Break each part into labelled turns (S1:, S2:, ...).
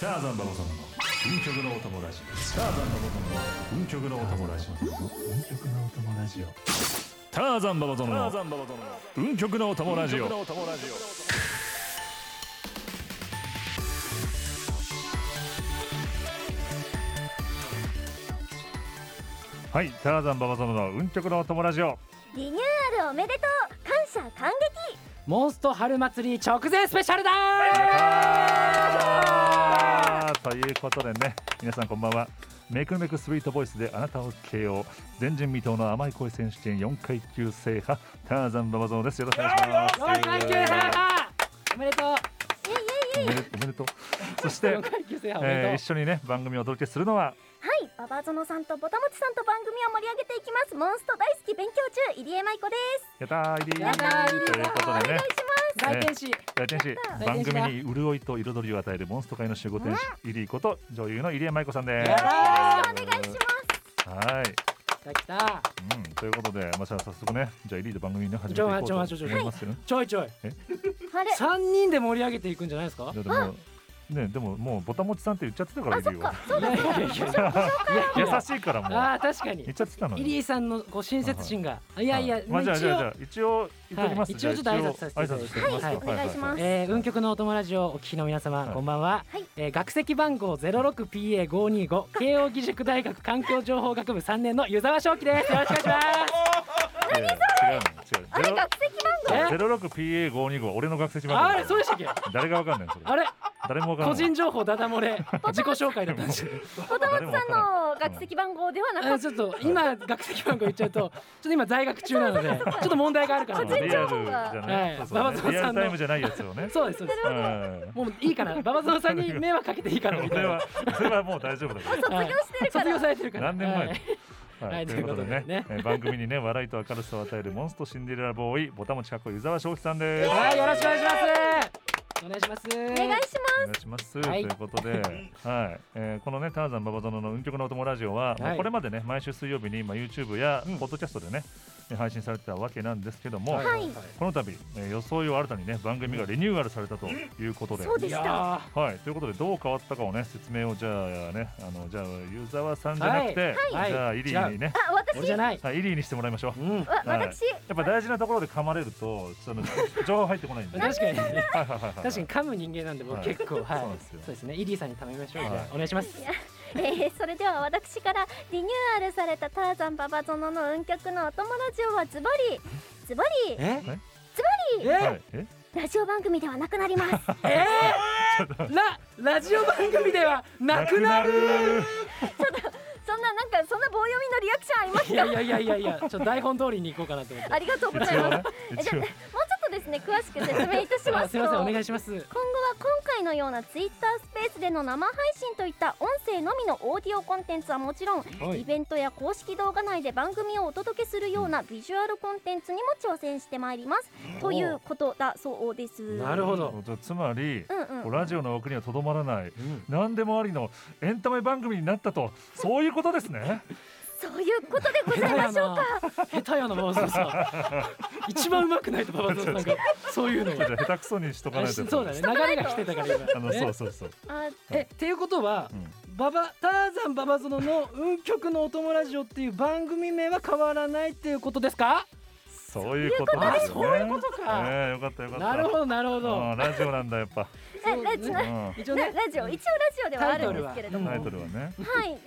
S1: ターザンババ様の運極のお友達ターザンババ様の運極のお友達ターザンババ殿の運極のお友ラジオはいターザンババ殿の運極のお友ラジオ
S2: リニューアルおめでとう感謝感激
S3: モンスト春祭り直前スペシャルだ
S1: ということでね皆さんこんばんはメクメクスイートボイスであなたを KO 前人未到の甘い声選手権4階級制覇ターザンババゾノですよろしくお願いします
S3: ー4階級制覇おめでとう
S1: おめでおめでとうそして
S3: 4 、階級制覇おめでと
S1: え
S3: う
S1: ー、一緒にね番組をお届けするの
S2: は
S1: は
S2: いババゾノさんとボタモチさんと番組を盛り上げていきますモンスト大好き勉強中入江舞子です
S1: やたーいり
S3: やったーいり
S1: ということ
S2: お
S1: で
S2: 願
S1: ね
S2: いします
S3: 大天使
S1: 大天使
S2: た
S3: ー
S1: 番組に潤いと彩りを与えるモンスト界の守護天使イリーこと女優の入江舞子さんです
S3: やった
S2: よろしくお願いします
S1: はい
S3: 来た来た
S1: うん、ということで、まあ、じゃあ早速ね、じゃあ、エリード番組ね、始めていこうと
S3: ちょ
S1: 思
S3: まちょちょちょ
S1: いますけど、
S3: ちょいちょい
S2: あれ
S3: 三人で盛り上げていくんじゃないですか
S1: いやでも、ね、でも、もう、ぼたもちさんって言っちゃってたから、エリーは。
S3: いやいやいやいや
S1: 優しいから、もう。
S3: あー確かに
S1: 言っちゃってたの
S3: イ
S1: に。
S3: リーさんのご親切心がいやいや
S1: はまあ、じゃあ、じゃあ、じゃあ、一応、言っときます。
S3: はい一応ちょっと挨拶させていただいて
S1: 挨拶してきます
S3: はい
S2: お願いします
S3: えー、運極のお友達をお聞きの皆様、
S1: はい
S3: こんばんは、
S2: はい
S3: えー学籍番号 06PA525 慶応義塾大学環境情報学部3年の湯沢正樹ですよろしくお願いします
S1: いやいや違う
S2: あ
S1: の、
S2: れ
S1: 違うの。
S2: 学籍番
S3: え
S1: ゼロ六 P. A. 五二五、俺の学生一番。
S3: あれそうでしたっけ
S1: 誰がわかんないの、それ。
S3: あれ
S1: 誰もわかん
S3: 個
S1: ない。
S3: 人情報ダダ漏 れ自己紹介だったんです
S2: 号ボタモチさんの学籍番号ではなか
S3: あ
S2: っ
S3: ちょっと今学籍番号言っちゃうとちょっと今在学中な のでちょっと問題があるか
S1: あ
S3: ら
S1: のリアルじゃ
S3: はい
S1: ねそうそう
S3: 馬場園さんの
S1: リアルタイムじゃないやつをね。
S3: そうですそうです
S1: うん。
S3: もういいかな馬場園さんに迷惑かけていいかなみ
S1: そ
S3: た い
S1: れ
S3: な
S1: は、それはもう大丈夫だから。
S3: 卒業してるから、卒業されてるから
S1: 何年前
S3: はい
S1: はい、
S3: はい
S1: ということでね
S3: ということで
S1: え
S3: ね
S1: ー番組にね笑いと明るさを与えるモンストシンデレラボーイボタモチかっこいい湯沢翔輝さんですお
S3: はい、よろしくお願いします。お願いします。
S2: たお願いし
S1: 願いします、
S3: はい
S1: ということで、はいえーこのねターザンババゾノの運極のお友ラジオは、まあ
S3: はい
S1: これまでね毎週水曜日に、まあ、YouTube や、ポッドキャストでねえー配信されてたわけなんですけども、
S2: はい
S1: この度、えー装いを新たにね番組がリニューアルされたということで、
S2: そうで
S3: い
S2: す
S3: や
S1: はい、ということでどう変わったかをね説明をじゃあねあのじゃあ湯沢さんじゃなくて、
S3: はいはい
S1: じゃあイリーに
S2: ま
S1: ね、
S2: すあ
S3: ー、
S2: 私
S3: 俺じゃない。
S1: はい、イリーにしてもらいましょう
S3: う。ん、
S2: わ
S1: はい
S2: 私
S1: やっぱ大事なところで噛まれると、その情報入ってこないんで。
S3: 確かに、
S1: はいはいはいはい。
S3: 確かに噛む人間なんで、僕
S1: はい
S3: 結構、は
S1: そ
S3: い。
S1: う
S3: そ
S1: なん
S3: う
S1: ですよ
S3: ですね、イリーさんに頼みましょう。じ
S1: はい
S3: ゃあお願いします。
S2: えー、それでは私からリニューアルされたターザンババゾノの運曲のお友ラジオはズバリズバリ
S3: え
S1: ズバ
S3: リ
S1: はい。
S3: え
S1: え、
S2: ラジオ番組ではなくな ります
S3: えーラ、ラジオ番組ではなくなる。
S1: る。
S2: そんななんかそんな棒読みのリアクションあります
S3: いやいやいやいやいや、ちょっと台本通りに行こうかなと思って。
S2: ありがとうござい
S1: 一応
S2: ます
S1: ね、
S2: えじゃ
S1: 一
S2: あ
S1: 応
S2: もう。ちょっとですね詳しく説明いたしま
S3: あ
S2: すと
S3: すみません、お願いします。
S2: 今後は今回のようなツイッタースペースでの生配信といった音声のみのオーディオコンテンツはもちろん
S3: はい
S2: イベントや公式動画内で番組をお届けするようなビジュアルコンテンツにも挑戦してまいりますということだそうです
S3: なるほど。
S1: じゃあつま
S2: う
S1: り、
S2: ん
S1: こ
S2: う
S1: うんラジオの奥にはとどまらない。
S3: うん
S1: 何でもありのエンタメ番組になったと、そういうことですね。
S2: そういうことでござい
S3: 下手
S2: ま
S3: や
S2: しょう
S3: な。下手やな、馬場さん。一番上手くないと、馬場さんが。そういうの
S1: じゃあ。下手くそにしとか
S3: あ
S1: ない
S3: そ
S1: と。
S3: うだね、流れが来てたから今。
S1: あの、
S3: ね
S1: そうそうそう。
S2: あ
S3: えっていうことは、
S1: う
S3: ババターザンババゾノの「運極のお供ラジオ」っていう番組名は変わらないっていうことですか
S1: そういうことですね。
S3: あそういうことか
S1: ええ、よかったよかった。
S3: なるほ
S1: ど。
S3: どなるほど。
S1: ラジオなんだやっぱ。
S2: ラ
S3: そう
S2: ラジオ
S1: う
S2: ラ
S1: ん
S3: 一応ね
S2: ラジオ一応ラジオではあるんですけれども
S1: タイトルはね。
S2: はい、でも今後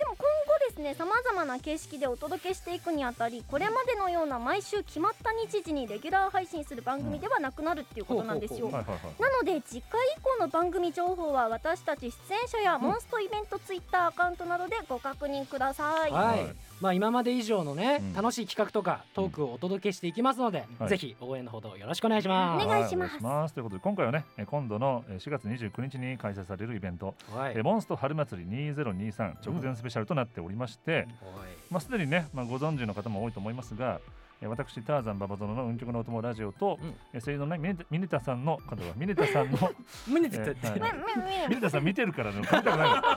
S2: ですね、さまざまな形式でお届けしていくにあたり、これまでのような毎週決まった日時にレギュラー配信する番組ではなくなるっていうことなんです
S3: ほ
S2: よ
S3: う
S1: はい。はいはい。
S2: なので次回以降の番組情報は私たち出演者やモンストイベントツイッターアカウントなどでご確認ください。は
S3: は
S1: は
S3: い、
S1: い
S3: まあ今まで以上のね、
S1: うん
S3: 楽しい企画とかトークをお届けしていきますので、
S1: はい
S3: ぜひ応援のほどよろしくお願いしま
S2: お
S3: す。
S2: 願いします
S1: はお願いということで今回はねえー今度のえー4月29日に開催されるイベント、
S3: はい
S1: えーモンスト春祭り2023直前スペシャルとなっておりまして、まあすでにねまあご存知の方も多いと思いますが。えー私ターザンババゾノの運極のお友ラジオと、
S3: うん
S1: えー声優のねミネタミネタさんの今度はミネタさんの、
S3: 胸
S1: え
S3: つって
S1: ー
S3: て、
S1: はい
S2: みみみ
S1: ミネタさん見てるからね噛みたくない
S2: ミネ
S1: の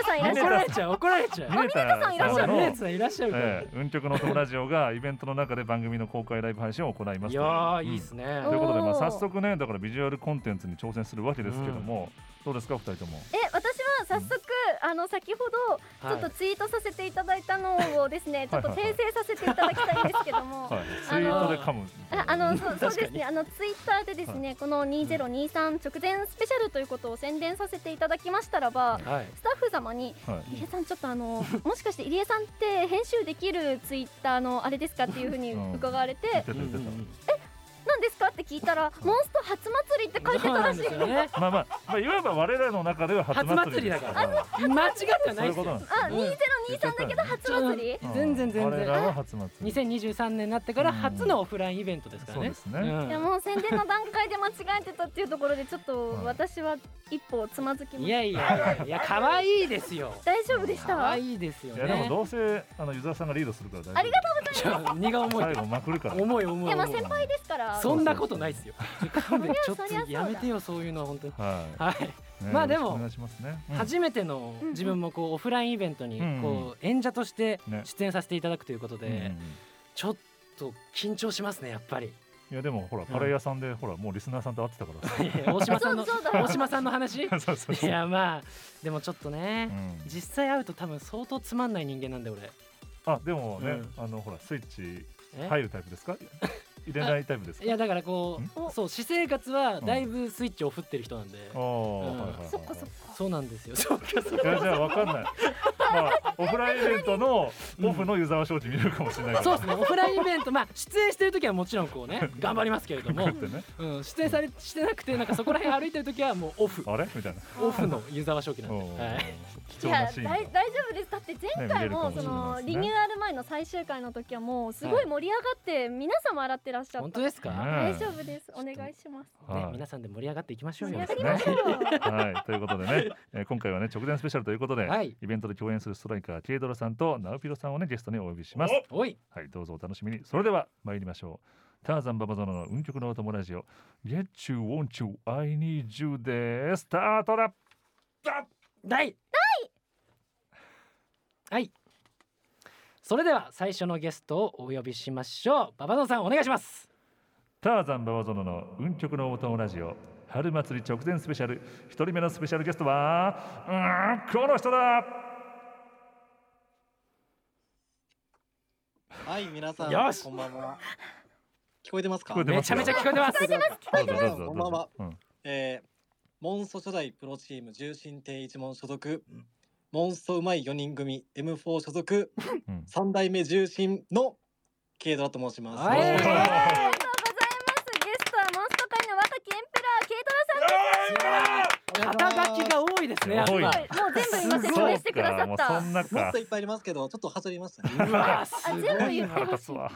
S2: タさんいらっしゃ
S3: 怒
S2: る。
S3: られちゃう怒られちゃう。
S1: うんミネタ
S2: さんいらっし
S1: さ
S2: ゃる
S1: んの
S3: 胸つはいらっしゃるから。
S1: えー運極のお友ラジオがイベントの中で番組の公開ライブ配信を行います
S3: い
S1: と
S3: やーいいですね。
S1: ということで、まあ、
S2: おー
S1: 早速ねだからビジュアルコンテンツに挑戦するわけですけども、どうですか二人とも
S2: え、私早速あの先ほどちょっとツイートさせていただいたのをですね、
S1: はい
S2: ちょっと訂正させていただきたいんですけども、
S1: はい、ツイートで噛む。
S2: ああの そうそう
S3: 確
S2: で
S3: かに
S2: すねあのツイッターでですね、この2023直前スペシャルということを宣伝させていただきましたらば
S3: はい
S2: スタッフ様に
S1: はい、
S2: 入江さんちょっとあのもしかして入江さんって編集できるツイッターのあれですかっていうふうに
S1: うん
S2: 伺われて
S1: 言ってた
S3: うんう
S1: 言ってた。
S3: ん
S2: 何ですかって聞いたらモンスト初祭りって書いて
S3: そう
S2: た
S3: な
S2: ら
S3: ん
S2: しい
S3: ですよね
S1: まあまあ、まあ、いわば我らの中では初祭りです。
S3: 初祭りだから間違っては
S1: そ
S3: な
S1: うい
S3: いで
S1: う
S3: す
S1: ことなん
S3: よ
S1: です。
S2: あ2023だけど初祭り
S1: うん
S3: 全然全然
S1: 我らは初祭り。
S3: 2023年になってから初のオフラインイベントですからね。
S1: うんそうですね
S2: いや
S3: ん
S2: もう宣伝の段階で間違えてたっていうところでちょっと
S1: はい
S2: 私は一歩つまずきま
S3: い
S2: した
S3: やいや いやいや可愛いですよ。
S2: 大丈夫でした
S3: 可
S2: はい
S3: 愛いですよ
S1: いやでも
S3: ね。
S1: どうせあのユザーさんがリードするから大丈夫。
S2: ありが
S1: と
S3: ちょ荷が重い
S1: 最。後まくるから。
S3: 重い重い
S2: いやまあ
S3: 重い
S2: 先。輩ですから
S3: そんなことないですよ。勘弁ちょっとやめてよそういうのは本当に。
S1: はい。
S3: はい。
S1: ね
S3: まあでも
S1: よろしくお願いしますね。うん
S3: 初めての
S2: うん
S3: 自分もこうオフラインイベントに
S1: うん
S3: こう演者として
S1: ね
S3: 出演させていただくということ
S1: うん
S3: で、ちょっと緊張しますねやっぱり。
S1: いやでもほらカレー屋さんでほらもうリスナーさんと会ってたからさ。
S3: いや 大島さんの
S2: そうだそうだ
S3: 大島さんの話。い
S1: そうそうそう。
S3: やまあでもちょっと
S1: う
S3: ね。
S1: ん
S3: 実際会うと多分相当つまんない人間なんで俺。
S1: あでもね
S3: うん
S1: あのほらスイッチ
S3: え
S1: 入るタイプです か？入れないタイプですか
S3: い？やだからこ
S2: ん
S3: うそう私生活はだいぶスイッチを振ってる人なんで、
S1: ああ
S3: うん
S1: はいはいはい
S2: そっかそっか
S3: そうなんですよそうかそう
S1: いやじゃあわかんない。まあオフラインイベントのオフのユーザー商事見るかもしれないから。
S3: そうですねオフラインイベントまあ出演してる時はもちろんこうね頑張りますけれども
S1: だっ、てね
S3: うん、出演されしてなくてなんかそこら辺歩いてる時はもうオフ
S1: あれみたいな。
S3: オフの湯沢正樹なんで、
S1: おー
S3: はい、
S1: 貴
S2: い
S1: 重
S2: や
S1: な
S2: 大
S1: シーンが
S2: 大丈夫ですだって前回も
S1: ね見
S2: そ
S1: れるかも
S2: の
S1: しれないですね
S2: リニューアル前の最終回の時はもうすごい盛り上がって皆様洗ってらっしゃっ
S3: 本
S2: た
S3: 当ですか、ね
S1: ね
S2: 大丈夫ですお願いします
S1: はい
S3: 皆さんで盛り上がっていきましょう
S2: 盛り上
S3: よ
S2: がり
S1: ね
S2: ましょう
S1: はい、ということでね、えー今回はね直前スペシャルということで、
S3: はい
S1: イベントで共演するストライカーケイドラさんとナウピロさんをねゲストにお呼びします。
S3: おい
S1: はい、どうぞお楽しみに。それでは参りましょう。ターザンババゾノの運極のお友ラジオ Get you, want you, I need you でスタートだ。
S3: 大大はいそれでは最初のゲストをお呼びしましょう馬場野さんお願いします
S1: ターザンババゾノの運極のお友ラジオ春祭り直前スペシャル一人目のスペシャルゲストはうーんこの人だ。
S4: はい、皆さん、
S3: よし
S4: こんばんは。聞こえてますか
S1: 聞こえて
S3: めちゃめちゃ聞こえてます
S1: どうぞどうぞど
S4: こ
S1: うん
S4: ばん
S1: ぞ
S4: は。
S1: うん
S4: えーモンスト初代プロチーム重心定一門所属、モンストうまい4人組 M4 所属、
S1: うん
S4: 3代目重心の軽ドラと申します。
S3: はい
S4: よろしくお願いしま
S2: ありがとうございますゲストはモンスト界の若きエンペラーケイト
S3: 肩書きが多いですねやっぱ
S1: 多い
S2: ラさんもう全部今説
S1: そ
S2: 明
S1: う
S2: してくだ
S1: か、
S2: さ
S1: も
S2: っ
S1: うそ
S2: た
S1: んな
S4: もっ
S1: か
S4: と。いっぱいありますけど、ちょっと外れ ましたね。
S3: うわーすごいな
S2: 全部言って
S1: 腹立つわ。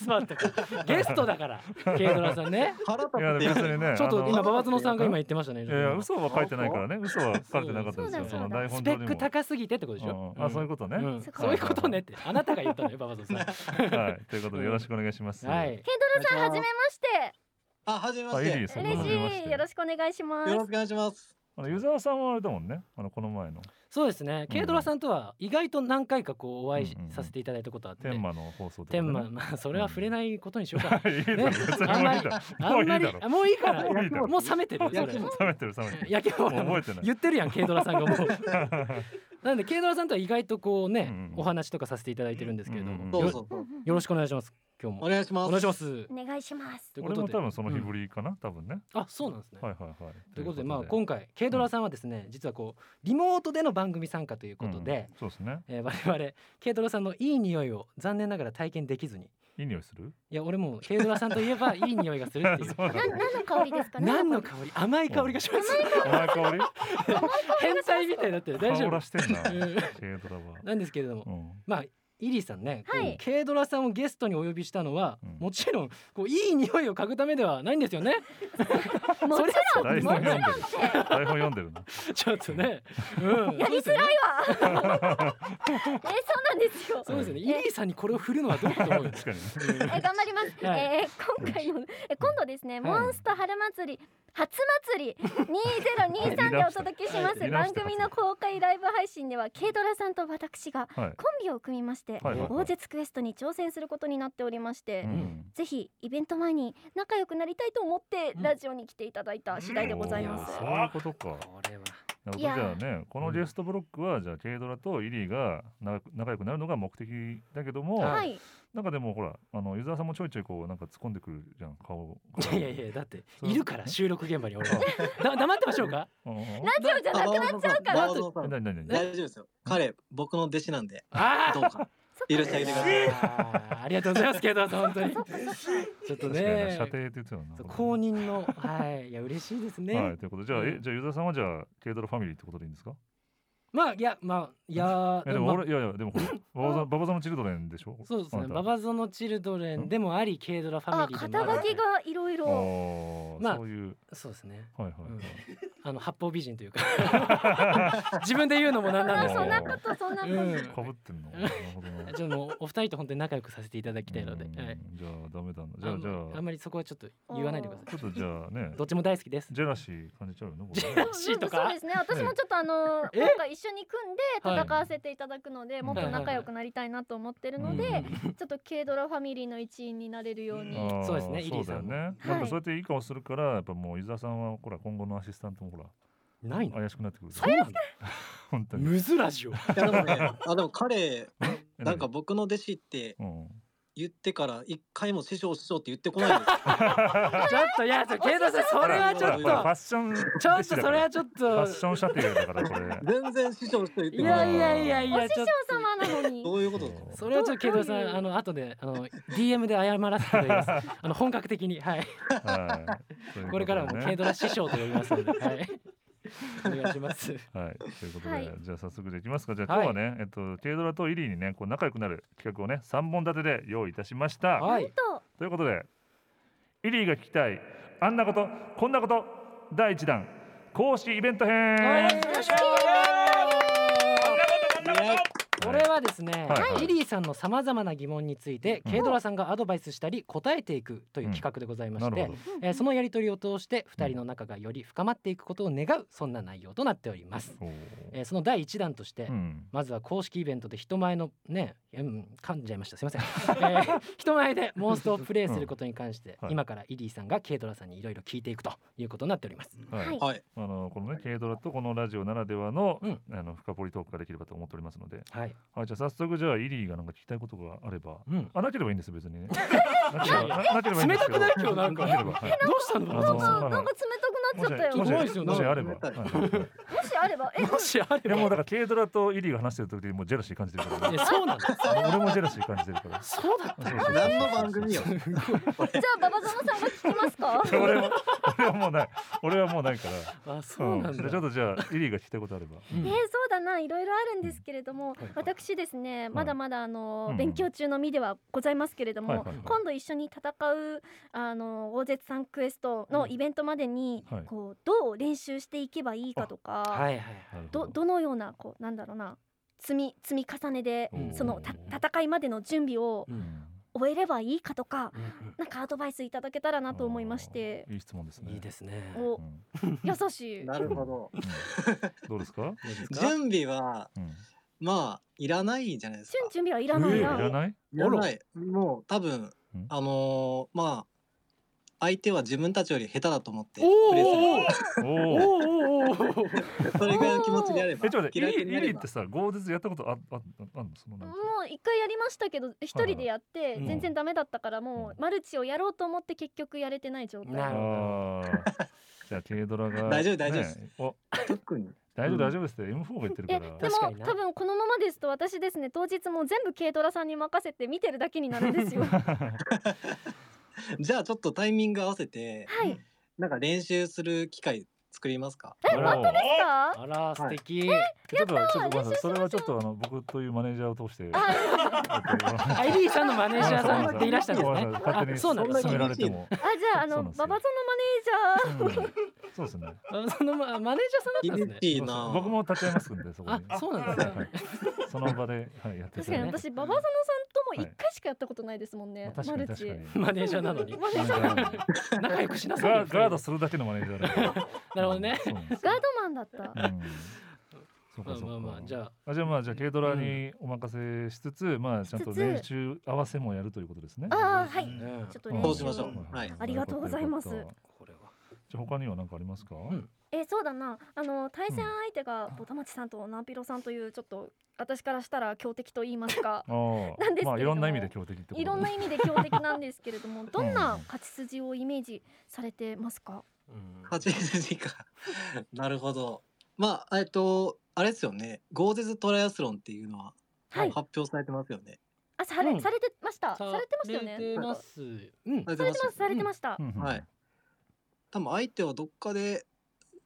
S3: 集まったゲストだ から軽トラさんね
S4: 腹立
S1: いや
S4: って
S1: 別にね、
S3: ちょっと
S1: あの
S3: 今馬場園さんが今言ってましたね
S1: いやいや嘘は書いてないからね、嘘は書かれてなかったですよ。
S2: そうだ
S1: その
S2: そうだ
S1: 台
S3: ス
S1: 本
S3: ペ
S1: 上にも。
S3: ック高すぎてってことでし
S1: うん
S3: ょ
S1: うんあ、そういうことね。
S3: うん
S2: そっか
S3: そういうことねってあなたが言ったのよ馬場園
S1: はい、ということでよろしくお願いします。
S3: さんはい
S2: ケイトラさんはじめまして
S4: あ、はじめま
S1: あ、
S4: し
S1: いい
S4: て。
S1: です。
S2: 嬉
S1: はじめま
S2: しいよろ
S1: し
S2: しくお願いします
S4: よろしくお願いします。
S1: く。あの、湯沢さんはあれだもんね、あの、この前の
S3: そうですね軽トラさんとは意外と何回かこうお会いし
S1: うんうんうん
S3: させていただいたことあって
S1: 天満の放送とかね。
S3: 天満まあそれは触れないことにしようか
S1: いいだろ、
S3: ね
S1: 別にもういいだろ。
S3: あ
S1: もうんいい
S3: ま
S1: だ
S3: り
S1: ろ。
S3: あもういいから
S1: もういいだろ
S3: もう冷めてるそ
S4: や
S3: れ
S4: きも
S1: 冷めてる、冷めてる。
S3: やけど
S1: もう覚えてない
S3: 言ってるやん軽トラさんがも うなんで軽トラさんとは意外とこうね、
S1: うんうん
S3: お話とかさせていただいてるんですけれども、
S1: うん
S4: ど
S3: よ
S4: うぞどうぞ。
S3: よろしくお願いします今日も
S4: お願いします。
S3: お願いします
S2: お願いします
S3: というこ
S1: 俺
S3: と
S1: も
S3: で
S1: 多分その日ぶりかな、多分ね。
S3: あそうなんですね、
S1: はいはいはい。
S3: ということでまあ今回軽トラさんはですね、実はこうリモートでの番組参加ということで、
S1: うんそうですね。
S3: えー我々軽トラさんのいい匂いを残念ながら体験できずに
S1: いい匂いする。
S3: いや俺も軽トラさんといえ ばいい匂いがするってい
S1: そ
S3: う
S1: うだ
S2: な何の香りですかね
S3: 何の香り甘い香りがします
S1: お前香り。
S3: 変態みたいになってる大丈
S1: 香ら
S3: 夫
S1: してんな。
S3: うん
S1: シェードラは。
S3: なんですけれども
S1: うん。
S3: まあイリーさんね、
S2: はい
S3: こう軽ドラさんをゲストにお呼びしたのは、
S1: うん
S3: もちろんこういい匂いを嗅ぐためではないんですよね。
S2: もちろん
S3: そ
S1: 台
S3: れ
S1: 本
S3: は
S1: 読んでる。台本読んで るな。
S3: ちょっとね、うん、
S2: やりづらいわ。え、そうなんですよ。
S3: そうですよね。イリーさんにこれを振るのはどうかと思うよ。
S1: 確かに。
S2: え、頑張ります。
S3: はい
S2: えー今回の、え、今度ですね、モンスト春祭り。初祭り2023でお届けしま
S1: はい
S2: す番組の公開ライブ配信ではケイドラさんと私が
S1: はい。
S2: コンビを組みまして
S1: はいはいはい
S2: 王絶クエストに挑戦することになっておりまして、
S1: うん
S2: ぜひイベント前に仲良くなりたいと思って
S3: うん
S2: ラジオに来ていただいた次第でございます、
S1: おーそういうことか。
S3: これは
S1: なるほど
S2: いや
S1: じゃあねこのリエストブロックはじゃあ軽ドラとイリーがな仲良くなるのが目的だけども、
S3: はい
S2: はい
S1: なんかでもほらあの湯沢さんもちょいちょいこうなんか突っ込んでくるじゃん顔
S3: い
S1: が
S3: やいやいやだって
S1: そう
S3: いるから収録現場に俺はだ黙ってましょうか
S1: うんうんうん
S2: ラジオじゃなくなっちゃうから
S4: 馬場さん
S1: え何何何
S4: 大丈夫ですよ。彼、僕の弟子なんで、
S3: あ
S4: どう
S3: あ
S4: か許してあげてください。
S3: あーありがとうございますけど本当にちょっと
S1: 確かにな
S3: ね
S1: 射程って言ってたよな
S3: そう
S1: こ
S3: 公
S1: れ
S3: 認のはいいや嬉しいですね、
S1: はいということでじゃあ、
S3: うん
S1: えじゃあ湯沢さんはじゃあ軽ドラファミリーってことでいいんですか
S3: まあいやまあいやー
S1: いやでも
S3: まあ
S1: 俺、いやいやでもほら馬場さん馬場さんのチルドレンでしょ
S3: そうですね
S1: あなた
S3: ババゾのチルドレンでもあり軽ドラファ
S2: あ
S3: ミリーで
S2: 肩
S3: もあ
S2: 書
S3: り
S2: きがいろい
S1: あ
S2: ろ
S1: ー
S3: まあ
S1: そういう
S3: そうですね
S1: はいはい、
S3: うんあの八方美人というか 自分で言うのもなんなん
S2: あ
S3: で
S2: ー
S3: す
S2: そんな
S3: け
S2: ことそんなこと、
S3: う
S1: 被
S3: ん
S1: ってんのなるほどな
S3: どちょっともうお二人と本当に仲良くさせていただきたいので、
S1: うん
S3: はい、
S1: じゃあダメだなじゃあ
S3: ん
S1: じゃ
S3: あんまりそこはちょっと言わないでくだ
S1: あ
S3: さ
S1: ちょっとじゃあね
S3: いどっちも大好きです
S1: ジェラシー感じちゃうよねこれ
S3: ジェラシーとか
S2: そうですね私もちょっとあの
S3: え
S2: 今回一緒に組んで
S3: はい
S2: 戦わせていただくので、もっと仲良くなりたいなと思ってるので、
S1: うん
S2: ちょっと軽ドラファミリーの一員になれるように、
S1: あー
S3: そうですねイリーさん
S1: そう
S3: も
S1: だよね
S2: はい
S1: なんかそうやっていい顔するからやっぱもう伊沢さんはほら今後のアシスタントもほら
S3: ないの
S1: 怪しくなってくる
S3: そうなの
S1: 本当に
S3: むず ラジオ
S4: いやでもね、あでも彼、
S1: え
S4: なんか僕の弟子って
S1: うんうん
S4: 言ってから、一回も師匠、師匠って言ってこないんですよ。
S3: ちょっといやそう軽ドラさんそ
S1: ほ
S3: れ
S1: ら
S3: はちょっ
S1: ほらファ
S3: と
S1: ッション
S3: ちょっとそれはちょっ
S1: ファッ
S3: と
S1: ション射程だからこ れ
S4: 全然師匠、師匠言って
S3: い
S4: こな
S3: やい
S4: い。
S3: やいやいやちょ
S2: お
S3: っと
S2: 父様なのに
S4: どういうことですか
S3: それはちょっと軽ドラさ
S2: どうい
S3: ん
S2: う
S3: あの後であの DM で謝らせていただきます あの本格的にはい
S1: はい
S3: これからも
S1: ということ
S3: 軽
S1: でね
S3: ドラ師匠と呼びますので、はい、お願いし ます。
S1: はいということ
S2: はい
S1: でじゃあ早速でいきますかじゃあ今日はねえっと軽ドラとイリーにねこう仲良くなる企画をね三本立てで用意いたしました
S3: はい、
S2: と
S1: ということでイリーが聞きたいあんなことこんなこと第一弾公式イベント編
S3: これはですね、
S1: はいはい
S3: リリーさんのさまざまな疑問について、
S1: うん
S3: 軽ドラさんがアドバイスしたり答えていくという企画でございま
S1: な
S3: し
S1: る
S3: て、
S1: ほど
S3: えーそのやり取りを通して2人の仲がより深まっていくことを願うそんな内容となっております。
S1: おー
S3: えーその第1弾として、
S1: うん
S3: まずは公式イベントで人前のね、うん、噛んじゃいましたすい ません、えー人前でモンストをプレイすることに関して、
S1: うんはい
S3: 今からイリーさんが軽ドラさんにいろいろ聞いていくということになっております。
S1: はい
S2: はい
S4: はい。
S1: あのこのね軽ドラとこのラジオならではの,、
S3: うん
S1: あの深掘りトークができればと思っておりますので、
S3: はい、
S1: はい、じゃあ早速じゃあイリーがなんか聞きたいことがあれば
S3: うん、
S1: あなければいいんです別 にねなければななければいいんですけど
S3: 冷たくない今日なんか
S1: ければ、はい、
S3: どうしたの
S1: あの
S2: なん
S1: は
S2: か
S1: い
S2: なんか冷たくなっちゃったよ
S1: も
S2: も
S1: し
S2: し
S3: すごいですよ
S1: もしあれば、
S4: なんか
S1: はい
S2: あればえ
S3: もしあ
S1: い
S3: れ
S1: や
S3: ば
S1: もうだから軽ドラとイリーが話してる時にもうジェラシー感じてるから、
S3: いやそうなんだ
S1: あの俺もジェラシー感じてるから。
S3: そうだった
S1: そう
S3: の
S1: そう
S4: 何の 番組よ。
S2: じゃあババゾノさんが聞きますか
S1: 俺も俺はもうない俺はもうないから
S3: あそうなん
S1: じ
S3: だ、
S1: ゃあちょっとじゃあイリーが聞きたいことあれば
S3: うん
S2: えー、そうだないろいろあるんですけれども、
S1: はいはい
S2: 私ですねまだまだあの、
S1: うん
S2: 勉強中の身ではございますけれども、
S1: はいはいはい
S2: 今度一緒に戦うあの大絶賛クエストのイベントまでに、
S1: はい
S2: こうどう練習していけばいいかとか、
S3: はいはいはい
S1: なる
S2: ど
S1: ほ
S2: どのようなこうなんだろうな積み積み重ねで
S1: うん
S2: そのた戦いまでの準備を
S3: うん
S2: 終えればいいかとか
S3: うん
S2: なんかアドバイスいただけたらなと思いまして
S1: あーいい質問です
S3: うん
S1: ね
S3: いいですね
S2: お
S1: うん
S2: 優しい
S4: なるほど。
S1: うんどうですか、
S3: どうですか
S4: 準備は、
S1: うん、
S4: まあ、いらないじゃないですか。
S2: 準準備はいらない
S1: えーい
S2: な、
S1: らない
S4: いらない。もう、多分
S1: うん、
S4: あのーまあ、相手は自分たちより下手だと思って、
S3: お
S4: プレイする
S3: ーお
S1: おお
S3: ーおーおーおー
S4: それぐらいの気持ちでやれば。
S1: えちょっと待ってイ
S4: 嫌い
S1: リ
S4: に
S1: ー
S4: な
S1: イリ
S4: れ
S1: ーっ
S4: ば
S1: てさ合絶やったことああああんのそのなん
S2: も
S1: か
S2: う一回やりましたけど一
S1: はい
S2: 人でやって
S3: うん
S2: 全然ダメだったからも
S1: うん
S2: うマルチをやろうと思って結局やれてない状
S3: な
S2: 態
S3: るほ
S1: あ
S3: ど
S1: ーじゃあ軽ドラが
S4: 大丈夫大丈夫です
S1: ねお
S4: 特に。
S1: 大丈夫
S4: うん
S1: 大丈夫ですって M4 が言ってる
S2: い
S1: か
S2: や
S1: ら
S2: でも
S1: い
S3: 確かにな
S2: 多分このままですと私ですね当日もう全部軽トラさんに任せて見てるだけになるん ですよは
S4: じゃあ、ちょっとタイミング合わせて、
S2: い
S4: なんか練習する機会作りますか。
S3: おー
S2: さあ
S3: あら素敵、
S1: ちょっとちょっとごめんなさ
S2: 練習
S1: い
S2: しまし
S1: それはちょっとあの僕というマネージャーを通してえっと
S3: アイリーさんのマネージャーさんでいらしたんです
S1: ごめ
S3: ね
S1: んなさい勝手
S3: あ
S1: に
S3: そうなんです
S1: 勧められても
S2: あじゃああ
S1: そう
S2: の
S1: なんです
S2: ババゾ
S1: よ
S2: のマネージャー
S1: うんそうですね
S3: あそのまマネージャーさんだったんですね
S4: いいなあ
S1: 僕も立ち会いますんでそこに
S3: あそうなんですね
S1: はいその場ではいやって
S2: 確かに
S1: ね
S2: 私ババゾノさんとも一回しかやったことないですもん
S1: まあ
S2: ね
S1: 確
S2: マ
S1: かに
S2: ル
S1: 確か
S2: チ
S1: に
S3: マネージャーなのに
S2: マネージャーなのに
S3: 仲良くしなさいよ
S1: ガガードするだけのマネージャーだから
S3: なるほどね
S1: そうなんです
S2: ガードマンだった
S1: うんそう
S3: ま
S1: か
S3: あ
S1: そう
S3: ま
S1: か
S3: あまあじゃあ
S1: あじゃあまあじゃあ軽ドラにお任せしつつ、まあちゃんと
S2: しつつ
S1: 練習合わせもやるということですね。
S2: ああは
S3: う
S2: い
S3: ん
S2: ちょっと
S1: ん
S2: 練
S4: そう
S2: 習
S4: しましょうはい
S2: ありがとうございます
S1: よかったよかった
S3: これは
S1: じゃあ他には何かありますか？
S3: ん
S2: えそうだなあの対戦相手がボタマチさんとナンピロさんというちょっと私からしたら強敵と言います か
S1: あ
S2: なんですけれども
S1: まあいろんな意味で強敵ってこと
S2: いろんな
S1: 意
S2: 意味で強敵なんですけれどもどんな勝ち筋をイメージされてますか
S4: 8筋か なるほどまあえっとあれですよねゴーゼズトライアスロンっていうのは
S2: はい
S4: 発表されてますよね、
S2: あされ,、
S3: うん
S2: されてましたされてましたよ
S3: され
S2: ね
S3: て
S2: なん
S3: ま
S2: か
S3: す。うん。
S4: さ
S2: さ
S4: れ
S2: れて
S4: てます
S2: ま
S4: よ
S2: すされてました、
S1: 味
S4: はい多分相手はどっかで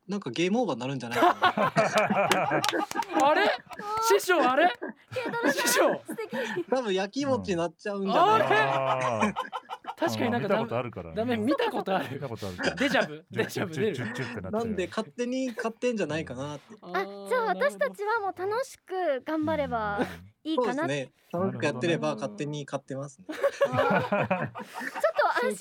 S4: なんかゲームオーバーになるんじゃないかな
S3: あれ師匠あれ
S2: ケイタロウさん
S3: 師匠
S2: 素敵
S4: 多分焼きもちになっちゃうんじゃないかな、
S3: 確かになん
S1: 見
S3: か
S1: た
S3: ダ
S1: ことあ
S3: メ
S1: るからね
S3: ダメ見たことあ
S1: 見
S3: る
S1: た。ことあるから
S3: デジャブ
S1: ジュ
S3: デ
S1: ッ
S3: ジ
S1: ジュ
S3: ャ
S1: ッ
S3: ブ
S1: ジュ
S3: 出
S1: ッジュ
S3: る。
S1: ッジュッってなっ
S4: な
S1: てる
S4: んで勝手に買ってんじゃないかなって
S3: あ
S2: あ
S3: ー
S2: じゃあ私た。ちはもう楽しく頑張ればいい
S4: そう
S2: か
S4: で
S2: な
S4: す
S2: って、
S4: ね楽しくやってれ
S3: な
S4: ば
S3: るほど
S4: 勝手に買ってますね
S2: ちょっと安心し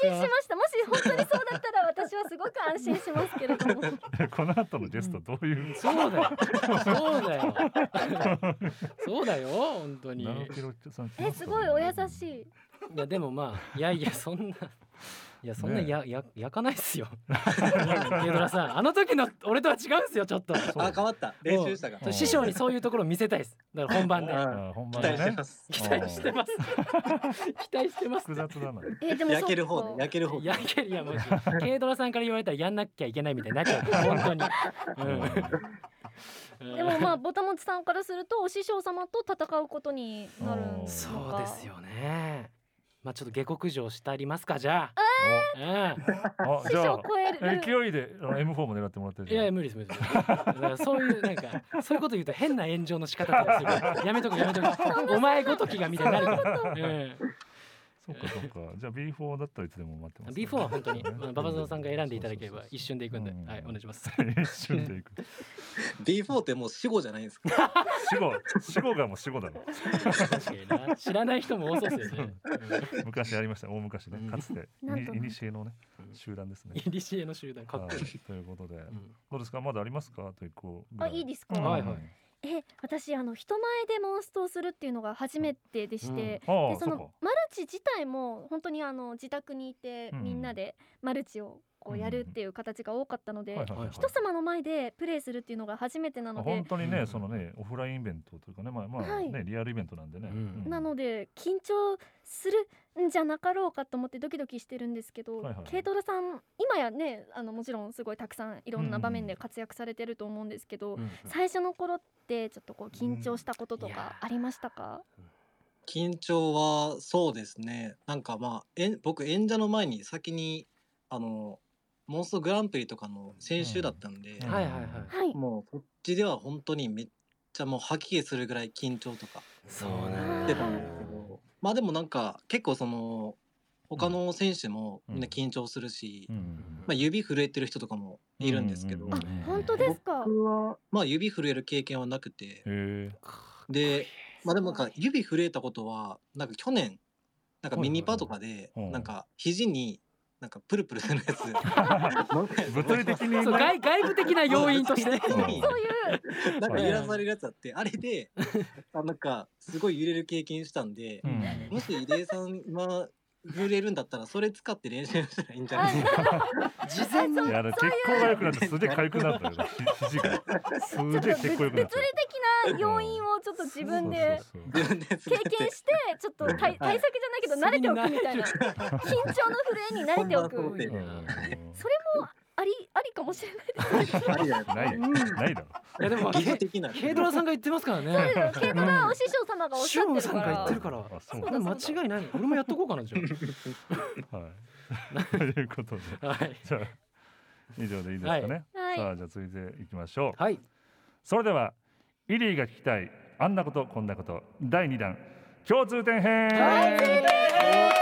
S2: ましたもし本当にそうだったら私はすごく安心しますけれども
S1: え この後のゲストどういう
S3: そうだよ。そうだよ。そうだよ本当に。い
S1: ナノキロさん来
S2: え
S1: ます
S2: す
S1: かね
S2: ごいお優し い
S3: やでもまあいやいやそんな。いやそんな
S1: ねえ
S3: や、や焼かないっすよ。ケイドラさんあの時の俺とは違うんすよちょっと。
S1: そう
S4: あ変わった練習したか
S1: うん
S3: 師匠にそういうところを見せたいです。だから本番で
S4: う
S1: あ本
S4: 期
S1: 番で
S4: 待して
S1: ね
S4: ます
S3: 期待してます。期待してます
S1: 複。雑だな
S2: えでも
S4: 焼ける
S2: そ
S4: 方
S2: う
S4: で焼ける方で
S3: やけいやマジ軽ドラさんから言われたらやんなきゃいけないみたいになっちゃう本当に。うん
S2: でもまあボタモチさんからするとお師匠様と戦うことになるの
S1: あ
S2: か
S3: そうですよね。まあちょっと下克上したりますかじゃあ。
S1: おあ
S2: 師
S1: じ
S2: 匠
S1: ゃ
S2: を超え
S1: あ
S2: る
S1: 勢いであの M4 も狙ってもらって
S3: う
S1: る
S3: ん。い
S1: じゃん
S3: やいや無理です無理です。だからそういうなんかそういうこと言うと変な炎上の仕方とかする。やめとくやめとく。お前ごときがみたいになるから。うん。
S1: そっかそっかじゃあ B4 だったらいつでも待ってます
S3: B4 は本当に
S1: ね
S3: まあ馬場園さんが選んでいただければ一瞬でいくんで、
S1: うん
S3: はいお願いします。
S1: 一瞬でいく
S4: B4 ってもう死後じゃないですか
S1: 死後死後がもう死後だろ
S3: 確かにな知らない人も多そうですよね。
S1: 昔ありました大昔
S3: うん
S1: ねかつてい
S2: なんと
S1: にしえのね
S3: うん
S1: 集団ですね
S3: イリシエの集団かっ
S1: は
S3: こいい。
S1: いということで
S3: うん
S1: どうですかまだありますかというこう
S2: あいいですか、
S1: うん
S3: はいはい
S2: え私あの人前でモンストをするっていうのが初めてでして、
S1: ああ
S2: でそ
S1: そ
S2: の
S1: うか
S2: マルチ自体も本当にあの自宅にいて、
S1: うん
S2: みんなでマルチをこうやるっていう形が多かったので、
S1: はいはいはい
S3: 人
S2: 人様の前でプレイするっていうのが初めてなので
S1: 本当に
S3: う
S1: ね
S3: ん
S1: そのねオフラインイベントというかねまあまあ
S2: はい
S1: ねリアルイベントなんでね
S3: うん
S1: うん
S2: なので緊張するんじゃなかろうかと思ってドキドキしてるんですけど、
S1: はいはいはい
S2: ケイトルさん今やねあのもちろんすごいたくさんいろんな場面で活躍されてると思うんですけど、
S3: うん
S2: 最初の頃ってちょっとこう緊張したことと
S3: うんいや
S2: かありましたか、
S4: 緊張はそうですねなんかまあえん僕演者の前に先にあのモンストグランプリとかの先週だったんで、
S1: うん
S3: はいはいはい
S2: はい
S4: もうそっちでは本当にめっちゃもう吐き気するぐらい緊張とか
S3: そう
S2: な
S3: なんん
S4: して
S2: だ
S4: たんですけどまあでもなんか結構その他の選手もみんな緊張するし、
S1: うん
S4: まあ、指震えてる人とかもいるんですけど、
S1: うんうんうん
S2: あ本当ですか
S4: 僕はまあ指震える経験はなくて
S1: へえ
S4: でまあでもなんか指震えたことはなんか去年なんかミニパとかで
S1: はいはいはいうん
S4: なんか肘になんかプルプルするやつ乗ったやつ
S1: 物理的に
S3: そう
S1: ね
S3: 外外部的な要因として
S4: 物理的に
S1: うん
S2: そういう
S4: なんか揺らされるやつあってあれであなんかすごい揺れる経験したんで
S1: うん
S4: もし入江さん今震えるんだったらそれ使って練習したらいいんじゃないですか
S3: 事前に
S1: いやあの血行が良くなってすげえ痒くなったよひ肘がす
S2: ちょっと
S1: げえ
S2: 物
S1: 血
S2: 物
S1: 行良
S2: 理
S1: くなっ
S2: 的
S1: たよ
S2: な要因をちょっと自分で
S1: そうそうそう
S4: 自分で使
S2: 経
S4: って
S2: 験してちょっと 対
S1: は
S2: 対
S1: い
S2: 策じゃないけど慣れておくみたいな緊張の震えに慣れてお
S4: 本番想
S2: く
S4: 定
S1: うん
S2: それもありありかもしれない
S4: ありじゃないですか
S1: ないよないだろ
S3: いやでも
S4: 技術
S3: ケ
S4: 的な
S3: イドラさんが言ってますからね。
S2: ですけど、まあお師匠様がおっしゃってる
S3: 師匠
S2: か
S3: さんが言
S2: ら
S3: ってるから
S1: あそう
S3: これ間違いないの。俺もやっとこうかなじゃ
S1: はいという ことで
S3: あ。はい。
S1: じゃあ以上でいいですかね
S2: はい
S1: さあじゃあ続いていきましょう
S3: はい。
S1: それではイリーが聞きたいあんなことこんなこと第2弾共通点編
S3: 共通点
S1: は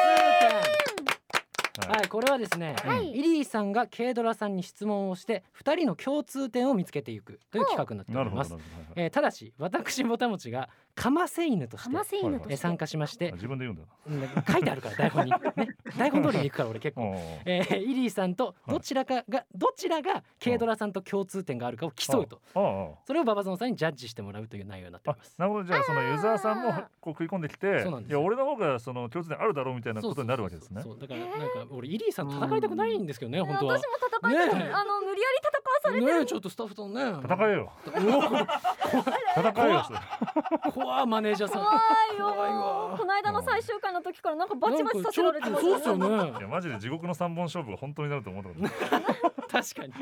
S3: はいこれはですね、
S2: はい
S3: イリーさんがケイドラさんに質問をして二人の共通点を見つけていくという企画になって
S1: な
S3: お
S1: る
S3: り
S1: ほどな
S3: ま
S1: る
S3: す
S1: ほど。
S3: えーただし私ぼたもちがかませ犬とし
S2: か
S3: て
S2: ませ犬と
S3: えー
S2: して
S3: 参加しまして
S1: あ自分で言うんだ
S3: うん書いてあるから台 本に、ね、台本通りに行くから俺結構
S1: おー
S3: えー、イリーさんとどちらかが、どちらが軽ドラさんと共通点があるかを競うと
S1: ああ
S3: それをババゾンさんにジャッジしてもらうという内容になってお
S1: あ
S3: ります。
S1: なるほどじゃあそのユーザーさんも
S2: あー
S1: こう食い込んできて
S3: そうなんで
S1: い
S3: すよ
S1: や俺の方がその共通点あるだろうみたいな
S3: そう
S1: ことになるわけですね
S3: そうそうそうそうだからなんか俺イリーさんと戦いたくないんですけどね、本
S2: 私
S3: 当
S2: も
S3: は。
S2: 戦いたくな
S3: ねえ
S2: いあの無理やり戦わされて
S3: ねえちょっとスタッフとね
S1: 戦え よ戦えよ
S3: 怖怖いマネージャーさん。
S2: 怖いよ
S3: 怖いわ
S2: この間の最終回の時からなんかバチバチ
S3: なんか
S2: さ
S3: ち
S2: せら
S3: ょっ
S2: れてま
S3: と
S2: す
S3: そうっすよね。
S1: いやマジで地獄の三本勝負が本当になると思ったこと ない
S3: 確かに。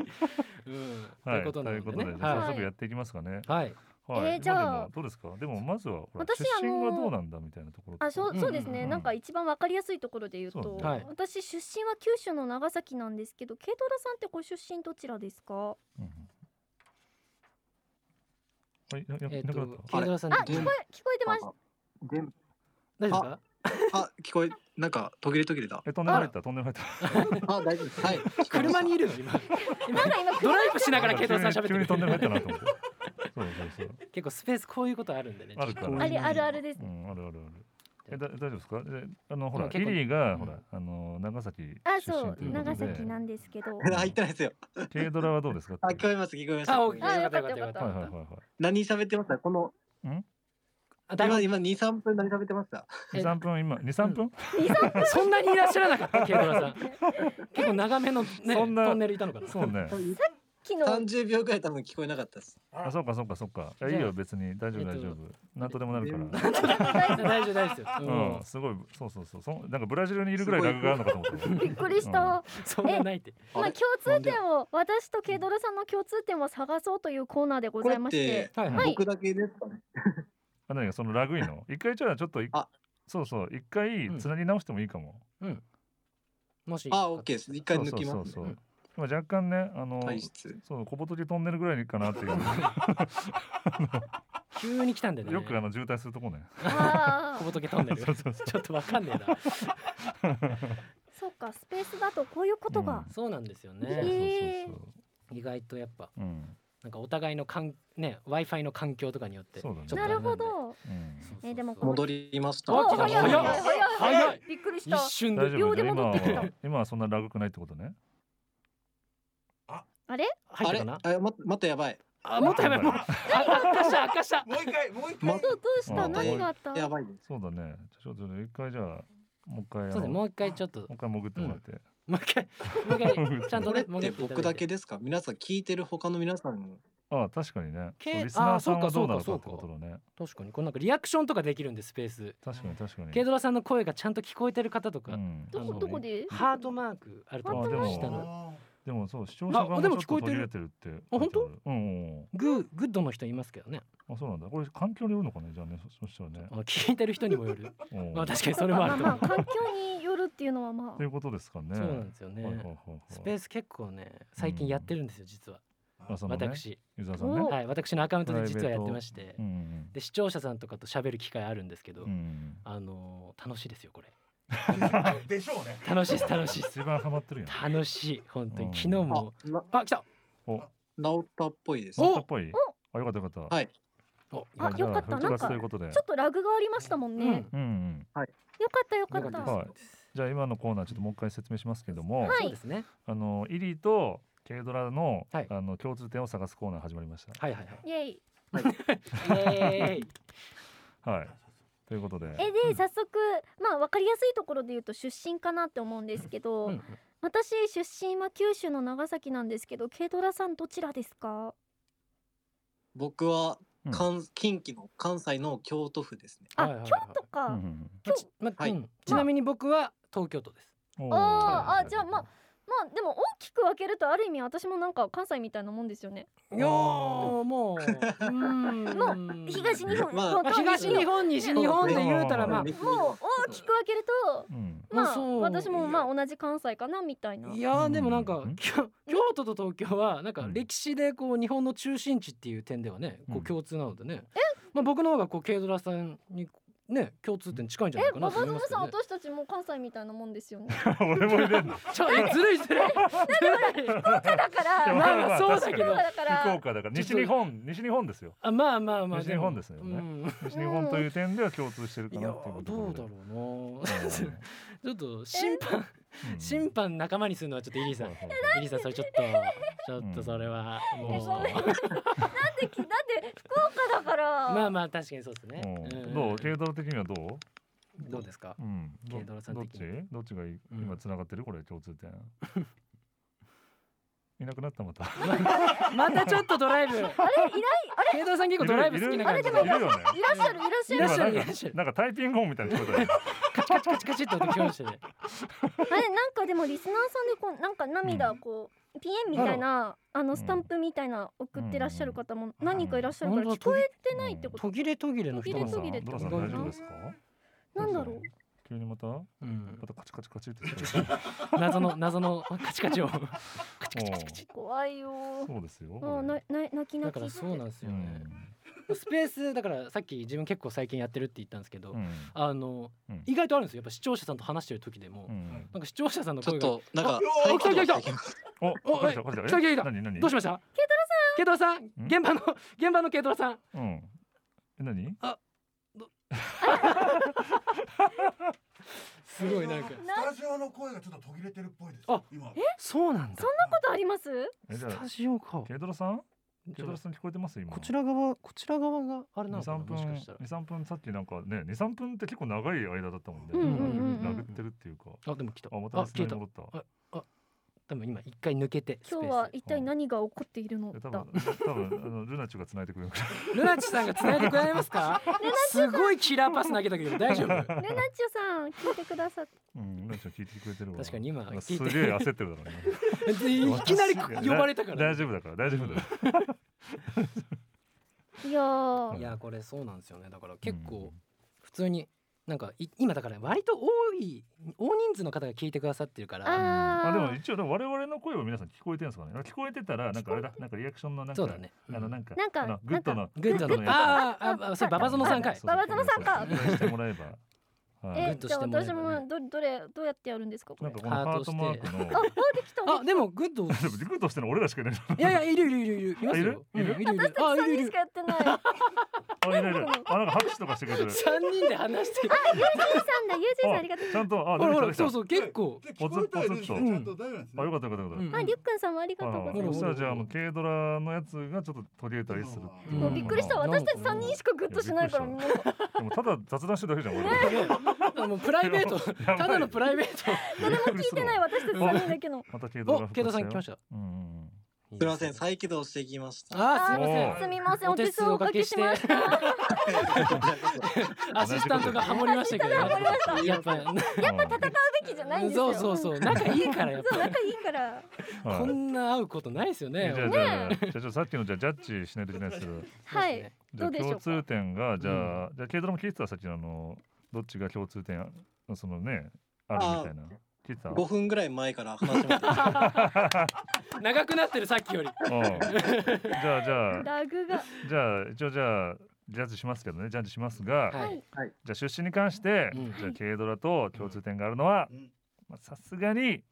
S3: うん。と
S1: は
S3: いう
S1: い
S3: こ
S1: と
S3: とないの
S1: うこ
S3: で
S1: と
S3: ね
S1: で。じゃあ
S3: は
S1: 早速やっていきますかね
S3: い。はい。
S1: はい、
S2: えーじゃあ
S1: までもどうですかでもまずはほら
S2: 私
S1: 出身
S2: あ
S1: は
S2: の
S1: どうなんだみたいなところとか
S2: あそ
S3: うん
S2: うそうです
S1: うんう
S2: ね
S1: ん
S2: なんか一番わかりやすいところで言う
S1: そ
S2: と
S1: う
S3: だねはい
S2: 私出身は九州の長崎なんですけど軽トラさんってご出身どちらですか
S1: うんうんはいいなや
S3: えっ、
S1: いなくなっ
S3: と
S1: た
S3: 軽ドラさんに
S2: あ聞こえ聞こえてまし
S4: あで
S3: 大丈夫ですか？
S4: あ聞こえなんか途切れ途切れだ。
S1: えトンネル入ったトンネル入った
S4: あ大丈夫です。はい。
S3: 車にい
S4: る。
S3: るの今。
S2: たなんか今
S3: ドライブしながら軽トラさん喋って
S1: 急にトンネル入った
S3: る。
S1: な と思ってそうそうそう
S3: 結構スペースこういうことあるんでね。
S1: あるから
S2: あれあるあるです
S1: うん、あるあるある。え、だ、大丈夫ですか。え、あの、ほら、
S3: うん
S1: リ
S3: 結構
S1: リーが、
S3: うん
S1: ほら、あの、長崎出
S2: あ
S1: 身
S2: そう
S1: ということ
S2: 長
S1: で。
S2: 崎なんですけど
S4: 入ってないですよ。
S1: 軽ドラはどうですか。
S4: あ聞こえます聞こえます。
S3: あ、オッケ
S2: あ
S3: ー、よ
S2: よ
S3: か
S2: か
S3: っ
S2: ったた
S3: よ
S2: よ
S3: か
S2: か
S3: っ
S2: ったた
S3: よ
S1: はいはい
S3: かっ
S1: はいはい。
S4: 何喋ってましたこの
S3: た。あ、だい
S4: 今
S3: ぶ
S4: 今二三分何喋ってました。
S1: 二三分、今、二三分。
S3: そんなにいらっしゃらなかった、ケイドラさん。結構長めのね、
S1: そんな
S3: トンネルいたのかな。
S1: そう ね。
S2: 昨日
S4: 三十秒ぐらい多分聞こえなかったです。
S1: あ、そうか、そうか、そうか。
S3: あ
S1: えいいよ、別に、大丈夫、
S3: えっ
S1: 大
S3: と
S1: 丈夫。なんとでもなるか
S4: うん
S1: ら。
S3: 大丈夫、大丈夫ですよ。う
S1: うん
S3: ん、
S1: すごい、そうそうそう、そん、なんかブラジルにいるぐらいラグがあるのかと思った。
S2: びっくりした、
S1: うん
S3: そんなないって。
S4: あ
S2: まあ
S4: れ
S2: 共通点を私とケイドラさんの共通点を探そうというコーナーでご
S4: こ
S2: ざ
S4: れ
S2: いま
S4: っ
S2: して
S4: て
S3: はい
S1: は
S3: はいい。
S4: 僕だけですかね。
S1: あ、何が、そのラグい の。一回、じゃ、あちょっとい
S4: あ。
S1: そうそう、一
S3: うん
S1: 回、つなぎ直してもいいかも。
S3: もし。
S4: あオッケーです。一回抜き
S1: そ
S4: ま
S1: う
S4: す
S1: そう。
S4: ね
S1: そうそう。今、若干ね、あの。
S4: 体質。
S1: そう、小仏トンネルぐらいかなっていう。
S3: 急に来たんでね。
S1: よくあの渋滞するとこね。
S2: あ
S3: 小
S2: ー
S3: 仏トンネル。
S1: そうそう
S3: ちょっとわかんねえな。
S2: そうかスペースだとこういうことが、
S3: そうなんですよ
S1: そう
S3: ね。
S1: そうそう
S3: 意外とやっぱ、
S1: そう。うん。
S3: なんかお互いのかん、ね、Wi-Fi の環境とかによって。
S1: そうだね
S3: ちょっとあ
S2: な
S3: れ
S2: る
S3: んで
S2: ほ。ど
S1: うん。
S3: そうそうそう
S2: えでもこの
S4: 戻りました。
S3: あ
S2: お
S3: 来た
S2: 早い早
S3: 早い
S2: い
S3: 早
S2: 早
S3: い
S2: いびっくりし
S3: 一
S2: た
S3: 瞬
S1: 大
S3: で。
S1: 丈夫
S2: 秒
S1: じ
S2: で
S1: ゃあ今
S2: 戻ってきた
S1: は今はそんなラグくないってことね。
S3: 入っ
S4: あ
S3: た
S4: れ
S3: かな。
S4: あままたやばい。
S3: あ、もっとやばい。もう。あ、悪化した、悪化した。
S5: もう一回もう一
S4: ま
S5: 回
S2: どうどうした
S1: うん
S2: 何があった
S4: やばいです。
S1: そうだね。じゃあちょっと一回じゃあもう一回あの
S3: そうですね、
S1: も
S3: もう一回ちょっと、
S1: う一回潜ってもらって。
S3: もう一回、もう一回、ちゃんと
S4: これ
S3: ね、
S4: って僕だけですか皆さん聞いてる他の皆さ んも
S1: ああ確かにね。
S3: け
S1: そうリスナーさん
S3: あ
S1: は
S3: そ
S1: ど
S3: う
S1: うなの
S3: か
S1: か
S3: そう
S1: っ
S3: か
S1: てことだね。
S3: 確かにこれなんかリアクションとかできるんでスペース
S1: 確かに確かに。
S3: ケイドラさんの声がちゃんと聞こえてる方と
S1: う
S3: か、
S1: ん。
S2: ど
S3: あの
S2: こどこで
S3: ハートマークあると思うんですよ
S1: あ
S3: 下の
S1: でもそう視聴者側も
S3: あ
S1: ち
S3: で
S1: ょ
S3: も
S1: っ
S3: 聞こ
S1: 途
S3: とえて
S1: 切
S3: る
S1: れてるって。
S3: あ本当
S1: 書いてある？うんうんうん。
S3: グーグッドの人いますけどね
S1: あそうなんだ。これ環境によるのかねじゃあねそそしたらね
S3: あ。聞いてる人にもよる
S1: うん
S3: まあ確かにそれもあ
S2: ま
S3: る
S2: あま
S3: と思
S2: あ環境によるっていうのはま
S1: とい
S2: あ
S1: うことですかね。
S3: うそうなんですよね、
S1: はいはいはいはい。
S3: スペース結構ね最近やってるんですよ実は、
S1: あそのね
S3: 私、
S1: ユーザーさんね。
S2: お
S3: はい私のアカウントで実はやってまして、
S1: うんうん
S3: で視聴者さんとかと喋る機会あるんですけど、
S1: うん。うん。
S3: あのー楽しいですよこれ
S5: でしょうね
S3: 楽しいです楽しいです
S1: 一番ハマってるやん。
S3: 楽しい本当に
S1: うん
S3: 昨日も
S4: あな
S3: あ来た
S1: お、
S4: 治ったっぽいです
S1: おっぽい。あよかったよかった。
S4: はい
S3: お
S2: あ
S1: じゃ
S2: よかったな
S1: 復
S2: ん
S1: 活
S2: か
S1: ということで
S2: ちょ。っとラグがありましたもんね、
S3: うん
S2: よ
S1: うんうん。
S2: かったよかった
S3: よかった
S1: はい。じゃあ今のコーナーちょっともう一回説明しますけども、
S2: はい
S3: そうですね
S1: あのイリーと軽ドラの、
S3: はい
S1: あの共通点を探すコーナー始まりまし
S3: はいはい
S2: イエイ
S3: はいイエーイ
S1: た。はい。ということで、
S2: えで早速まあ分かりやすいところで言うと出身かなって思うんですけど、
S3: うんうん
S2: 私出身は九州の長崎なんですけどケイトラさんどちらですか
S4: 僕は
S1: うん
S4: 関近畿の関西の京都府ですね
S2: あ、
S3: はいはいはい
S2: 京都か、
S1: うんうん
S3: まちま
S4: はい
S3: うんちなみに僕は東京都です。
S1: うん、おー
S2: あーあじゃあまあまあでも大きく分けるとある意味私もなんか関西みたいなもんですよね
S3: い やーもう
S2: も東日本、
S4: まあ
S2: もう
S3: まあ
S2: 東
S3: 東日本西日本で言うたらま
S4: めっちゃ
S2: もう大きく分けると
S1: うん。
S3: ま
S2: ま
S3: あ
S2: あ
S3: そう
S2: 私もまあ同じ関西かなみたいな
S3: あいやーでもなんか
S1: うん
S3: きょ 京都と東京はなんか
S1: うん
S3: 歴史でこう日本の中心地っていう点ではね
S1: う
S3: こ
S1: ん
S3: う共通なのでね、まあ僕の方がこう軽ドラさんにね共通点近いんじゃない
S2: え
S3: か
S2: ババ
S3: なと思い
S2: 友
S3: ますけ
S2: さん
S3: どね。
S2: 私たちもう関西みたいなもんですよね
S1: 俺も入 れんの
S3: ちょいやずるいずるい。ずるい
S2: だから
S1: い
S2: ま
S1: や
S3: まあまあそうだけ
S2: あ
S3: ど。
S2: だから
S1: 福岡だから西日本西日本ですよ
S3: あまあまあまあ。
S1: 西日本ですよね
S3: うん
S1: 西日本という点では共通してるか
S3: い
S1: な
S3: や
S1: っていうとこ
S3: どう
S1: ろ
S3: だ
S1: で
S3: ろうな。 ちょっと審判
S1: うん
S3: 審判仲間にするのはちょっとイリーさん。イ
S1: はいはい
S3: リーさんそれちょっとちょっとそれは
S2: え
S3: も
S2: ごめんだっ
S3: う。
S2: てきだって福岡だから
S3: まあまあ確かにそうですね。
S1: うん
S3: ん
S1: どう軽度的にはどう
S3: どうですか。
S1: うんど
S3: 軽度さん
S1: どっ
S3: 的
S1: ちどっちがいい
S3: うん
S1: 今繋がってるこれ共通 点いなくなったまた
S3: またちょっとドライブ。
S2: あれいら
S3: 慶太郎さん結構ドライブ好きな感
S1: い
S3: じ
S1: る
S3: で
S1: いるいるよね
S2: いらっしゃるいらっしゃ
S3: い
S2: る
S3: ら
S1: 今なん
S3: っしゃるいら
S1: か
S3: っしゃる。
S1: なんかタイピング音みたいな聞こえたよ
S3: カチカチカチカチって音聞こえましたね。
S2: あれなんかでもリスナーさんでこうなんか涙こう、ピエンみたいなあのスタンプみたいな送ってらっしゃる方も
S1: うん
S2: 何人かいらっしゃるから
S3: 本
S2: 聞
S3: 当
S2: こ
S3: だ
S2: えてないってこと、
S3: 途切れ途切れの人
S2: 途切れ途切れ
S1: ドラさんドラさん
S2: 途切れ
S1: 大丈夫ですか
S2: なんだろう
S1: 急にまたま
S3: うん
S1: たカチカチカチって聞こえた
S3: 謎の謎のカチカ チを。カチカチカチカチ。
S2: 怖いよ
S1: そうですよ
S2: あ
S1: これ
S2: なな泣き
S3: だ
S2: 泣
S3: から
S2: き
S3: そうなんで
S1: う
S3: すよね
S1: ん。
S3: スペースだからさっき自分結構最近やってるって言ったんですけど、
S1: うん
S3: あの、
S1: うん
S3: 意外とあるんですよ。やっぱ視聴者さんと話してる時でも、
S1: うん
S3: なんか視聴者さんの
S4: ちょ
S3: 声
S4: っ
S3: が。
S4: となんか
S5: あ
S3: 来た来た来た
S4: 最近の
S1: お、
S3: お
S1: 来た来た
S3: 来た来た来た
S1: 何何
S3: どうしました？ケイトラさん。ケイトラさん、現場の現場のケイトラさん。
S1: うん。え何？
S3: すごいなんか。
S5: スタジオの声がちょっと途切れてるっぽいです。
S3: あ
S5: 今。
S3: そうなんだ。
S2: そんなことあります
S1: えじゃ
S3: スタ
S1: あ
S3: ジオか。
S1: ケイドラさん？ケイドラさん聞こえてます今？
S3: こちら側こちら側があれな
S1: 二
S3: のか
S1: 三
S3: なも
S1: 分
S3: しかしたら
S1: 二三分さっきなんかね二三分って結構長い間だったもんね。
S2: うん
S3: うんうん
S1: 殴ってるっていうか。
S3: あでも来た
S1: あまた
S3: あ消
S1: リスナ
S3: え
S1: ー
S3: た
S1: に戻った。
S3: 多分今一回抜けてスペー
S2: 今
S3: ス
S2: 日は一体何が起こっているの
S1: え
S2: だ
S1: 多分多分あのルナチュが繋いでくれるから。
S3: ルナチさんが繋いでくれますかすごいキラーパス投げたけど大丈夫
S2: ルナチュさん聞いてくださって
S1: うんルナチュ聞いてくれてるわ。
S3: 確かに今
S1: なんか
S3: 聞
S1: す
S3: い
S1: げ
S3: て
S1: え焦ってるだろうね。
S3: いきなり呼ばれたから
S1: 大丈夫だから大丈夫だよ。
S2: いやー
S3: いやこれそうなんですよねだから 結
S1: うん
S3: 構普通になんかい今だから割と多い大人数の方が聞いてくださってるから
S2: あー
S1: あでも一応でも我々の声を皆さん聞こえてるんですかね。聞こえてたらなんかあれだなんかリアクションのなんか
S3: そうだね
S1: あのなんか
S2: なんか
S1: あのグッドの
S3: グッドの
S1: グッドのやつ
S3: あーあーあーそれババゾノさんかい
S1: そうそう
S2: 馬場園さんか
S1: これしてもらえ ば。は
S2: え
S1: い。
S3: グッと
S2: じゃあ
S3: してもら
S2: 私
S3: えばね
S2: もどどれどうやってやるんですかこ
S1: な
S2: れ
S1: んかこのハートマークの。
S2: あできた
S3: あでもグッ ド
S1: でもグッとしてるの俺らしかいない。
S3: いやいやいるいるいるいるいますよ
S1: いる
S3: うんいるいるあい
S2: 3
S3: る
S2: 人し
S3: いる
S2: かやってないあ
S1: あ、いないいない。あ、なんか拍手とかしてくれて る。
S3: 三人で話してる
S2: ゆうじいさんだゆうじいさんありがとう
S1: ちゃんと、あ、
S3: ほらほ
S1: 出て
S3: ら
S1: きた
S3: そう
S1: 出てき
S3: そう結構
S5: で聞こえたよね
S1: ポツッと
S5: ちゃんと大丈夫なんです
S1: た。あ、よか
S5: ね。
S1: ったよかったよかっ
S2: ありゅっくんさんもあり
S1: た。
S2: がとうござ
S1: はいい
S2: ます
S1: はいそしたらじゃああの軽ドラのやつがちょっと取り入れたりするっていう
S3: う
S2: も
S3: ん
S2: うびっくりした
S3: うん
S2: 私たち3人しかグッとしないから
S1: いや
S2: も
S1: び
S2: う
S1: でもただ雑談してるだけじゃん俺ら
S3: もうプライベート
S1: やばい
S3: ただのプライベー
S2: 誰も聞いてない私たち3人だけの
S1: また軽
S3: ト
S1: ドラ
S3: おケイトさん来ましたた
S1: うんうんうん
S3: す
S4: すいません再起動してきました。
S3: あーすいません
S2: あーすみません
S3: お
S2: お
S3: 手
S2: 手
S3: 数
S2: 数
S3: を
S2: を
S3: お
S2: お
S3: か
S2: か
S3: け
S2: け
S3: し
S2: してま した
S3: アシスタントがハモりましたけどねやっぱ
S1: やっぱ戦
S2: べきじゃないんですよ
S3: そうそう
S2: う
S3: そう仲いいからやっ
S2: そう
S3: ぱ
S2: 仲いいから
S1: は
S3: こ
S1: い
S3: んな会うことないですよ
S1: じゃ
S3: ね
S1: あじゃあじゃあじゃあちょっとさっきのじゃあジャッジしないといけないですけど
S2: はい
S1: じゃ
S2: ど
S1: あ
S2: うでしょう
S1: 共
S2: か
S1: 通点がじゃあじゃあ軽ドラも聞いてたさっきのあのどっちが共通点あそのねあるみたいな聞いて た
S4: 5分ぐらい前から話しました。
S3: 長くなってるさっきより
S1: うんじ ゃあじゃあ
S2: ラグが
S1: じゃあ一応じゃあジャッジしますけどねジャッジしますが、
S3: は
S2: はいい
S1: じゃあ出身に関して、
S3: うん
S1: じゃあ軽ドラと共通点があるのは
S5: うん
S1: まあさすがに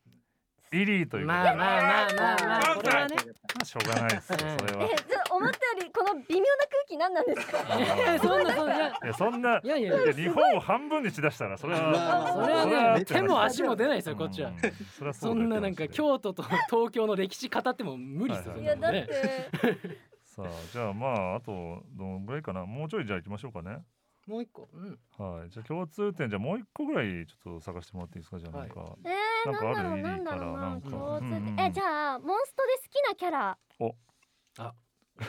S1: リリーということで、
S3: まあまあまあまあまあこれはね
S1: しょうがないですよそれ
S2: え
S1: は
S2: ちょっと思ったよりこの微妙な空気何なんですか
S3: いやそんなそんない
S1: やそんない
S3: やいやい
S1: い
S3: や
S1: や日本を半分にしだしたらそれは
S4: まあ
S3: それ
S1: それは
S3: はね手も足も出ないですよこっちは
S1: うんそれは
S3: そ
S1: うんだ
S3: な
S1: よ
S3: なんか
S1: って話で
S3: 京都と東京の歴史語っても無理ですよ
S1: はい
S3: そ
S1: はい
S3: ん
S2: いやだ
S3: なの
S2: っ
S3: ね
S2: て
S1: さあじゃあまああとどのぐらいかなもうちょいじゃあ行きましょうかね
S3: もう一個うん
S1: はいじゃあ共通点じゃあもう一個ぐらいちょっと探してもらっていいですかじゃあなんか、
S2: えー
S1: なんかある
S2: なんだろうなんだろう
S1: な
S2: なん
S1: か
S2: 共通
S1: うんうん
S2: 点えじゃあモンストで好きなキャラ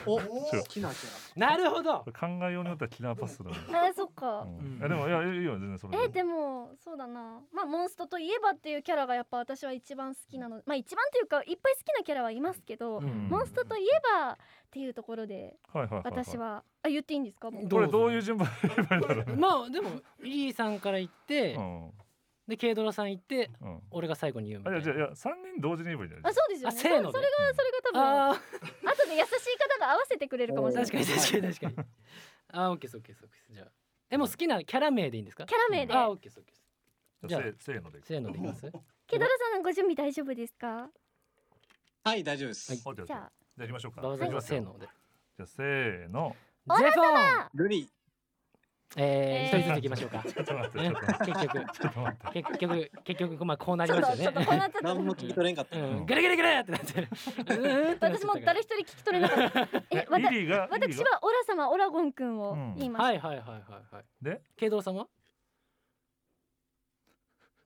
S4: お
S5: お
S4: 好きなキャラ。
S3: なるほど
S1: これ考えようによってはキラーパスだね
S2: えーそっか
S1: うん
S3: うん
S1: いやでもいやいいよ全然それ
S2: えでもそうだなまあモンストといえばっていうキャラがやっぱ私は一番好きなのまあ一番というかいっぱい好きなキャラはいますけど、
S1: ん
S2: モンストといえばっていうところで
S1: はいはいはいい
S2: 私はあ言っていいんですかもう
S1: これどういう順番で言えばいいんだろうね
S3: まあでもリリーさんから行って、
S1: うん
S3: でケイドラさん行って
S1: うん
S3: 俺が最後に言うみ
S1: あい
S3: た
S1: や
S3: い
S1: じゃあ
S3: な
S1: いや三人同時に言えばいいんじゃな
S2: あ
S1: い
S2: そうですよ
S3: あ
S2: ね
S3: せーので
S2: それがそれが多分
S3: あ
S2: 後で優しい方が合わせてくれるかも
S3: ー
S2: しれない
S3: 確かに確かに確かにあーオッケーですオッケーですオッケーですじゃあえもう好きなキャラ名でいいんですか
S2: キャラ名で
S3: あオッケーですオッケーです
S1: じゃあ
S3: じゃあ
S1: せせーので
S3: せーのでいきます
S2: ケドラさんご準備大丈夫ですか
S4: はい、大丈夫です。
S3: はい
S1: おじゃあ
S2: じ
S1: じゃあ
S2: ゃ
S1: じゃあ行きましょうか
S3: 馬場
S1: 行
S3: さん
S1: き
S3: が
S1: ます
S3: せ
S1: よ
S3: ーので
S1: じゃあせーの
S3: ジェフォン
S2: あ
S4: ルリ、
S3: えー
S2: えー
S3: 一人ずついきましょう か
S1: ちょっと待ってちょ
S3: ね
S1: っと待って
S3: 結局
S1: ちょっと待って
S3: 結局結局まあこうな
S2: ちょ
S3: り
S2: っ
S3: ま
S2: と
S3: す
S2: ちょ
S3: よ
S2: っとこう
S3: ね
S2: なっちゃった
S4: 何も聞き取れんかった。
S3: うん、ガレガレガレってなってるうーんってなっちゃった
S2: 私も誰一人聞き取れなかったえわた
S1: リリーがリリ
S2: 私
S1: ー
S2: はオラ様オラゴンくんを言いました、
S3: はいはいはいはいはい。
S1: で、
S3: ケイドラさんは。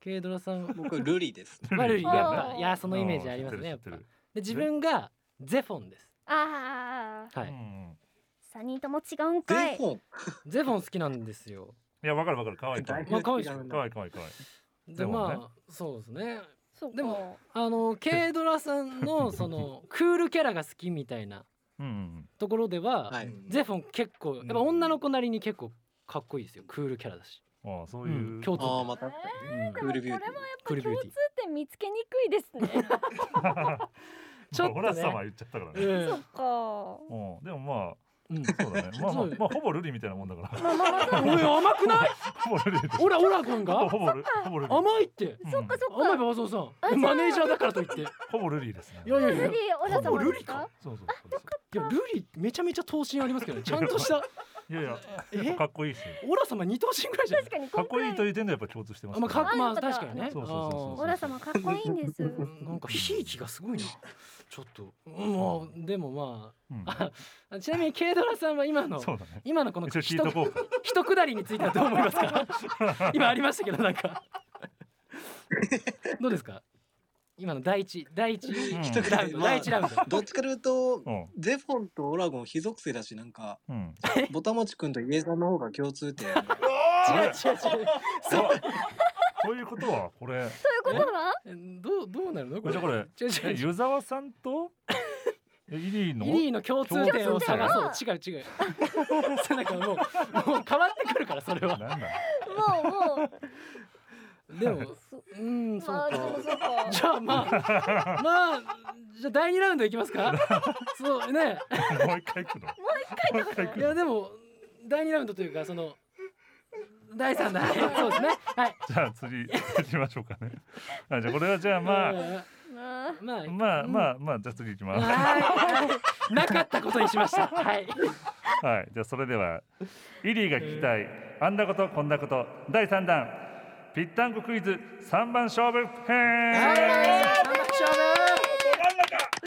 S3: ケイドラさ ん。
S4: 僕はルリです。
S1: が
S3: 悪いやっ
S2: あ
S3: ぱ
S2: ー
S3: いやそ
S1: そ
S3: のイメージありますねやっぱ。で自分がゼフォンです。
S2: ああ
S3: は
S1: う
S3: い。
S1: ん
S2: 三人とも違うん
S4: ゼ
S2: かい
S4: フォン。
S3: ゼフォン好きなんですよ。
S1: いやわかるわかる可愛い可
S4: だ
S1: 愛
S4: い
S1: い
S4: ぶ
S3: 可愛い
S4: 違う
S1: 可
S4: な
S1: 愛い可愛い可愛い
S3: で
S1: ゼフォンね
S3: まあそうですね。
S2: そうか
S3: でもあのケイドラさんのそ のクールキャラが好きみたいな
S1: うんうん
S3: ところでは、
S4: はい。
S3: ゼフォン結構やっぱ女の子なりに結構かっこいいですよ。クールキャラだし。
S1: うん。ああそういううん
S3: 共通
S4: ああ、ま
S2: え
S4: た。
S3: うん
S2: ー
S4: クールビュー
S2: で
S4: ティ
S2: もこれ
S4: ー
S2: もやっぱ
S3: ク
S2: 共
S3: ールビューテ
S2: 通点見つけにくいですね
S3: ちょっとね
S1: ホラス様言っちゃったから
S3: ィ
S1: ね。
S3: ー。
S2: そっか
S1: うんでもまあ
S3: うん。
S1: そうだね。まあまあ
S3: そう
S1: まあほぼルリみたいなもんだから。
S2: まあまあまあ
S3: うん。おい甘くない？
S1: ほぼルリでしょ。
S3: オラオラ君
S1: ほぼ
S3: が
S1: ほぼルほぼルリ。
S3: 甘いって。
S1: うん
S2: そっかそっ
S3: 甘い
S2: か
S3: 馬場園さ
S2: あ
S3: んマネージャーだからといっていや
S1: ほぼルリですね。
S3: いやいや
S2: ルリオラ
S3: ほぼ
S2: 様
S3: ル
S2: で
S3: リ
S2: す
S3: か
S2: か
S1: そうそうそうそう。
S3: ルリめちゃめちゃ頭身ありますけ どねちゃんとした
S1: いやいややっ
S3: え
S1: ぱかっこいいし。
S3: オラ様二頭身ぐらいじゃない
S2: 確かに
S1: か
S2: 今
S1: っこいい
S2: 回
S1: という点でやっぱ共通してます
S3: あまあかっ
S2: あ
S3: ま
S2: よ
S3: あ
S2: かった
S3: 確かにね
S1: そうそうそうそう
S2: オラ様かっこいいんです
S3: あーなんかひいきがすごいなちょっともうでもま
S1: うん
S3: あちなみに軽ドラさんは今の
S1: そうだね。
S3: 今のこの
S1: 一応
S3: 一
S1: 聞いとこうか。
S3: 一くだりについてはどう思います か今ありましたけどなんかどうですか今の第一第一
S1: うん
S4: 一く
S3: ラウンド
S4: まあ
S3: 第一ラウンド
S4: どっちかというと、
S1: うん
S4: ゼフォンとオラゴン非属性だし、なんか、
S1: うん。
S4: ボタモチ君とイエさんの方が共通点。
S3: 違う違う違う
S1: ということはこれ
S2: ということは
S3: えどうどうなるのこれ
S1: じゃあこれ
S3: 違う違う違う
S1: 湯沢さんとえイリーの。
S3: いいの共通点を探
S2: 共
S3: そう違う違 うそうなんかもうもう変わってくるからそれ
S1: な
S3: は
S1: ん だ。
S2: もうもう
S3: でもうんそう
S2: まあでも
S3: か
S2: そうか
S3: じゃあまあまあじゃあ第二ラウンドいきますかそうね
S1: もう一回行くの。もう一回行く
S3: い
S1: の。
S3: やでも第二ラウンドというかその第三弾そうですねはい
S1: じゃあ 次行きましょうかね。あじゃあこれはじゃあまあ
S2: まあ
S3: まあ
S1: まあま
S3: あ
S1: あまあじゃあ次行きます。
S3: はいなかったことにしましたはい
S1: はい、じゃあそれではイリーが聞きたいあんなことこんなこと第3弾ぴったんこクイズ3番勝負編はい
S3: 三番勝負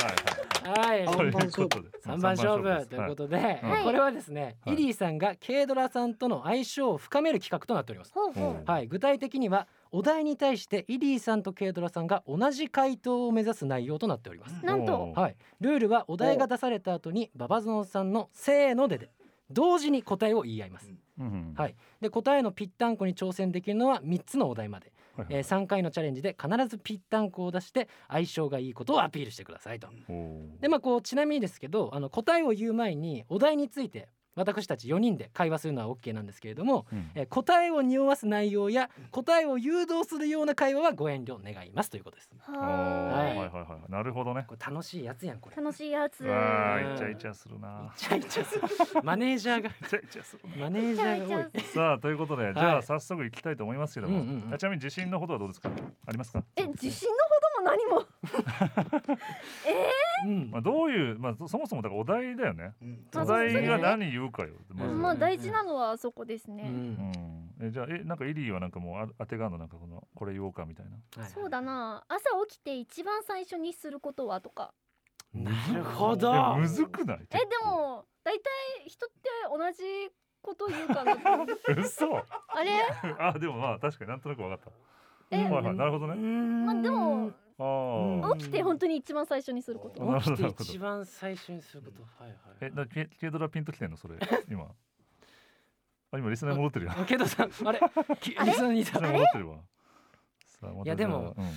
S3: は
S1: はい、
S3: い
S1: ということで
S3: 三番
S1: 三
S3: 勝負ということで、
S1: はい
S3: これはですね、
S1: はい
S3: イリーさんが軽ドラさんとの相性を深める企画となっております。
S2: ほうほ
S1: うん
S2: う
S3: はい、具体的にはお題に対してイリーさんと軽ドラさんが同じ回答を目指す内容となっております。
S2: なんと
S1: おー
S3: はい、ルールはお題が出された後にババゾンさんのせーのでで同時に答えを言い合います。
S1: うん
S3: はい、で答えのぴったんこに挑戦できるのは3つのお題まで、
S1: はい
S3: えー、3回のチャレンジで必ずぴったんこを出して相性がいいことをアピールしてくださいと。
S1: おー
S3: でまあこうちなみにですけどあの答えを言う前にお題について私たち4人で会話するのは OK なんですけれども、
S1: うん
S3: えー答えを匂わす内容や答えを誘導するような会話はご遠慮願いますということです。
S1: おーはいはい
S2: は
S1: はいはいなるほどね
S3: これ楽しいやつやんこ
S2: ーい
S3: れ。
S2: 楽しいやつ
S1: わーイチャイチャするな
S3: イチャイチャするマネージャ ーが
S1: イチャイチ ャするな
S3: マネージャーが多い。
S1: さあということでじゃあ早速行きたいと思いますけども、
S3: うんうんうん
S1: あちなみに自信のほどはどうですかありますか
S2: え自信のほども何も
S3: うん
S1: まあ、どういう、まあ、そそもそもだからお題だよね
S4: うん
S2: ま
S1: お
S2: あそうですね
S1: 題が何言うかよ、まず
S3: うん
S2: まあ大事なのはそこです
S3: う
S2: ね
S3: ん
S1: うん、えじゃあえなんかエリーはなんかもうあ当てがあるのなんかこのこれ言おうかみたいな
S3: はい
S2: そうだな朝起きて一番最初にすることはとか
S3: なるほど
S1: えむずくない
S2: えでも大体人って同じこと言うかな
S1: 嘘
S2: あれ
S1: あでもまあ確かになんとなく分かった
S2: え
S1: はいはいなるほどね
S3: うん
S2: まあでも
S1: あー、
S3: うん
S2: 起きて本当に一番最初にすること
S1: なるほ
S3: 起
S1: ど
S3: きて一番最初にすることはいはい
S1: えなケケイドラピンときてんのそれ今あ今リスナーに戻ってるやん
S3: あけどさんあれきリスナーにい
S1: リ
S3: た
S1: スナーに戻ってるわさあまた
S3: いやでも
S1: じゃあ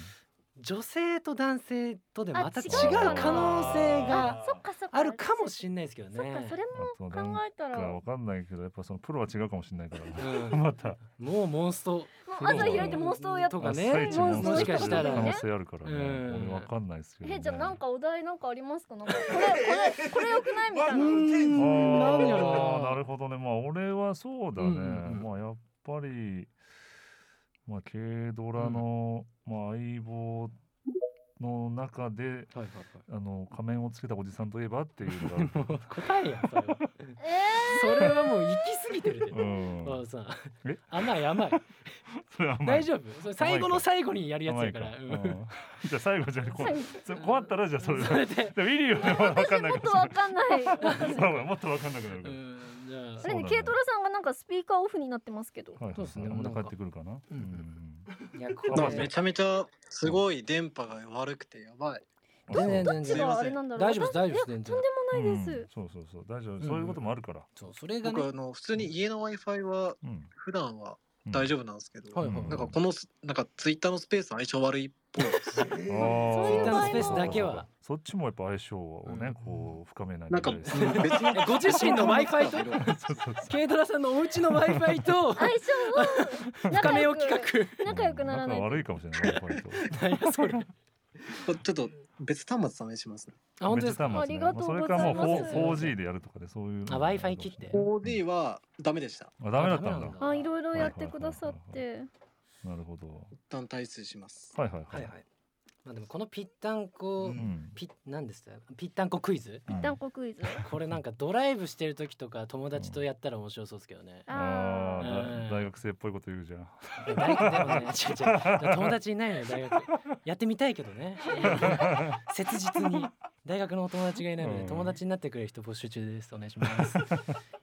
S3: 女性と男性とでまた
S2: あ
S3: 違
S2: 違
S3: う
S2: うかな
S3: 可能性
S2: あ
S3: が
S2: そっかそっか
S3: あるかもしれないですけど
S2: そっか
S3: ね
S2: そ。れも考えたら
S1: かわ
S2: も
S1: かんないけどやっぱそのプロは違うかもしれないから ね
S3: うん
S1: また
S3: もうモンスト
S2: う朝開いて妄想やっ
S3: と
S2: ぱ
S3: かね
S1: 朝一
S2: もう
S1: モンス
S3: もしかしたら
S1: 可能性あるからね
S3: うん
S1: 俺わかんないですけどね
S2: えじゃあなんかお題なんかありますかなんかこれ これこれ良くないみたいな
S5: う
S1: あ
S5: ん
S1: ー
S3: なんや
S1: な
S3: ろ
S1: るほどねまあ俺はそうだね、
S3: うんうんうん
S1: まあやっぱりまあ軽ドラの、まあ、相棒の中で
S3: う。はいはい
S1: あの仮面をつけたおじさんといえばって いうのがあるけど
S3: はいもう答えやんそれは。
S2: え
S3: それはもう行き過ぎてるで。
S1: う
S3: 馬
S1: ん、
S3: 場さん
S1: え
S3: 甘い甘い
S1: それは甘い
S3: 大丈夫それ最後の最後にやるやつ
S1: 甘い
S3: や
S1: か
S3: から
S1: うんじゃあ最後じゃあこ
S2: 最後
S1: うそう困ったらじゃあそれ
S3: そ
S1: で
S3: れで
S1: でもいるよねまだ分か
S2: ー
S1: んない
S2: もっ
S1: か
S2: とわ
S1: ら
S2: かんない
S1: そうだもっと分かんなくなる
S3: う
S1: から、
S3: んじゃあ
S2: あれね軽トラさんがなんかスピーカーオフになってますけど
S1: はいはい
S3: そうですね
S1: また
S3: なんか
S1: 帰ってくるかな、
S3: うんいや
S4: なんか
S3: こ
S4: め
S3: れ
S4: ちゃめちゃすごい電波が悪くてやばい。
S1: うんあそう
S3: 全然
S2: どっ
S3: 全
S2: ち
S3: 然
S2: があれなんだろう
S3: 大丈夫です大丈夫です
S2: 私いや
S3: 全然
S2: とんでもないです、
S1: うんそうそうそう大丈夫、そういうこともあるから、
S3: そうそれが
S4: 僕
S3: ね
S4: あの普通に家の Wi-Fi は
S1: うん
S4: 普段は大丈夫なんですけど、
S3: はいはい
S4: なんかこのすなんかツイッターのスペース相性悪いっぽいです。
S1: あ
S2: そういう場合も Twitter のスペース
S3: だけは
S1: そっちもやっぱ相性をね、
S3: うん
S1: こう深めないと
S4: ないんか
S1: け
S4: う
S1: なんい
S4: 別
S1: ですね
S4: に
S3: ご自身の Wi-Fi と
S1: そうそうそう
S3: 軽トラさんのお家の Wi-Fi と
S2: 相性を
S3: 深
S2: 仲
S3: め
S2: 良
S3: を
S2: く
S3: 企
S2: 仲良くならない
S1: 仲
S2: と
S1: 悪いかもしれないこれと
S3: 画なんやそれ
S4: こちょっと別端末試しますね。
S3: あ本当ですか
S1: めっちゃ端末ね
S2: ありがとうございます
S1: まあそれかもう 4-
S3: すいません
S1: 4G でやるとかでそういうの
S3: あ Wi-Fi 切って
S1: あ
S4: 4D はダメでした。
S1: ダメだったんだ
S3: あダメなんだ
S2: あいろいろやってくださって
S1: なるほど
S4: 一旦退出します。
S1: はいはいは
S3: はいいはいまあでもこのぴったんこ
S1: うん
S3: ぴなんですかぴったんこクイズ
S1: ぴ
S2: 一旦こクイズ
S3: これなんかドライブしてる時とか友達とやったら面白そうですけどね
S1: あ
S2: あ
S1: ー
S3: うん
S1: だ大学生っぽいこと言うじゃん
S3: いや大学でもね、違う違う友達いないのよ大学。やってみたいけ どね。切実に大学のお友達がいないの
S1: う
S3: で
S1: ん
S3: 友達になってくれる人募集中です。お願いします。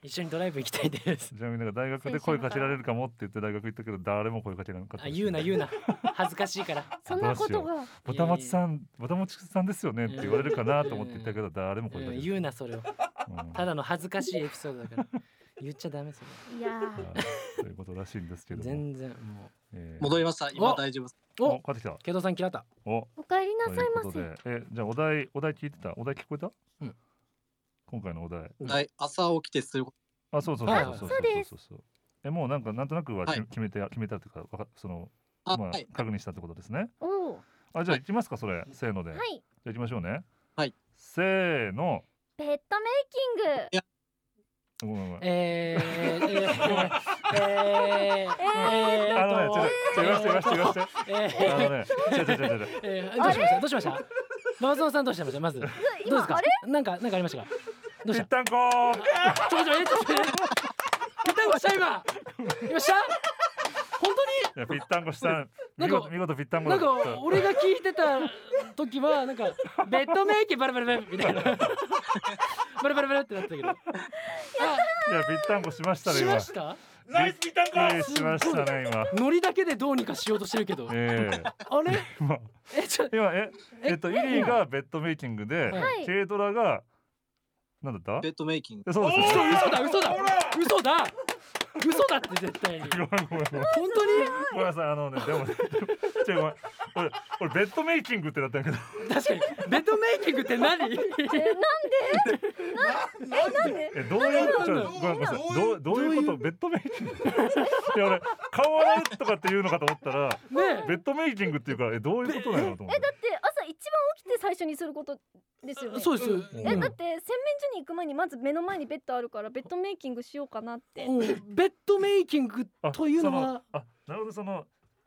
S3: 一緒にドライブ行きたいです。
S1: ちなみになんか大学で声かけられるかもって言って大学行ったけど誰も声かけられなかった
S3: あ言うな言うな恥ずかしいか
S2: ー
S3: ら。
S2: そんなことが
S1: ボタマチさんボタマチさんですよねって言われるかなと思って言ったけど誰も
S3: う
S1: 声かけら
S3: ん、
S1: れ
S3: 言う
S1: な
S3: なそれを。
S1: かったうん
S3: ただの恥ずかしいエピソードだから。言っちゃダメそ
S2: いやー
S1: はいということらしいんですけ
S3: れ。
S1: ども
S3: 全然も
S1: えー
S4: 戻りました。今大丈夫です。
S3: う。
S1: お
S3: お、
S1: 帰ってきた
S3: けどさん嫌った。
S1: お
S2: お帰りなさいま
S1: と
S2: せ
S1: いうことでえじゃあお題お題聞いてたお題聞こえた、
S3: うん
S1: 今回のお題
S4: はい朝起きてするこ
S1: あそうそうそう
S3: はい
S1: そうそう
S2: そうです
S1: そうそうえもうなんかなんとなくは
S4: はい
S1: 決決めて、決めたっていうかわかその
S4: と。あ、
S1: まあ
S4: はい。
S1: 確認したってことですね
S2: おお
S1: あじゃあ行きますかそれせーので、
S2: ー
S1: じゃ
S2: はい
S1: あ行きましょうね
S4: はい
S1: せーの
S2: ペットメイキング
S1: ごめんごめん
S3: えー、えー、えー、えー、えー、
S1: あのねちょっとちょっと言わせて言わせて
S3: えー、え
S1: 言わせてあ
S3: ー
S1: のねちょちょちょちょちょ
S3: えー、どうしましたどうしましたママゾンさんどうしましたまずどうで
S2: 今
S3: すか
S2: あれ
S3: なんかなんかありましたかど
S1: ぴ
S3: うし
S1: ったたんこー
S3: ちょっと待ってちょっと待って一旦こした今今した本
S1: いやぴったんこした
S3: な
S1: 見
S3: んか
S1: 事見事ぴったん
S3: 当に
S1: こだ
S3: なん
S1: った
S3: か俺が聞いてた時はなんかベッドメイキバラバラバラみたいなバラバラバラってなってたけど
S1: いやぴったんこしました
S3: あ
S1: ね
S3: し
S1: 今
S3: ました
S5: ナイスピタンコ
S1: えーしましたね今
S3: ノリだけでどうにかしようとしてるけど
S1: ええ
S3: あれ
S1: 今
S3: えちょ
S1: 今え
S3: え
S1: えっとイリーがベッドメイキングで
S2: はい
S1: 軽ドラがなんだった
S4: ベッドメイキング。
S1: えそうです
S3: 嘘
S1: よ
S3: 嘘だ嘘だ嘘だ嘘だって絶対に
S1: ごめんごめんごめん
S3: 本当に
S1: ごめんなさいあのねでもちょごめん俺俺ベッドメイキングってなったんやけど
S3: 確かにベッドメイキングって何
S2: えなんでなえなんで
S1: えどういうこと
S3: どういう
S1: ごめんなさいどうどういうことベッドメイキング いや俺顔洗うとかって言うのかと思ったら
S3: ね
S1: ベッドメイキングっていうからえどういうことなのと思って
S2: だって朝一番起きて最初にすることですよね
S3: えそうですよ、
S1: え
S2: え
S1: うん
S2: だって洗面所に行く前にまず目の前にベッドあるからベッドメイキングしようかなって
S3: うんベッドメイキング
S1: あ
S3: というのは
S1: そあなるほどその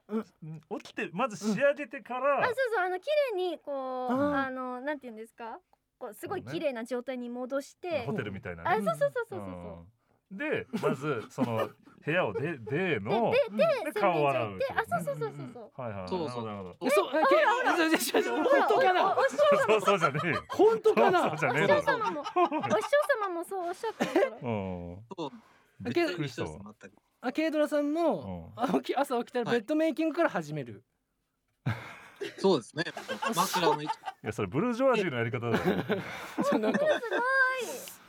S3: うん
S1: ん起きてまず仕上げてから、
S2: あそうそうあの綺麗にこう
S3: あー
S2: あのなんて言うんですかこうすごい綺麗な状態に戻して
S1: ホテルみたいなね
S2: あそうそうそうそうそう
S1: うんでまずその部屋を出出の
S2: そう
S1: で
S2: 洗面
S1: 顔
S2: 所
S1: 洗
S2: 行
S1: う
S2: ってあそうそうそうそ
S3: うん
S2: うそう
S1: はいはい
S4: そうそう
S1: なるほどなる
S3: えそうあけそうそうそうそう本当か
S2: ほら
S3: な
S2: おおお師匠
S1: ほどそうそうじゃねえよ
S3: 本当か
S1: そうじゃ
S2: お師
S1: ねえ
S3: な
S2: 匠
S1: だろ
S2: 様もお師匠様もそうおっしゃってるから
S1: う
S4: そ
S1: ん
S4: う
S1: びっくりしたわ
S4: 一つもあったり
S3: あケイドラさんも
S1: う
S3: あ起き朝起きたら
S4: は
S3: ベ
S4: い
S3: ッドメイキングから始める、
S4: そうですね。枕の位置。
S1: いやそれブルジョワジーのやり方だよ
S3: そうなんか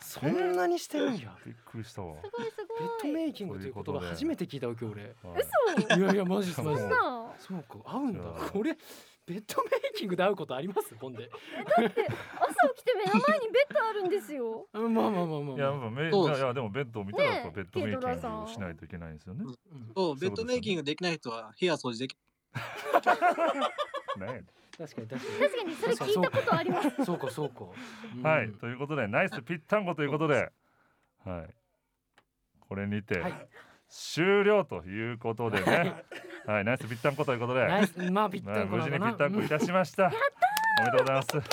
S2: す
S3: そんなにしてるんや
S1: びっくりしたわ
S2: ごいす
S3: ベッ
S2: ご
S3: ド
S2: いす
S3: メイキングということが初めて聞いたわけ俺
S1: はい
S2: ごい嘘
S3: いやいやマジっすマジ
S2: そ
S3: っす
S2: んな
S3: そうか合うんだ
S1: そう
S3: これベッドメイキングで会うことありますほんで
S2: 朝起きて目の前にベッドあるんですよ
S3: まあまあまあまあまあ
S1: いや、まあめい
S4: そうです
S1: やでもベッドを見たらやっぱ
S2: ねえ
S1: ベッドメイキ
S2: ケ
S1: ン
S2: イトラ
S1: グ
S2: さ
S1: を
S2: ん
S1: しないといけないんですよね。
S3: うん
S4: そう
S1: そうい
S4: ベ
S1: う
S4: ッ
S1: ことですよね
S4: ドメイキングできない人は部屋掃除でき
S1: ねえ
S3: 確かに確か
S2: 確かにそれ聞いたことあります
S3: にそうかそうか、うん
S1: はい、ということで、ナイスぴったんこということで、はい、これにて
S3: はい
S1: 終了ということでね、はい、ナイスぴったんこということで、
S3: ナイスまあぴっ
S1: ま
S3: た
S1: あ
S3: んこ
S1: 無事にぴ
S3: なのかな
S1: ったんこいたしました。おめでとうございます。
S3: うん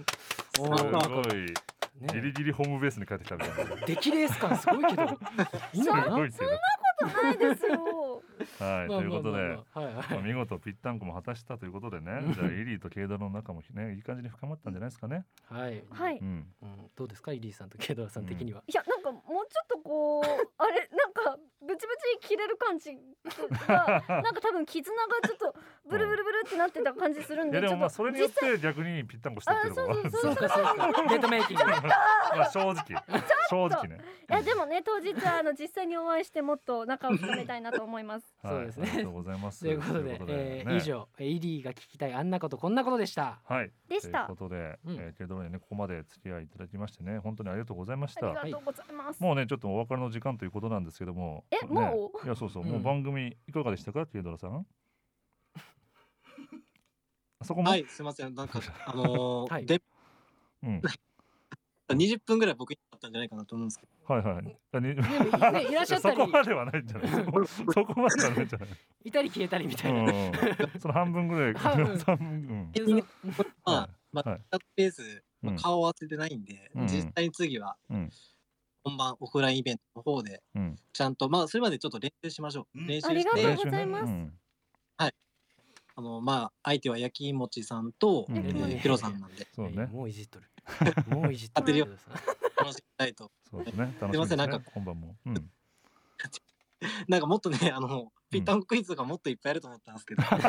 S4: ました
S1: すごい、
S3: ね
S1: ギリギリホームベースに帰ってきたみたいな。
S3: 出来レース感すごいけどいいんだ
S1: す
S3: な
S1: ごいけど
S2: ないですよ
S1: はい、ということで。
S3: まあまあまあまあはい
S1: まあ
S3: はい
S1: 見事ぴったんこも果たしたということでね
S3: うん、
S1: じゃあリリーとケイドロの仲もねいい感じに深まったんじゃないですかね。
S3: はい、
S2: はい
S1: うん、
S3: うん、どうですかイリーさんとケイドラさん的には、
S2: いやなんかもうちょっとこうあれなんかブチブチ切れる感じ がなんか多分絆がちょっとブルブルブルってなってた感じするん
S1: い
S2: で
S1: やで
S2: ちょ
S1: も
S2: っ
S1: まあ
S2: と
S1: それによって逆にぴったんこしたっていうのもあるんですよ
S3: そうかそうかベッドメイ キング
S1: まあ 正直正直ね。
S2: いやでもね当日はあの実際にお会いしてもっと仲を深めたいなと思い ます
S1: はい
S3: そうですね
S1: ありがとうございます。
S3: ということで
S1: という
S3: えー
S1: ね
S3: 以上イリーが聞きたいあんなことこんなこと でした
S1: はい。
S2: でした
S1: ということで、
S3: うん
S1: えー、ケイドロにねここまで付き合いいただきましてね本当にありがとうございまし
S2: あり
S1: た。
S2: がとうございます、
S1: もうねちょっとお別れの時間ということなんですけども。
S2: え
S1: ね
S2: も
S1: いやそうそう、
S3: うん
S1: もう番組いかがでしたかケイドロさ ん。そこも、
S4: はいすいませんな んかあのー
S3: はい
S4: で
S1: うん
S4: 20分ぐらい僕にあったんじゃないかなと思うんですけ
S1: はいはいあに。
S3: でもねいらっしゃ っ
S1: そ
S3: たり
S1: こまではないんじゃないそこそこまではないんじゃない
S3: いたり消えたりみたいな、
S1: うん、その半分ぐらい
S3: 半分
S1: 半分、
S3: けど
S4: どまあ、まあ
S1: はい
S4: チャットベース、まあ
S1: うん
S4: 顔合わせてないんで、
S1: うん
S4: 実際に次は、
S1: うん
S4: 本番オフラインイベントの方で
S1: うんうん、
S4: ちゃんとまあそれまでちょっと練習しましょう、
S5: うん
S4: 練習
S2: あり
S4: し
S2: がとうござい
S4: て
S2: ます
S1: うん
S4: あのまあ相手は焼きもちさんと、
S1: うん
S4: えーヒロさんなん で
S1: そうね
S3: もういじっとるもういじっと
S4: 当てるよ
S3: ケイドラさん
S4: 楽しみたいと
S1: そうですね。楽しみ
S4: すいませ
S1: ですね
S4: んなんか
S1: 本番も。うん。
S4: なんかもっとねあのピッタンコクイズとかもっといっぱいあると思ったんですけ ど、
S3: ちょっ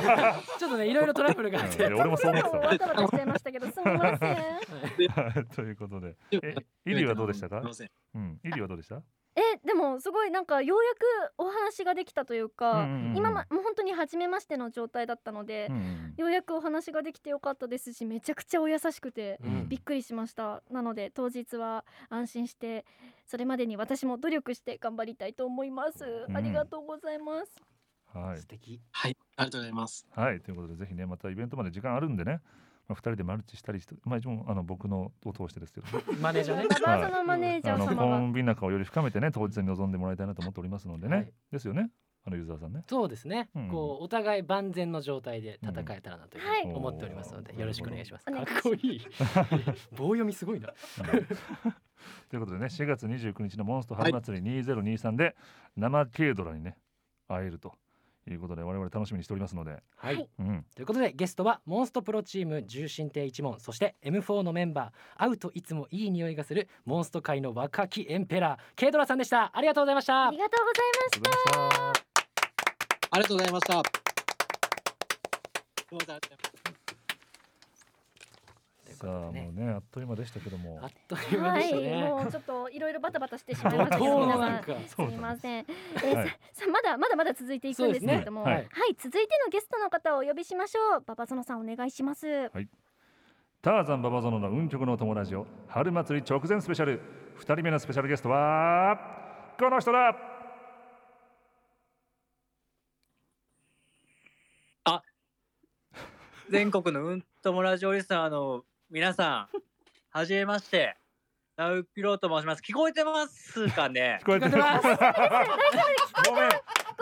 S3: とねいろいろトラブルがあっ
S1: いや
S3: て
S1: 俺もそう思ってたわ
S2: わたわたしちゃい ましたけどすみません
S1: はいということで、 え
S4: すいま、
S1: イリーはどうでしたか
S4: せん。
S1: うん、イリーはどうでした？
S2: えでもすごいなんかようやくお話ができたというか、
S1: うんうんうん
S2: 今まもう本当に初めましての状態だったので
S1: う、ん
S2: ようやくお話ができてよかったですしめちゃくちゃお優しくて
S1: うん
S2: びっくりしましたなので当日は安心してそれまでに私も努力して頑張りたいと思います、
S1: うん
S2: ありがとうございます
S1: うん。はい
S3: 素敵
S4: はい、ありがとうございます。
S1: はいということでぜひねまたイベントまで時間あるんでね、まあ二人でマルチしたりして、まあ一応あの僕のを通してですけど、
S3: マネージ ャーね
S2: ラバーズのマネージャ
S1: あ
S2: ー
S1: の
S2: 様
S1: コ
S2: が
S1: ンビ仲をより深めてね当日に臨んでもらいたいなと思っておりますのでね、
S3: はい
S1: ですよね、あのユーザーさんね。
S3: そうですね、
S1: うん
S3: こうお互い万全の状態で戦えたらなというふうに
S2: はい
S3: 思っておりますので、
S1: おー
S3: よろしくお願いします。
S2: お
S3: か
S2: 願
S3: っ
S2: いします
S3: こい い。棒読みすごいな。
S1: うん ということでね4月29日のモンスト春祭り2023で生軽ドラにね会えるということで我々楽しみにしておりますので、
S3: はい、
S2: はい
S1: うん、
S3: ということでゲストはモンストプロチーム重心艇一門そして M4 のメンバー会うといつもいい匂いがするモンスト界の若きエンペラーケイドラさんでしたありがとうございました
S2: ありがとうございま
S1: ありがとうございました。
S4: ありがとうございました。どうもありがとうございました
S3: というこ
S1: さあ
S3: とでね
S1: もうねあっという間でしたけども
S3: あっと
S2: す
S3: いう間でした
S2: はい
S3: ね、
S2: もうちょっといろいろバタバタしてしまいま したけ
S1: 怒
S2: ど
S1: 涛の
S2: 皆さ
S3: なん
S2: ん
S3: か
S2: すみません、えー
S1: はい
S2: ささまだまだまだ続いていくんですけれども、
S1: そうですねは
S2: はいい、続いてのゲストの方をお呼びしましょうババゾノさんお願いします
S1: ターザンババゾノの運極のお友達を春祭り直前スペシャル二人目のスペシャルゲストはこの人だ
S6: 全国のうんともラジオリスナーの皆さん、はじめまして、ナウピローと申します。聞こえてますかね
S1: 聞こえてます ごめん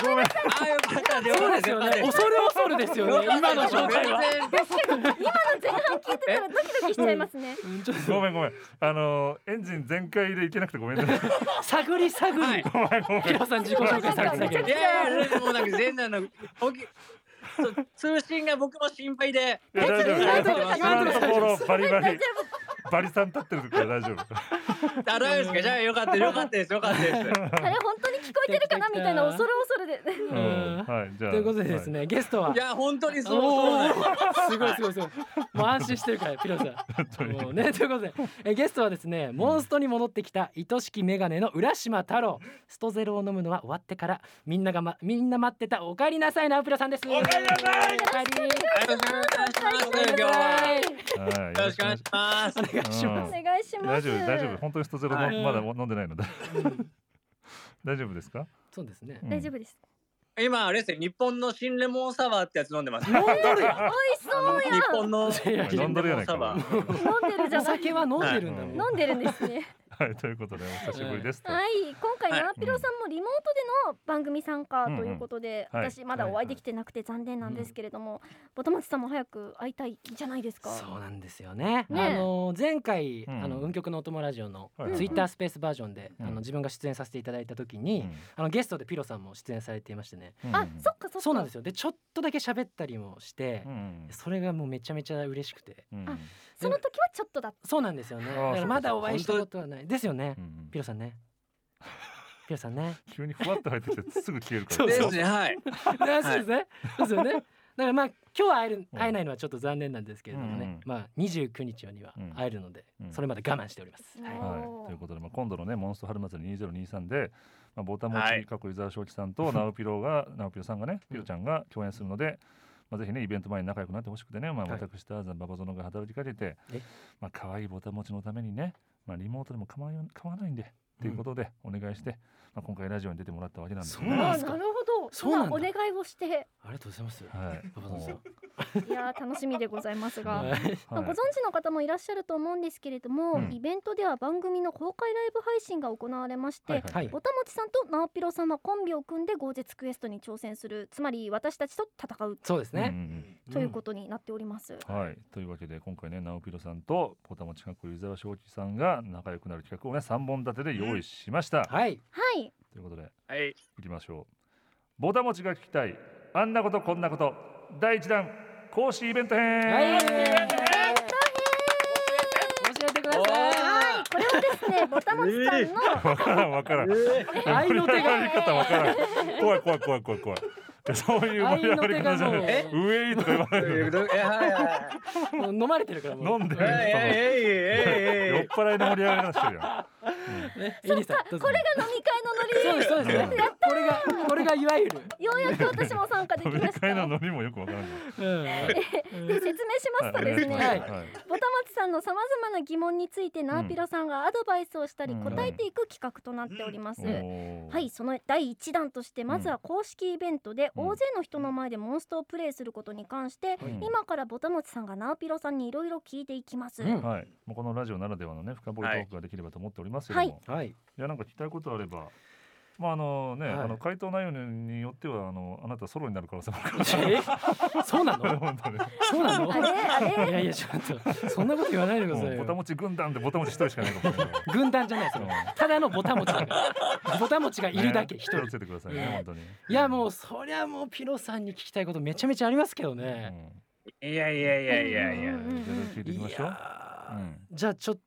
S1: ごめん
S6: あーよかったです。
S3: そうですよね恐る恐るです よね今の状態は、
S6: 全然
S2: 前半聞いてたらドキドキしちゃいますね
S3: うんちょっ
S1: ご
S3: と
S1: めんごめんあのエンジン全開でいけなくてごめんね
S3: 探り探り、
S6: はい
S1: ごめんごめん
S3: ケイドラさん自己紹介探り探
S6: い
S3: り
S6: やいや、それもなんか全然の、おきそう通信が僕も心配で。
S1: いや大丈夫
S6: 今のところ
S1: 今のところバリバ
S2: 大
S1: リ
S2: 丈夫
S1: バリさん立ってるから大丈 夫。
S6: あ、大丈夫ですか。じゃあ、よかった、よかったです。よかったです。
S2: あれ本当に聞こえてるかなみたいな恐る恐るで
S1: う
S3: うん
S1: んはい、じゃあ。
S3: ということでですね、ゲストはい
S6: や、本当にそう。そう
S3: お
S6: な
S3: お
S6: んです
S3: ーすごいすごいすごいもう安心してるからピロさ
S1: はい。と
S3: ん
S1: いう
S3: もうねということでえゲストはですねモンストに戻ってきた愛しきメガネの浦島太郎ストゼロを飲むのは終わってからみんなが、ま、みんな待ってたお帰りなさいなピロさんですお
S1: 帰りなさい
S3: お帰り
S6: よろしくお願いします。今日は。
S1: はい
S6: よろしくお願いします。
S3: お願いしま
S2: お
S3: す
S2: 願いしま
S1: 大
S2: す
S1: 丈夫、大丈夫、本当にストゼロの
S6: はい
S1: まだ飲んでないので。 大丈夫ですか。
S3: そうですね
S2: 大丈
S1: 夫。
S2: 夫です
S6: 今、あれですね、日本の新レモンサワーってやつ飲んでます。
S3: 飲んどる
S2: 美
S3: や
S2: 味しそう
S6: 日本の
S3: いやいや
S6: 新レ
S1: 飲んどるやな
S6: モ
S1: い
S6: ンサ
S1: か。
S6: ワー。
S1: は
S2: 飲んでるじ
S3: ん
S2: ゃ
S3: お
S2: ない
S3: 酒は飲んでるんだもん、
S1: は
S2: 飲んでるんですね
S1: い、ということで、お久しぶりです。と
S2: はい今回
S6: はい
S2: ナナピロさんもリモートでの番組参加ということで、
S1: うんうんはい
S2: 私まだお会いできてなくて残念なんですけれども、ボトマツさんも早く会いたいじゃないですか
S3: そうなんですよね。
S2: ね
S3: あの前回、
S1: うん
S3: あの運極のお供ラジオの
S1: はいはい
S3: ツイッタースペースバージョンで、
S1: うん
S3: あの自分が出演させていただいた時に、
S1: うん
S3: あのゲストでピロさんも出演されていまして
S1: うん
S3: ね。
S2: あそっかそっか
S3: そうなんですよ。でちょっとだけ喋ったりもして
S1: う、ん
S3: それがもうめちゃめちゃ嬉しくて。
S1: うん
S2: あその時はちょっとだった
S3: そうなんですよね。だ
S1: あー
S3: からまだ
S1: そう
S3: お
S1: かそうか
S3: 会いしたことはないですよね
S1: う。ん
S3: ピロさ んね。ピロさんね。
S1: 急にふわっと入ってきて、すぐ消えるから。
S3: そう
S6: で
S3: そう
S6: すね、はい。
S3: あそうですね。そうですよね。だからまあ今日会える
S1: うん
S3: 会えないのはちょっと残念なんですけれども
S1: うん
S3: ね
S1: うん。
S3: まあ29日には会えるので
S1: う、ん
S3: それまで我慢しております。はい。
S1: はい、ということで、まあ、今度のね、モンスト春祭り2023で、まあ、ボタン持ち過去湯沢正樹さん と、ナウピロが、ナウピロさんがね、ピロちゃんが共演するので、まあ、ぜひね、イベント前に仲良くなってほしくてね、まあ、
S3: はい
S1: 私、ターザン、ババゾノが働きかけて
S3: え、
S1: まあ、可愛いボタン持ちのためにね、まあ、リモートでも構わよ構わないんで、ということで、お願いして、まあ、今回ラジオに出てもらったわけなんです
S3: そうなん
S2: あ
S3: で
S2: あ
S3: す
S2: ー
S3: か
S2: なるほど
S3: そうなんだ
S2: 今お願いをして
S3: ありがとうございます。
S1: はい
S3: パパさんさん
S2: いやー楽しみでございます が、
S3: はい
S2: まあご存知の方もいらっしゃると思うんですけれども、
S1: うん
S2: イベントでは番組の公開ライブ配信が行われまして、
S3: はい
S2: ぼたもちさんとなおぴろさんはコンビを組んでゴージェツクエストに挑戦するつまり私たちと戦う
S3: そうです
S1: うんうんう
S3: ね。
S1: ん
S2: ということになっております、
S1: はい、というわけで今回ねナオピロさんとポタモチカッコ湯沢正樹さんが仲良くなる企画をね3本立てで用意しました。
S3: はい。
S2: はい
S1: ということで
S6: はい。
S1: いきましょう。ボタモチが聞きたいあんなことこんなこと第一弾講師イベント編、
S3: はい。教えてくださ
S2: はいこれはですねぼたもちさんの
S1: わからんわからん。
S3: い。愛の手
S1: やり
S3: が。
S1: 方わからん。怖い怖い怖い怖い怖い。いやそういう盛り上がり方じゃない。
S3: 愛
S1: 上と
S3: の手がも
S1: か言わない
S6: という
S1: で。
S6: ことでいやはいはい
S3: もう飲まれてるから。もう
S1: 飲んで
S6: いやいや
S1: る
S6: いやいやい
S1: 人。
S6: や
S1: 酔っ
S6: い
S1: 払いの盛り上がり方してるやん。
S3: ねエリさん。どうぞ
S2: これが飲み会のノリ
S3: そうです。そうですね。これが、これがいわゆる。
S2: ようやく私も参加でき
S1: 飲み
S2: ました
S1: 会のノリもよくわからん。
S3: うん。
S2: で説明しますとですね、
S1: はいお願いします
S3: は
S1: はい
S2: ぼたまちさんのさまざまな疑問についてナーピロさんがアドバイスをしたり
S1: うん
S2: 答えていく企画となっております。
S1: おー
S2: はい、その第1弾としてまずは公式イベントで
S1: うん
S2: 大勢の人の前でモンストをプレイすることに関して、
S1: うん
S2: 今からぼたもちさんがナーピロさんにいろいろ聞いていきます、
S3: うん
S1: はい、もうこのラジオならではのね深掘りトークができればと思っておりますけども、、
S2: はいい
S3: はい。
S1: やなんか聞きたいことあればまああのね、
S3: はい
S1: あの回答内容によってはあのあなたソロになる可能性もあるかもしれない
S3: え。そうなの。
S1: 本当に
S3: そうなの。
S2: あれあれ
S3: いやいや、ちょっと。 そんなこと言わないでくださ
S1: も
S3: いう
S1: ボタ
S3: よ。
S1: モチ軍団でボタモチ一人しかいないかもしれない。
S3: 軍団じゃないですよ。ただのボタン持ちだ から。ボタン持ちがいるだけ、
S1: ね
S3: 一人
S1: 気をつ。けてくださいね
S3: ね
S1: 本当に。
S3: いやもうそりゃもうピロさんに聞きたいことめちゃめちゃありますけど
S1: うん。
S3: ね。
S6: やいやいやいやいやい
S1: いや
S6: や
S1: いろいろ聞いていきましょう。
S3: や
S1: う
S3: ー
S1: ん。
S3: じゃあちょっと、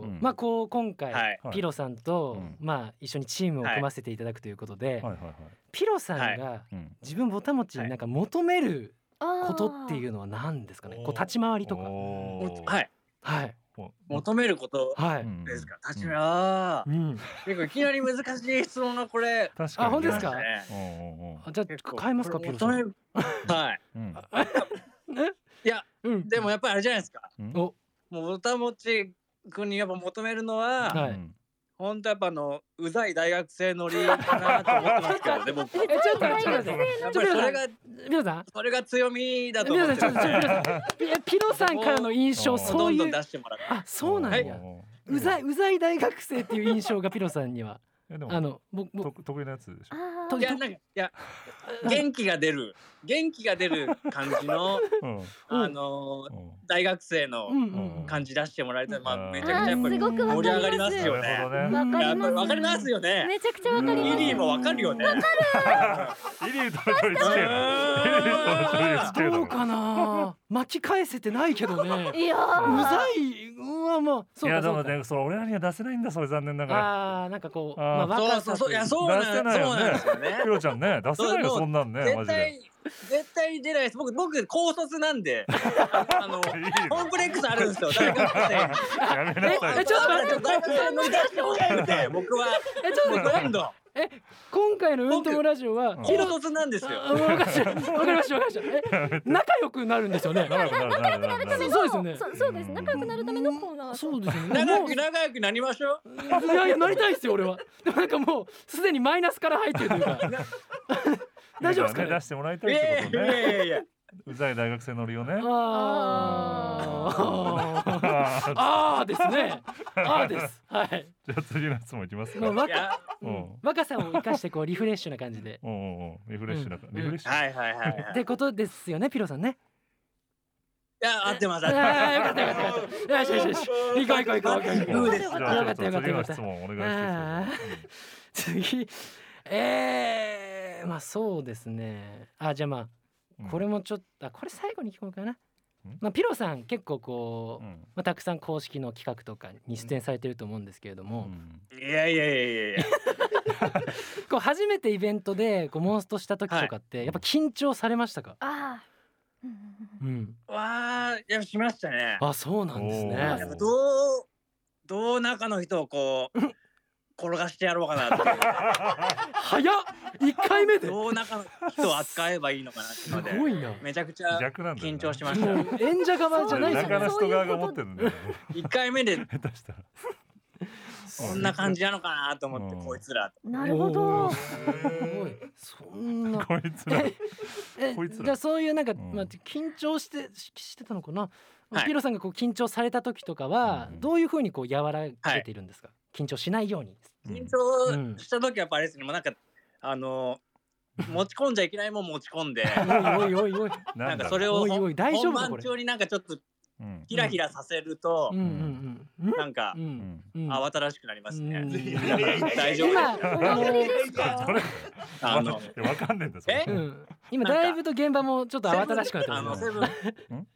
S1: うん
S3: まあこう今
S6: は
S3: 回、
S6: い
S1: はい
S3: ピロさんと、
S1: うん
S3: まあ一緒にチームを組ませていただくということ
S1: は
S3: で、
S1: いはいはい。
S3: ピロさんが
S1: うん。
S3: 自分ボタモチになんか求める
S2: あ
S3: ことっていううのは何ですかね
S1: はい
S3: こう立ち回りとか
S1: おー
S6: はい
S3: はい
S1: お
S6: 求めること
S3: はい、
S1: うん
S6: ですか
S1: うん
S6: 立ち目あ
S3: う
S6: ー
S3: ん、
S6: 結構いきなり難しい質問がこれ
S1: 確かにね。
S3: あ本当ですか
S6: ね
S1: おーおーお
S3: あじゃ
S6: 結
S3: あ
S6: 構
S3: 変えますか
S6: こ
S3: ピ
S6: れ
S3: ロさん、
S6: 求め はい
S1: ーうん。
S3: ね
S6: いや
S3: うん、
S6: でもやっぱりあれじゃないですか
S1: うん
S3: お
S6: もうぼたもち君にやっぱ求めるの
S3: は
S6: は
S3: いう
S6: 本当やっぱあのうざい大学生乗りかなと思ってますけどね僕
S3: え ちょっと
S1: 大
S3: ちょっ
S1: 学
S3: と
S1: 生
S3: や
S1: の
S6: やっ
S3: っと
S6: ぱりそれが
S3: ピロさん
S6: それが強みだと
S3: ピロ
S6: 思
S3: さ
S6: っ
S3: ん
S6: て
S3: ちょ
S6: る
S3: っ
S6: ん
S3: とちょっとピロさん
S6: で
S3: いやピロさんからの印象
S1: お
S3: そ
S6: ど
S3: うん
S6: ど
S3: い
S6: ん
S3: う
S6: 出してもらう
S3: あそうなんや、
S1: おー
S3: うざいうざい大学生っていう印象がピロさんには
S1: えでも
S3: あの僕僕
S1: と得意なやつでしょ。
S2: あ
S3: と
S6: いやなんかいや元気が出る元気が出る感じの
S1: うん。
S6: あのー
S1: うん
S6: 大学生の
S3: うん
S1: うん
S6: 感じ出してもらえたらま
S1: うん
S6: あめちゃくちゃやっぱり
S1: あーす
S2: ごくわ
S6: 盛
S2: かります
S6: り上がりますよ
S1: なるほ
S2: ー
S1: どね。
S6: ね。
S2: わか
S6: や
S2: り
S6: っ
S2: ます
S6: ぱりわかりますよね。
S2: めちゃくちゃわかり
S6: リ
S2: ます
S6: リーもわかるよね。
S1: イリーとの取り付ける。イリーとの取り付け
S3: どう
S1: る。
S3: かな巻き返せてないけどね
S2: いやー
S3: うざいうまあまあそう
S1: いや
S3: か
S1: でも
S3: そうか、
S1: ね、それ俺らには出せないんだ、それ残念なが
S3: ああなんかこう
S1: あー
S3: まあ
S6: そう
S3: 若
S6: そ
S3: さ
S6: うそういや
S3: う
S6: そうなん
S1: 出せないよね
S6: そうなんですよね
S1: ら。ヒロちゃんね、出せないよ、
S6: そう
S1: そんなんね、マ
S6: 絶
S1: ジで。
S6: 対絶対出ないです僕僕高卒なんであの
S1: いい
S6: コンプレックスあるんですよ大学生
S1: やめなさ
S3: え
S1: い。
S3: ちょっと待って
S6: ちょっと大学生乗り出してもらえて僕は
S3: えちょっと
S6: 僕
S3: 待って
S6: なんだ
S3: 今回の「うんともラジオは」
S1: 僕
S3: ヒ
S6: 高
S3: ロ
S6: 卒なんです
S3: あ
S6: よ
S3: わかりましたわかりましたわかりましたえ仲良くなるんですよね
S1: 仲良くなる、仲良くなる、
S2: ため
S1: な
S2: の
S1: る。
S3: そうですよね
S2: そうそうです仲良くなるためのコーナー
S3: そうですよね
S6: 長
S3: もう
S6: く仲良くなりましょう
S3: いやいやなりたいですよ俺はでもなんかもうすでにマイナスから入ってるというか 大丈夫ですかね
S1: ね出してもらいた
S6: い
S1: いっ
S6: や
S1: て
S6: い
S1: ことね。
S6: やいやいや
S1: うざい大学生乗りをね。
S3: あー
S1: あー
S3: あーですねあーですはい、
S1: じゃあ次のやつもいきます
S3: ま
S1: か。
S3: あ、
S6: い
S3: 若
S6: や
S1: う
S3: うんん若さを生かしてこうリフレッシュな感じで
S1: おうおうおうリフレッシュだから、
S3: うん
S1: リフレッシュ。
S6: はいはいはいはい
S3: っ
S6: い
S3: てことですよねピロさ んね
S6: や合ってます合
S3: あ
S6: って
S3: ーよ
S6: ま
S3: かったよかったよしよしよし行こう行こう行こう行こう行こ
S6: グ
S3: う
S6: ーです
S1: じゃあちょっと次の
S3: よかったよかった
S1: 質問お願いします。うん
S3: 次えー、まあそうですねあじゃあまあこれもちょっとあこれ最後に聞こうかな
S1: うん、
S3: まあ、ピロさん結構こう、
S1: うん
S3: まあ、たくさん公式の企画とかに出演されてると思うんですけれど
S1: う
S3: も、
S1: ん
S6: すいやいやいやいやいや
S3: こう初めてイベントでこうモンストした時とかってやっぱ緊張されましたか、
S2: ああうんうんうん
S3: うん、
S6: わあやっぱしましたね
S3: あそうなんです
S1: お
S6: やっ
S3: ね
S1: ー
S6: ぱどうどう中の人をこう転がしてやろうかなっていう
S3: 早っ一回目で
S6: どう中の人を扱えばいいのかなっていう
S3: す
S6: ので
S3: ごいなも
S6: めちゃくちゃ
S1: 逆なんだよね。
S6: 緊張しました
S3: う演者側じゃないで
S1: な
S3: す
S1: か
S3: よ
S1: な
S3: ね
S1: 人側が持ってるんだよね。
S6: 1回目で
S1: 下手したら。
S6: こんな感じなのかなと思って
S1: うん
S6: こいつら
S2: なるほど
S3: おーすごいそんな
S1: こいつら。
S3: え え
S1: こいつら
S3: じゃあそういうなんか、
S1: うん
S3: まあ、緊張してししてたのかな、
S6: はい
S3: ピロさんがこう緊張された時とかは、
S1: うん
S3: どういうふうにこう和らげているんですか、緊張しないように
S6: 緊
S3: うん
S6: 張した時はやっぱあれですねもうなんかあの持ち込んじゃいけないもん持ち込んで
S3: おいおいおいおい
S1: な
S6: なんん
S1: だ
S6: か
S1: ろ
S6: そうれを
S3: おいお
S6: 本
S3: い大丈夫かこ
S6: 番
S3: れ
S6: 中になんかちょっと
S1: うん
S6: キラキラさせると
S3: うんうんうん
S6: なんか
S3: う
S1: うんん
S3: うん
S6: 慌ただしくなります
S3: う
S6: ね
S3: ん
S6: 大丈夫
S3: 今
S6: です
S2: お守り です
S1: そ
S2: か
S1: れ
S6: あの
S1: いやわかんねえんだよそれ
S6: え
S3: う。ん今だいぶと現場もちょっと慌ただしくなって
S6: あ
S3: ま
S6: の
S3: す
S6: セ
S3: ね
S6: ブンあ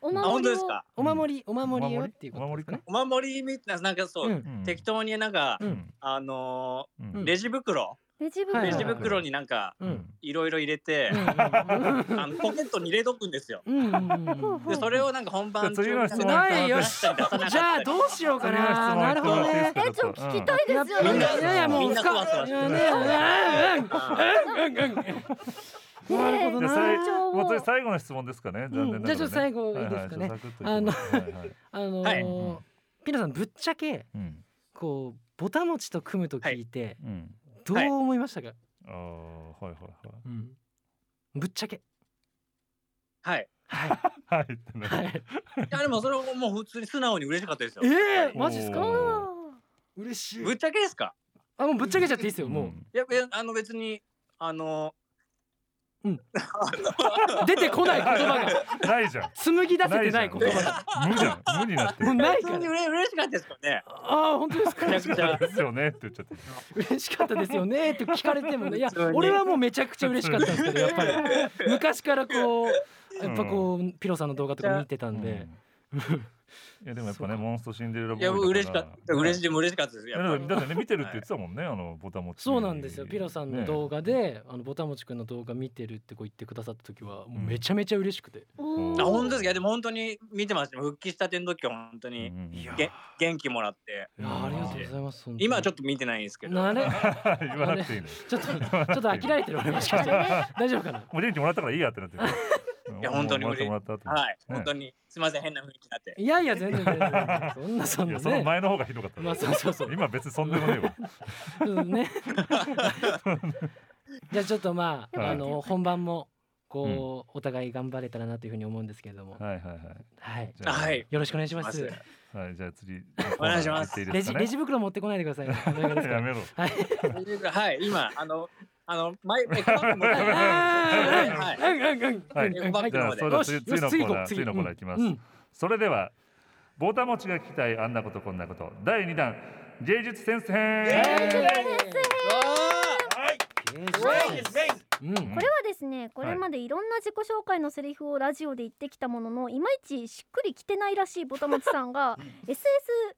S2: お
S6: 本
S2: 守り
S6: 当で
S2: を
S6: すか
S3: お守りお守りよっていうことですかね
S6: お守りみたいななんかそううん適当になんか
S3: う
S1: うんん
S6: あの
S1: うん
S6: ーレジ袋
S2: レジ
S3: は
S2: 袋
S3: いは
S6: レ
S3: い
S6: ジ
S3: はい
S6: 袋になんか
S3: う
S1: うんん
S6: いろいろ入れて
S3: うん
S6: あのポケットに入れとくんですよ。
S3: うんうんうんうん
S6: でそれをなんか本番中になんか
S1: じゃあ次の質問
S3: ないよ
S6: 出
S3: し
S6: したり出さなかっ
S3: じゃ
S6: た
S3: あ
S6: り
S3: どうしようか
S1: 次の質
S3: な
S1: 問
S3: なるほどね
S2: えちょっと聞きたい
S3: や
S2: です
S3: っ
S2: よ
S3: ぱりい
S6: みんな
S3: やいやもう
S6: みんな怖そうだ
S3: い
S6: し
S3: やねうんうんうんうんなるほど
S1: じゃあ
S3: な
S1: さい
S2: 緊張を
S1: もうそれ最後の質問ですかね。残念ながらね
S3: じゃあちょっと最後いいですかね
S1: ははちょっとサクッといきますはいはい
S3: あの
S6: はい
S3: ーピノさんぶっちゃけ
S1: うん
S3: こうぼたもちと組むと聞いて
S1: うん。
S3: どう思いましたか
S1: ああはいはい
S3: ぶっちゃけ
S6: はい。
S3: はい
S1: はい。はいってね
S3: はい
S6: いやでもそれをもう普通に素直に嬉しかったですよ。
S3: ええ
S1: おー
S3: マジっすか
S2: おー
S3: 嬉し
S6: ぶっちゃけですか。
S3: あもうぶっちゃけちゃっていいですよも
S1: ん
S6: いやいやあの別にあの
S3: う出てこない言葉が
S1: ないじゃん。
S3: 紡ぎ出せてない言葉が
S1: 無じゃん無になってる
S3: もうない
S6: 普
S3: か
S6: 通に
S3: ら
S6: 嬉嬉しかったですよね。
S3: ああ本当ですか
S6: めちゃくちゃ
S1: ですよねって言っちゃって
S3: 嬉しかったですよねって聞かれてもねいや
S6: 普通に
S3: 俺はもうめちゃくちゃ嬉しかったんですけどやっぱり 昔からこうやっぱこうピロさんの動画とか見てた
S1: うん
S3: んで
S1: いやでもやっぱ
S3: そうか
S1: ねモンストシンデレラボー
S6: い
S1: イだから
S6: や嬉しかった嬉しいでも嬉しかったです。
S1: い
S6: や
S1: や
S6: っ
S1: だか
S6: ぱり
S1: らだってね見てるって言ってたもんねあのボタン持ち
S3: そうなんですよピロさんの動
S1: 画
S3: 画であのぼたもちくんの動画見てるってこう言ってくださった時はもうめちゃめちゃ嬉しくて
S2: おー
S6: あ本当ですか。いやでも本当に見てましたね。復帰したての時は本当に
S3: いや
S6: げ元気もらって。
S3: いやありがとうございます
S6: 今はちょ
S3: っ
S6: っと見てないんですけど。
S3: なれ
S1: 言わなくていいのよ
S3: ちょっとちょっと呆れてる俺もしかして大丈夫かな
S1: もう元気もらったからいいやってなってるうん
S6: いや本当に
S1: もらってもらった後
S6: はい、
S1: ね
S6: 本当にすみません変な雰囲気になって。
S3: いやいや全然全然そんなそ
S1: い
S3: んな
S1: やその
S3: ね
S1: 前の方がひどかったね
S3: まあそうそうそう
S1: 今別にそんでもねえわ
S3: う んねじゃあちょっとまあ、
S1: はい
S3: あの本番もこう、お互い頑張れたらなというふうに思うんですけれども、
S1: はいはいはい
S3: はい、
S1: じゃあ
S6: はい。
S3: よろしくお願いします
S6: お願い
S1: はい
S6: し
S1: じゃあ次
S6: お願いします
S1: 行っていい
S3: レ
S1: で
S3: ジ
S1: かね
S3: レジ袋持ってこないでくだ さいねお願いですか
S1: や
S3: ら
S1: めろ
S3: はい
S6: はい今あのあのマイマイクバ ッグ持って
S1: やめろ
S6: はい
S3: うんうんうん
S1: はい
S3: うんうん
S6: バッ
S1: じ
S6: グ
S1: ゃ
S6: の
S1: あ
S6: 方で
S1: そう
S3: よ
S1: だ
S3: し
S1: 次
S3: よし
S1: 次のコーナー次
S3: 次
S1: のコーナーいきます
S3: うん
S1: それではボタ持ちが聞きたいあんなことこんなこと第二弾芸術センス編
S3: イエーイ
S6: わ
S3: イエーイ
S6: ー。
S3: うん、
S1: ん
S2: これはですねこれまでいろんな自己紹介のセリフをラジオで言ってきたもののいまいちしっくりきてないらしいぼたもちさん が SS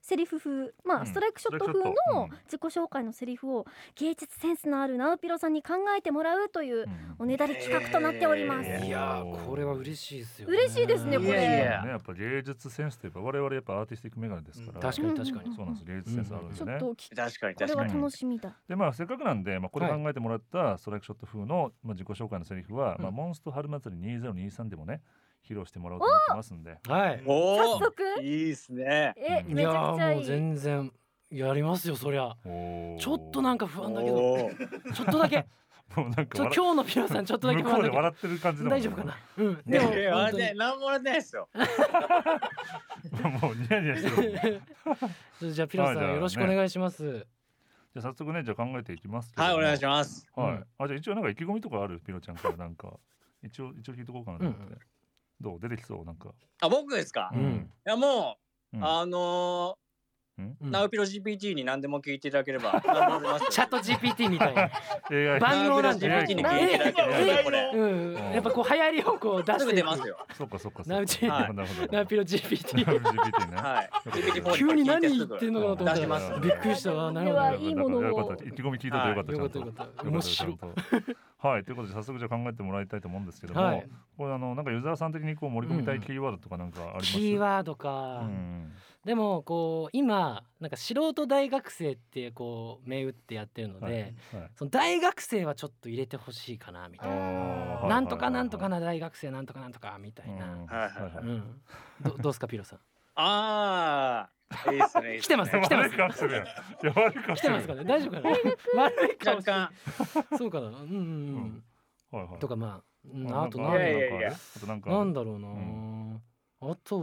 S2: セリフ風ま
S1: うん
S2: あストライクショット風
S1: ストライクショット
S2: の
S1: うん
S2: 自己紹介のセリフを芸術センスのあるナウピロさんに考えてもらうというおねだり企画となっております。
S1: え
S3: いやーこれは嬉しいですよ、
S2: 嬉しいですねこれ
S6: いやいや
S1: ね、やっぱ芸術センスといえば我々やっぱアーティスティックメガネですから、
S3: 確かに確か
S2: うん
S3: に
S1: そうなんです芸術センスあるん
S2: ち
S1: で
S2: ょ
S1: ね
S2: っ、とき
S6: 確かに
S2: これ
S6: 確か
S2: は
S6: に。
S2: 楽しみだ。
S1: でまあせっかくなんで、まあ、これ
S3: は
S1: 考
S3: い
S1: えてもらったストライクショット風の、まあ、自己紹介のセリフは、ま
S3: う
S1: あ、
S3: ん
S1: モンスト春祭り2023でもね披露してもらおうと思ってますんで
S3: はい
S6: お
S2: 早
S6: お。
S2: 速
S6: いいですね。
S2: え
S1: うん
S2: め
S3: い
S2: ちゃ
S3: や
S2: くちゃ
S3: ーも
S2: いうい。
S3: 全然やりますよそりゃちょっとなん
S1: か
S3: か不安だけど
S6: おー。
S3: ちょっと だけ
S1: もうなんか
S3: ちょ今
S1: 笑
S3: 日のピロさんちょっとだけ不
S1: 向こ
S3: 安
S1: うで
S3: だけど
S1: 笑ってる感じだもん
S3: 大
S1: ね
S3: 丈夫かなうん
S6: で
S3: でも
S6: も、
S3: 本当に
S6: ね、なんもらってないですよ。
S1: もうニヤニヤしてるもんね
S3: じゃあピロさん
S1: はいじゃあね
S3: よろしくお願いします
S1: じゃあ早速ねじゃあ考えていきますけど
S6: はい、お願いし
S1: ま
S6: ます。
S1: すはい、
S3: うん
S1: あじゃあ一応なんか意気込みとかあるピロちゃんからなんか一応一応聞いとこうかなと思って、
S3: うんうん
S1: どう出てきそうなんか、
S6: あ、僕ですか。
S1: う
S6: い
S1: ん
S6: や、も
S1: う
S6: う、
S1: ん
S6: あの
S3: う
S6: ー、
S3: ん
S6: ナウピロ GPT に何でも聞いていただければ。何でも出ますよ
S3: チャット GPT みたいな
S1: AI
S3: 万能なんだ
S6: ナウピロ GPT に聞いていただければ
S3: えー
S6: これ。
S3: うんやっぱこう流行りをこう出
S6: す
S3: し
S6: ぐ
S3: て
S6: 出
S3: いく
S6: ますよ。
S1: そうかそうかそうか
S3: ナウチ
S1: なるほどなるほど
S3: ナピロ GPT
S1: GPT ね
S6: はい。GPT-4
S3: 急に何言ってんのかなと
S6: 出し
S3: 思
S6: ま
S3: っ
S6: す
S3: たびっくりしたわなるほ
S2: で
S3: ど
S2: はあいいものを
S1: よかった。意気込み聞いといてよかった。ちゃん
S3: はい
S1: と
S3: よかったよかった
S1: よかったちゃんと
S3: 面
S1: はい、ということで早速じゃあ考えてもらいたいと思うんですけども、
S3: はい
S1: これあのなんかユーザーさん的にこう盛り込みたいキーワードとかなんかあります？
S3: キーワードか、
S1: うん
S3: でもこう今なんか素人大学生ってこう銘打ってやってるので、
S1: はいはい
S3: その大学生はちょっと入れてほしいかなみたいな、
S1: あー
S3: なんとかなんとか
S1: は
S3: な大学生なんとかなんとかみた
S1: い
S3: い
S1: はいはいは
S3: な、
S1: い
S3: うん
S1: はい。
S3: どどうすかピロさん
S6: ああ。いいですね。いいっ
S3: 来てますよ来てま
S1: 悪
S3: す
S1: い顔してるやん。いや悪い顔
S3: 来
S1: しててる
S3: ま
S1: やん。
S3: すかね大丈夫かな悪いかも
S6: 若
S3: しれな
S6: 干。
S3: いそうかなうんうんうん、
S1: はいはい。
S3: とかまあ、うん
S1: あ
S3: あと
S1: なか
S3: なんんだ
S1: あ
S6: い
S1: る
S3: ろ
S6: やいやいや
S1: あとなん
S3: う
S1: かある
S3: なんだろうな、あと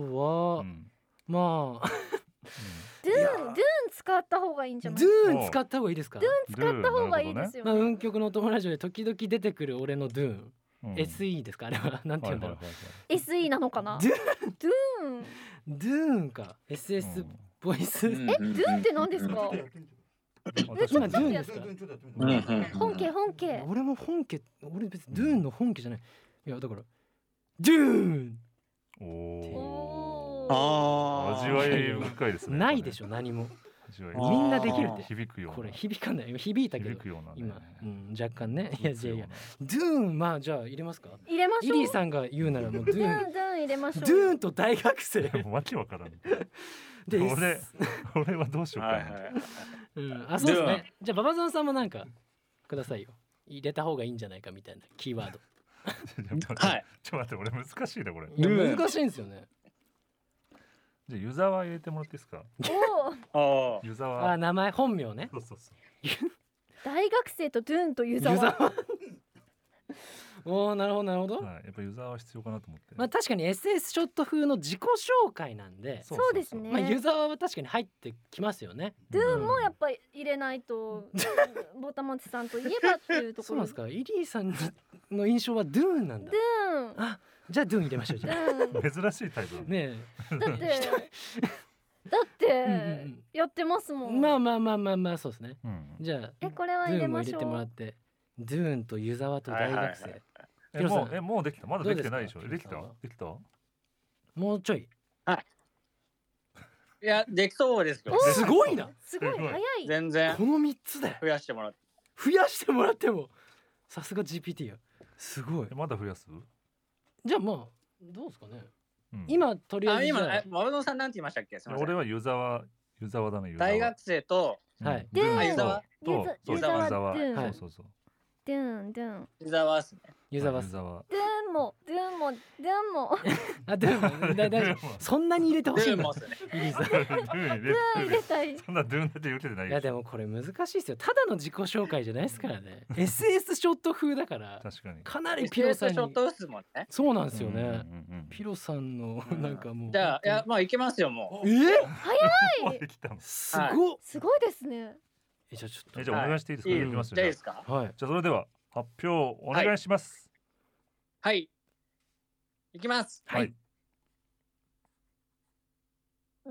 S3: は、
S1: うん
S3: まあ
S2: ドゥーンドゥーン使った方がいいんじ
S3: ド
S2: ゃ
S3: ゥ
S2: ない？ドゥ
S3: ーン使った方がいいですか
S2: ーン使った方がいいですよ
S3: まあ、
S2: ね。
S3: 運極の友達で時々出てくる俺のドゥーン、
S1: うん
S3: SE ですかあれは なんて言うんだろう、
S1: はいはいはいはい
S2: SE なのかな？
S3: ドゥ
S2: ドゥーン
S3: ドゥーンか SS ボイス、
S6: え、ド
S2: ドゥーンって何ですか
S5: ちょっと？やっ
S2: えち
S1: うん
S5: てみて
S2: ょっと待って
S5: ちょっとちょっとやってみ
S6: う
S5: て
S6: んうん
S2: 本家本家。
S3: 俺も本家俺別にドゥーンの本家じゃないいやだからドゥーン
S1: おお
S2: お
S1: ー。
S6: ああ。
S1: 味わい深いですね。
S3: ないでし
S1: ょ。
S3: ょ何も
S1: 味わい
S3: みんなできるっ
S6: あー
S3: て
S1: 響くような。
S3: これ響かない響いたけ
S1: 響
S3: ど
S1: くようなね。
S3: 今、うん、若干ねい
S1: 響
S3: やい
S1: く
S3: や
S1: ような
S3: いやドゥーンまあじゃあ入れますか
S2: 入れま
S3: イ
S2: しょう。
S3: リーさんが言うならもうドゥ
S2: ドゥ
S3: ー
S2: ー
S3: ン
S2: ンドゥーン入れまし
S3: ド
S2: ょう。
S3: ゥーンと大 学生
S1: もうわけわからん。
S3: で
S1: これ俺はどうしよう
S6: はい
S1: か
S6: は
S1: な。
S6: い。
S3: うん、あそうです
S6: ドゥーン
S3: ねじゃあババゾンさんもなんかくださいよ入れた方がいいんじゃないかみたいなキーワード
S6: はい。
S1: ちょっと待って、俺難しいな、これ。
S3: い
S1: じ
S3: や
S6: ドゥーン
S3: 難しいんですよね
S1: ゃあ、湯沢入れてもらっていいですか。
S2: おー
S6: おお。
S1: 湯
S3: あ
S1: 沢。
S3: 名前本名ね
S1: そうそうそう。
S2: 大学生とドゥーンとユーザ
S3: 湯
S2: ー。
S3: 沢 おおなるほどなるほど、
S1: はい、やっぱ湯沢は必要かなと思って。
S3: まあ確かに SS ショット風の自己紹介なんで、
S1: そ
S2: そうですね。
S3: まあ湯沢は確かに入ってきますよね。
S2: ドゥーンもやっ
S1: ぱ。
S2: ぱり入れない とボタモチさんといえばっていうとこ
S3: そうな
S2: ろ
S3: んですか。イリーさんの印象はドゥーンなんだ。
S2: ド
S3: あ、じゃあドゥーン入れましょうじ
S2: ゥ
S3: ゃあ。
S2: ーンドゥーン
S1: 珍しいタイプ。
S3: ね
S2: だってだっ
S3: うんうんう
S2: て
S3: ん
S2: やってます
S3: え、
S2: もん。
S3: まあまあまあまあまあそうですね。
S1: うん。
S3: じゃあ
S2: えこれは
S3: ド
S2: 入
S3: ゥー
S2: れ
S3: ンも
S2: ま
S3: 入
S2: し
S3: れ
S2: ょ
S3: てもら
S2: う
S3: っ。て、ドゥーンと湯沢と大学
S6: はいはいは
S3: 生
S6: い。
S1: え、
S3: ヒロさん
S1: もう、え、もうできた、まだできてないでしょ
S3: どう
S1: で
S3: で
S1: き
S3: す
S1: た
S3: か。
S1: できた。
S3: もうちょい。
S6: いや、できそうですけど。
S3: すごいな。
S2: すごい
S1: すごい
S2: 早い。
S6: 全然
S3: この三つで
S6: 増やしてもらって。
S3: 増やしてもらっても、さすが GPT や。すごい
S1: え、。まだ増やす。
S3: じゃあまあどうですかね。
S1: うん。
S3: 今とりあ
S6: あ、
S3: えずじ
S6: 今、
S3: ゃあ
S6: え、丸野さんなんて言いましたっけ。すみません
S1: 俺は湯沢。湯沢だね。湯沢
S6: 大学生と
S1: うん
S3: はい
S1: で
S2: で
S1: 湯沢
S2: 湯
S1: と
S2: 沢
S1: そう
S6: 湯
S1: そう
S6: 沢
S1: 湯沢
S2: ドゥーン
S1: そうそうそう
S2: ドゥーンドゥーン。
S6: 伊沢ですね。
S3: 湯沢さん。
S1: 沢
S2: ドゥーンもドゥーンもドゥーンも
S3: あでもだ大 丈夫そんなに入れてほ
S6: ド
S3: し
S6: ゥ
S3: い
S6: ーン
S3: んだ
S6: もっすね。
S3: イリーさん
S1: ドゥーン入れ
S2: 入れたい。
S1: そんなドゥーンなんて言うてない
S3: い
S1: で
S3: や
S1: し
S3: で
S1: ょ
S3: もこれ難しいですよただの自己紹介じゃないですからね SS ショット風だから
S1: 確かに
S3: かなり
S6: ス
S3: ピ
S6: ペ
S3: ロ
S6: ー
S3: さん
S6: スショ
S3: に
S6: ット打つもんね。
S3: そうなんですよ
S1: うんうん
S3: ね
S1: うんうん
S3: ピロさんの
S6: うん
S3: なんかもう
S6: じゃあ、いや、まあ、いけますよ、も
S3: え
S1: もうできたの
S3: すごっ
S2: すごいですね。
S3: えじゃあちょ
S1: え
S3: っ
S1: じゃあお願いしていいですか、
S6: はい
S1: い、きます
S6: う。
S1: よ
S6: じゃあ、い
S1: じゃあ
S6: いですか。
S3: とはい
S1: じゃあそれでは発表お願いします、
S6: はい。いきます。
S1: はい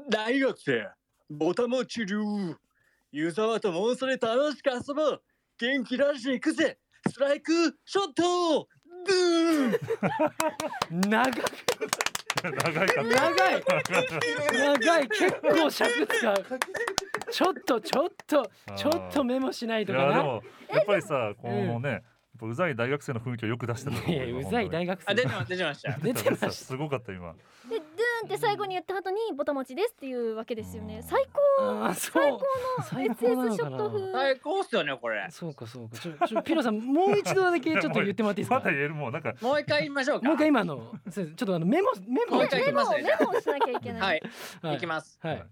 S6: 大学生、ボタモチ流。湯沢とモンストで楽しく遊ぼう。元気出していくぜ。ストライクショットドゥーン
S3: 長い
S1: 長いか
S3: 長い長い結構尺使うちょっとちょっと ちょっとメモしない
S1: い
S3: とか
S1: やで
S3: な
S1: もやっぱりさこの
S3: うん
S1: ね、やっぱうざい大学生の雰囲気をよく出したと思う
S3: いや
S1: よ
S3: いやうざい大学
S6: あ
S3: 生
S6: 出て ま出てました
S3: 出てました
S1: すごかった今
S2: でドゥーンって最後に言った後にボタン持ちですっていうわけですよ
S1: う
S2: ね
S1: ん
S2: 最
S3: あーそう
S2: 高
S3: 最
S2: SS
S3: 高なの
S2: ショ
S3: か
S2: ット
S3: な
S2: 風
S6: 最高っすよねこれ
S3: そうかそうかちょちょピロさんもう一度だけちょっと言ってもらっていいで す
S1: ま
S3: か
S1: だ言えるもうなんか
S6: もう一回言いましょうか
S3: もう一回今のそうですちょっとあのメモメモをちょっと
S6: もう一回行きますね
S2: メモをしなきゃいけない、
S6: はい
S3: はい
S6: いきます
S3: はい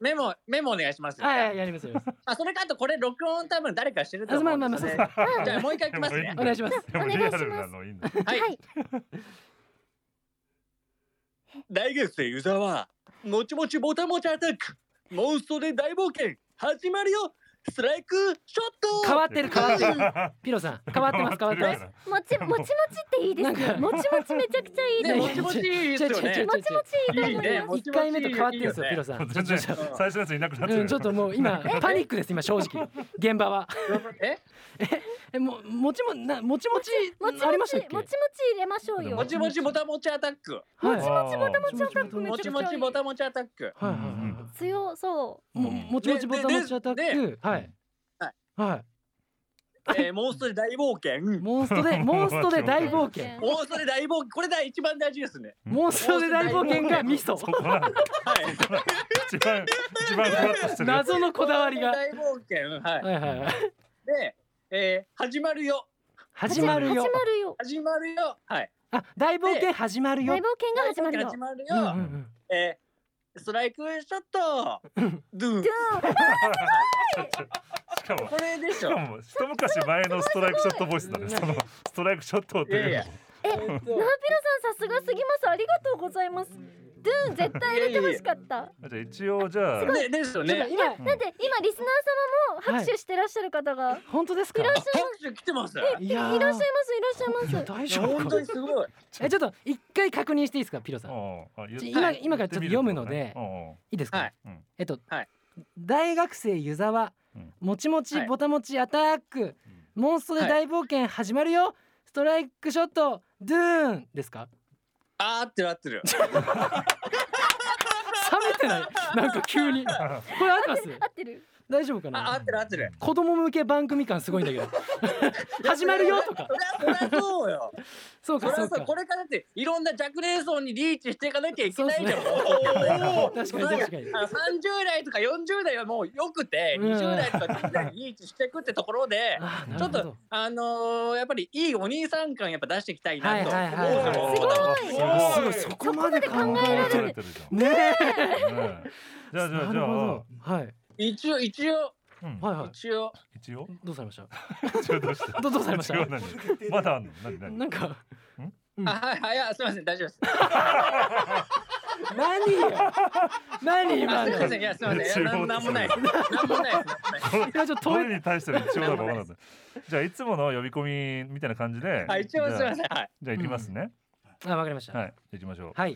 S6: メモメモお願いします
S3: はいはいやりますよ
S6: あそれかあとこれ録音多分誰かしてると
S3: ま
S6: 思
S3: あ
S6: うん
S3: まあま
S6: で
S3: あ
S6: す
S3: そ
S6: よ
S1: あ
S3: うですね
S6: ねあじゃあもう一回行きますね
S3: お願いします
S1: でも
S2: お
S1: リ
S2: 願
S1: ア
S2: いします
S1: ルなのいいんだ
S6: はい
S2: はい
S6: 大学生湯沢もちもちボタもちアタックモンストで大冒険始まるよストライクショット
S3: 変わってる変わってるピロさん変わってます変わってます
S2: もちもちもちっていいです
S3: なん
S2: ね
S3: か
S2: もちもちめちゃくちゃいい
S6: ね
S2: です
S6: もちもちいいですよ
S3: ちょ
S6: ね
S2: もちもちいいと思い
S6: いいね
S2: ま
S6: もち
S3: 一回目と変わってるんですよ
S6: いい
S3: ピロ
S6: よね
S3: さんちょ
S1: 全
S3: ちょ
S1: 然
S3: ち
S1: 最
S3: ょ
S1: 初のやついなくなってる、
S3: うん、ちょっともう今パニックです今正直現場は
S6: え
S3: えももちもなもちもち
S2: もちもち
S3: ありましたっけ
S2: もちもち入れましょうよ
S6: もちもちボタもちアタック
S3: はい
S1: あ
S3: はい
S1: ー
S2: もちもちアタックめ
S6: も
S2: ち
S6: ち
S2: ゃく
S6: も
S2: ちゃい
S6: ち
S2: い
S6: ボタもちアタック
S3: はいはい
S2: 強そう
S1: うん
S3: ももちもちボタン持ちアタ
S6: でで
S3: ックはい
S6: はい
S3: は
S6: えーモンストで大冒険
S3: いモンスト でモンストで大冒
S2: 大
S3: 険
S2: 冒
S6: モンストで大冒険これだ一番大事ですね
S3: モンストで大冒険がミソ
S1: そこなんだ
S6: はい
S1: 一番一番ふわっとしてるやつ
S3: 謎のこだわりがは
S6: 大冒険はい
S3: いはいはい
S6: で、えー始まるよ
S3: 始まるよ
S2: 始まるよ
S6: 始まるよはい
S3: あ大冒険始まるよ
S2: 大冒険が始まるよ
S6: 始まる
S3: う
S6: よ、
S3: んうんうん
S6: えーストライクショットドゥン
S1: しかも
S6: これでし
S1: し
S6: ょ
S1: かも一昔前のストライクショットボイスだねそのストライクショットって
S6: いやい
S1: い
S6: や
S1: う
S2: え、ナーピロさんさすがすぎますありがとうございますドゥーン絶対入れてほしかった
S1: のじゃあ一応じゃあ
S6: ねですよね
S3: ちょっと今
S2: だって今リスナー様も拍手してらっしゃる方が
S3: 本当ですか
S6: 拍手来てます
S3: い
S2: いら
S3: や
S2: っしゃい
S3: ー
S2: ますいらっ
S3: い
S2: しゃ
S3: や
S2: います
S3: 大
S6: い
S3: 丈
S6: や
S3: 夫
S6: 本当
S3: か
S6: にすごい
S3: えちょっと一回確認していいですかピロさんい
S1: うんうんあ言っ
S3: ちょ今今からちょっと読むので
S1: うんうん
S3: いですか
S6: はい
S1: うん
S3: えっと、
S6: はい
S3: 大学生湯沢、
S1: うん
S3: もちもち
S6: はい
S3: ぼたもちアタック、モンストで大冒険始まるよ、ストライクショットドゥーンですか
S6: あーってなってる
S3: 冷めて ないなんか急にこれ合ってます
S2: 合ってる
S3: 大丈夫か
S6: ああ
S3: な
S6: ってるあってる
S3: 子供向け番組感すごいん だけど始まるよとか
S6: そりゃそりゃそうよ
S3: そう
S6: そ
S3: か そ
S6: りゃ
S3: う
S6: そう
S3: か
S6: これからだっていろんな若年層にリーチしていかなきゃいけないじゃん
S3: そう
S6: おー
S3: 確かに確かに
S6: あの30代とか40代はもうよくて
S3: うん
S6: 20代とか10代にリーチしていくってところ で
S3: あーな
S6: ち
S3: るほ
S6: ょっ
S3: ど
S6: とあのーやっぱりいいお兄さん感やっぱ出していきたいなと
S3: はいはいはい
S1: はい
S6: 思うの
S1: すごい
S3: すごいそこまで考
S2: 考えられる
S1: てるじゃん
S3: ねえ
S1: ねえじゃあじゃあ
S3: な
S1: じ
S3: る
S1: ゃ
S3: ほ
S1: あ
S3: どはい
S6: 一応一応
S1: うん
S3: はいはい
S6: 一応
S1: 一応
S3: どうされました
S1: 一応どうした
S3: どどうされました
S1: 一応何まだあんの何何
S3: なんか
S6: あはいはいいやすいません大丈夫です
S3: 何よ何
S6: あ
S3: 今
S6: すい
S3: の
S6: ませんいやすいませんいやなんなん もないですなんもないです
S3: 今ちょっと
S1: ど
S3: 止
S1: れ
S3: め
S1: に対しての一応だか分からない じゃあいつもの呼び込みみたいな感じで
S6: はい一応すい
S1: じ
S6: ま
S1: ゃあ
S6: せんはい
S1: じゃあ行きますね
S3: あわかりました
S1: はい行きましょ
S3: はい。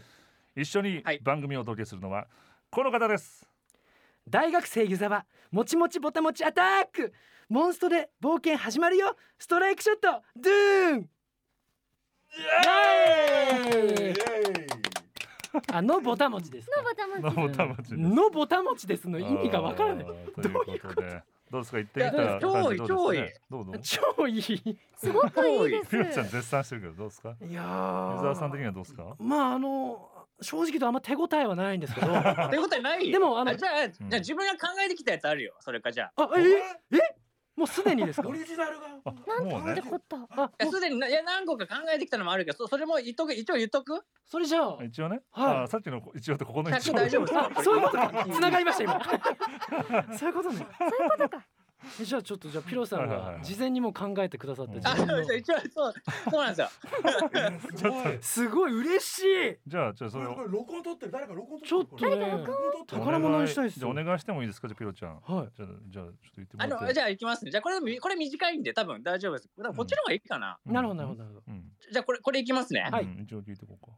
S1: う一緒に
S6: はい
S1: 番組をお届けするのはこの方です
S3: 大学生湯沢、もちもちぼたもちアタック。モンストで冒険始まるよ。ストライクショット、ドゥーン。イエーイあのぼたもちですか。
S2: バタ
S1: の
S2: マ
S1: ぼたもちです
S3: のぼたもちですの意味がわからない
S1: あ。ーということでどうですか行ってみた
S6: いや
S1: 感じ
S6: 超いい
S1: どう
S6: 超い
S1: で
S6: い
S1: すかどうぞ
S3: 超いい。い
S2: すごくいいです
S1: ピロちゃん絶賛してるけどどうですか
S3: や
S1: 湯
S3: ー。
S1: 沢さん的にはどうですか
S3: まああの正直とあんま手応えはないん ですけど。 あ
S6: ということはない
S3: でもあの
S6: じゃあじゃあ自分が考えてきたやつあるよそれかじゃあ
S3: ええもうすでにですか
S5: オ。リジナルが
S1: あ
S2: な
S1: もう
S2: て
S1: んね
S2: こった
S3: あ
S6: いやすでにないや何個か考えてきたのもあるけどそそれも言っとく一応言っとく
S3: それじゃあ。
S1: 一応ね
S3: はい
S1: あーさっきの一応とここの
S6: さっ
S1: 一
S6: き
S1: 応
S6: 大丈夫ですか
S3: あそういうことか。繋がりました今。そういうことね。
S2: そういうことか
S3: え じゃあちょっとじゃあピロさん
S1: はいはい
S3: が
S1: はい
S3: 事前にもう考えてくださって
S1: うん
S6: あ
S3: 自
S6: そう
S3: 分
S6: で
S3: の
S6: す一応そうそうなんですよ
S5: すごい
S3: すごい嬉しい
S1: じゃあじゃあそ
S5: こ
S1: れ
S5: れこ
S1: を
S5: れ録音撮ってる誰か録音
S3: ちょ
S5: 撮
S3: っ
S5: ってる
S3: と
S5: これ
S3: ね
S5: 録音撮ってる
S3: 宝物にしたいっす
S1: じゃあお願いしてもいいですかじゃあピロちゃん
S3: はい
S1: じゃあじゃあちょっと言って
S6: あ
S1: もらっ
S6: の
S1: て
S6: じゃあ行きますねじゃあこれみこれ短いんで多分大丈夫ですこっちの方がいいかな、
S1: うん
S3: なるほどなるほどなるほど
S1: うん
S6: じゃあこれこれ行きますね
S1: う
S6: は
S1: ん
S6: い、
S3: はい
S1: 一応聞いてこうか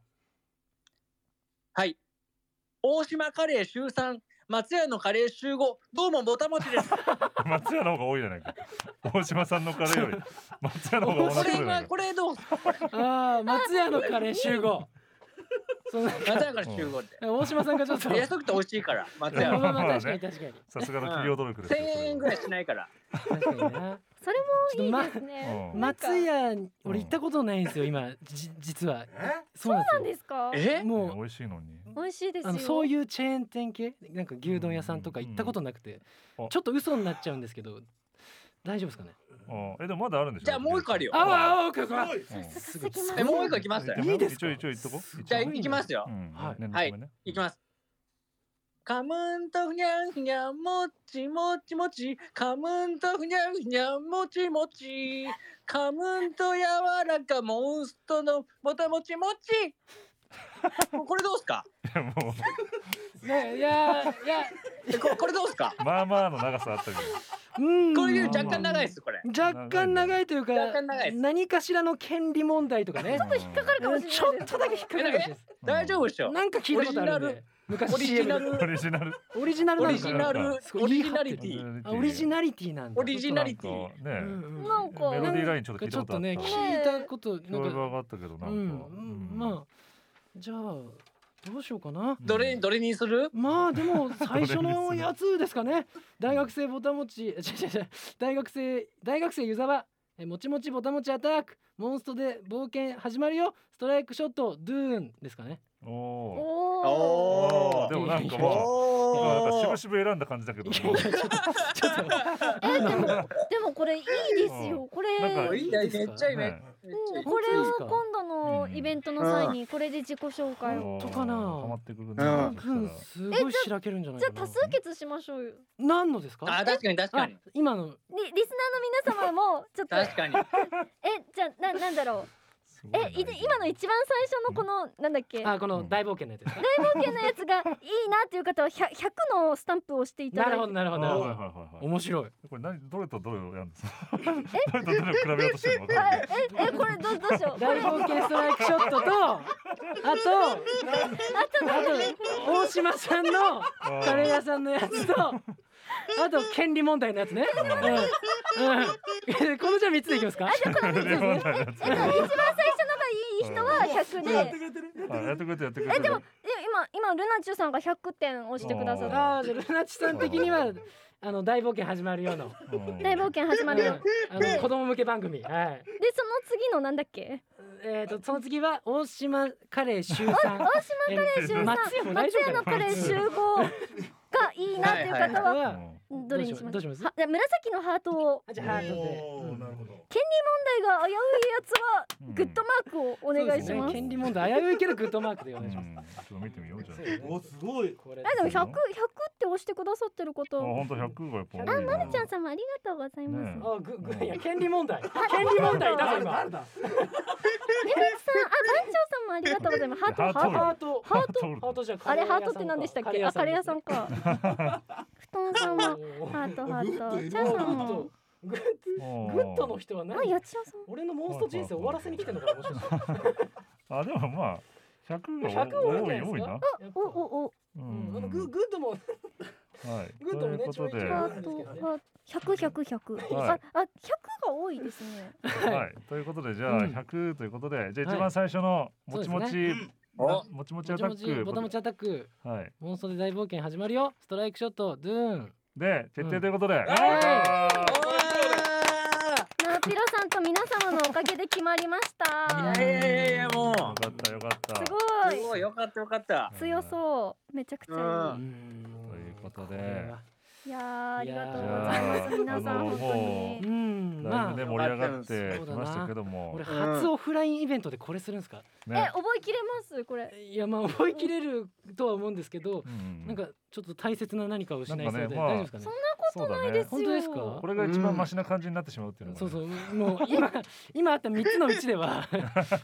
S6: 大島カレー週3松屋のカレー集合どうもぼたもちです
S1: 松屋の方が多いじゃないか大島さんのカレーよ り松屋の方が
S6: こ
S1: 同じじ
S6: れ
S1: ゃない
S6: が
S1: か
S6: これどう
S3: ああ松屋のカレー集合 その
S6: 松屋から集合って
S3: 大島さんがちょっと
S6: 安くて美味しいから松
S3: まあ
S6: 屋は
S3: まあまあ確かに確かに
S1: さすがの企業努力です
S6: 1000
S1: よそれは
S6: 円ぐらいしないから
S3: 確かにな
S2: それ
S3: ち
S2: も
S3: ょっと
S2: いい
S3: ま
S2: ですね。
S1: うん
S2: なんか
S3: 松屋に俺行ったことないんですよ今じ実は
S5: え
S3: そうな
S2: なんん
S3: で
S2: ですか。
S6: え
S3: すも
S1: ね
S3: う
S1: 美味しいのに
S2: 美味しいです
S3: あ
S2: よ。
S3: のそういうチェーン店系なんか牛丼屋さんとか行ったことなくて、
S1: うんうん
S3: ちょっと嘘になっちゃうんですけど大丈夫ですかね
S1: あえでもまだあるんでしょ
S6: じゃあもう一個あるよ
S3: ああああ OK
S5: すご
S3: OK
S1: う
S5: い
S1: ん
S2: すごい
S6: えもう一個行きます
S1: 行ってみよう
S3: いいです
S1: 一応
S3: か
S1: 一応言っとこ
S3: すごい
S6: じゃあ行きますよ
S1: ううん
S3: はい
S1: 念の
S6: はい
S1: ためね
S6: いきます。カムンとふにゃんふにゃんもちもちもちカムンとふにゃんふにゃんもちもちカムンと柔らかモンストのもたもちもちもうこれどうすか
S1: いやも
S3: ねいやいや
S6: えここれどうすか
S1: うまあまあの長さあったけど
S3: うん
S6: これ若干長いですこれ
S3: 若干長いというか
S6: 若干長いです
S3: 何かしらの権利問題とかね
S1: ちょっと引っかか
S2: るかもしれないです
S3: ちょっとだけ引っかかるかもしれないです
S6: 大丈夫でしょ
S3: なんか聞いたことあるん
S6: オリジナ
S3: で
S6: ル
S3: 昔
S6: オリジ
S3: CM
S6: ナ
S3: で
S6: ル
S1: オリジナル
S3: オリジナルなのかな
S6: オリジナル
S3: すごい
S6: オリジナリテ
S3: 言い
S6: ィ
S3: あオリジナリティなんだ
S6: オリジナリティ
S1: なんか
S3: う
S1: ね
S3: んうん
S2: なんか
S1: メロディーラインちょっと聞い
S3: ち
S1: た
S3: ょっ
S1: こととあった
S3: ね
S2: ね
S3: 聞いたこと
S1: フ
S3: な
S1: レ
S3: ん
S1: ーバー
S3: か
S1: があったけどなんか
S3: う
S1: うんん
S3: まあじゃあどうしようかな
S6: どれどれにする
S3: まあでも最初のやつです かね大学生ぼたもち違う違う違う大学生大学生湯沢えもちもちぼたもちアタックモンストで冒険始まるよストライクショットドゥーンですかね
S1: おお
S2: おお。
S1: お
S6: お
S1: ーでもなんかまあなんか
S6: お
S1: 渋々選んだ感じだけど
S3: いやいやちょっとちょっと
S2: えでもでもこれいいですよ。これ
S1: なんか
S6: いいんだよめっちゃいいめっ
S1: ね
S2: うん
S6: ち
S2: これ
S3: 本当ですか
S2: を今度のイベントの際にこれで自己紹介を。
S1: 本
S3: 当かな
S1: ハマってくるね
S6: うん
S1: そしたら
S3: うんすごいしらけるんじゃない
S2: じゃ
S3: か
S2: あ多
S3: な
S2: 数決しましょうよ。
S3: 何のですか
S6: ゃあ確かに確かに
S3: あ今の
S2: リリスナーの皆様もちょっとえ
S6: 確かに
S2: じゃあななんだろ
S1: す
S2: う
S1: ごいな
S2: えい今の一番最初のこのなんだっけ
S3: あこの大冒険のやつですね
S2: 冒険のやつがいいなっていう方は 100, 100のスタンプを押していただ
S3: な
S2: い
S3: る
S2: て
S3: ほどなるほどな
S1: はい
S3: るほ
S1: はい
S3: ど
S1: はいはい
S3: 面白い
S1: これ何どれとどれをやるんですか どれとどれを比べようとしてるの分かん
S2: あ
S1: ない
S2: ええこれどうどうしようこ
S3: 大
S2: れ
S3: 冒険ストライクショットとあとあと大島さんのカレー屋さんのやつとあと権利問題のやつね うん、うん、このじゃあ3つでいきますか
S1: あーレモンだやつ
S2: えっと一番最初のがいい人は100で
S5: やってくれてる
S1: あやってくれてるやってくれてる
S2: でもえ今今ルナチュさんが100点押してくださった
S3: ああじゃあルナチさん的にはあの大冒険始まるような
S1: うん
S2: 大冒険始ま
S3: あ
S2: る
S3: の
S2: よ
S3: あの子供向け番組はい
S2: でその次のなんだっけ
S3: えー、とその次は大島カレー週三。大島カレ
S1: 週三
S3: 松屋も大
S2: 松
S3: 丈夫
S2: 屋の
S3: か
S2: カレー集合がいいなっていう方は
S1: う
S3: は
S1: ん
S2: どれにします
S3: どうします
S2: はじゃあ紫のハートを
S3: あじゃあハートで
S5: お
S3: う
S5: ー
S3: ん
S5: なるほど
S2: 問題が危ういやつは
S1: うん
S2: グッドマークをお願いし
S3: そう
S2: ま
S3: ですね権利問題危ういけどグッドマークでお
S1: う
S3: 願
S1: ん
S3: い
S1: ち
S3: し
S1: ょ
S3: ます。
S1: っと見てみようじゃ
S3: そ
S1: あ
S3: うですね
S5: おーすごい
S3: これ
S2: あでも100 100
S1: う
S2: っ
S1: ん
S2: て押してくださってる
S1: あ
S2: 方
S1: 本当百がやっぱ多いな
S3: あまる
S2: ちゃん様ありがとうございます、
S1: ね
S2: ね、
S3: あぐぐいや権利問題権利問題だぞ
S5: 誰だ
S3: 今
S5: 誰。だ
S2: さんあ番長様ありがとうございますハート
S1: いや
S2: ハート
S1: よ
S3: ハート
S1: ハート
S3: ハートじゃ
S2: あれハートって何でしたっけあカレー屋さんか布団さんはハートハー
S5: グッドい
S2: ト
S5: る
S2: チャーさんも
S3: グッ
S1: うん
S3: ドの人は
S2: あ
S3: 何？
S2: 八千代さん
S3: 俺のモンスト人生終わらせに来てんのかなもしかして。
S1: あでもまあ百が
S3: 100
S1: 多
S3: 多いんじゃない
S1: い
S3: ですか
S1: 多いな
S2: おおお
S1: う
S3: うんあの
S1: ん
S3: ググッドも
S1: はい
S3: グッド
S1: とい
S3: も
S1: う
S3: ね
S1: こと
S3: ちょいち
S1: で
S3: ょい
S2: ハ
S1: は
S2: ートハート百百百
S1: はい
S2: ああ百が多いですね
S1: いということでじゃあ
S3: うん
S1: 100ということでじゃあ
S3: はい
S1: 一番最初の
S3: そう
S1: も
S3: です
S1: ち
S3: ね
S1: もち なもちもち
S3: も
S1: ア
S3: ち
S1: タ
S3: もち
S1: ッ
S3: ボタも
S1: ク
S3: ちアタック
S1: はい
S3: モンストで大冒険始まるよストライクショットドゥーン。
S1: で決定ということで
S3: は
S2: ナーピロさんと皆様のおかげで決まりました
S6: いやいやいやいやも
S1: よかったよかった
S2: す
S6: う
S2: ご
S6: す
S2: い
S6: ごいよかったよかった
S2: 強そうめちゃくちゃいい
S6: うん
S1: ということで
S2: いやーありがとうございます
S1: いやー
S2: 皆さん
S1: あの
S2: 本
S1: も
S2: 当
S1: う
S2: に
S3: うん、
S1: だい
S3: ま
S1: ぶね
S3: あ、
S1: 盛り上がってきましたけども
S3: 俺初オフラインイベントでこれするんですか。
S2: え
S1: ね
S2: 覚えきれますこれ
S3: いや、まあ、覚えきれるとは思うんですけど、
S1: うん
S3: なんかちょっと大切な何かを失いそう
S1: な
S3: で、
S1: んかねまあ
S3: 大丈夫ですかね
S2: そん。
S1: そうだ
S2: ない
S1: ね
S2: です
S3: 本当ですか。
S1: これが一番マシな感じになってしまうっていうのが
S3: そう
S1: ね
S3: そう、もう今、今あった三つのうち では、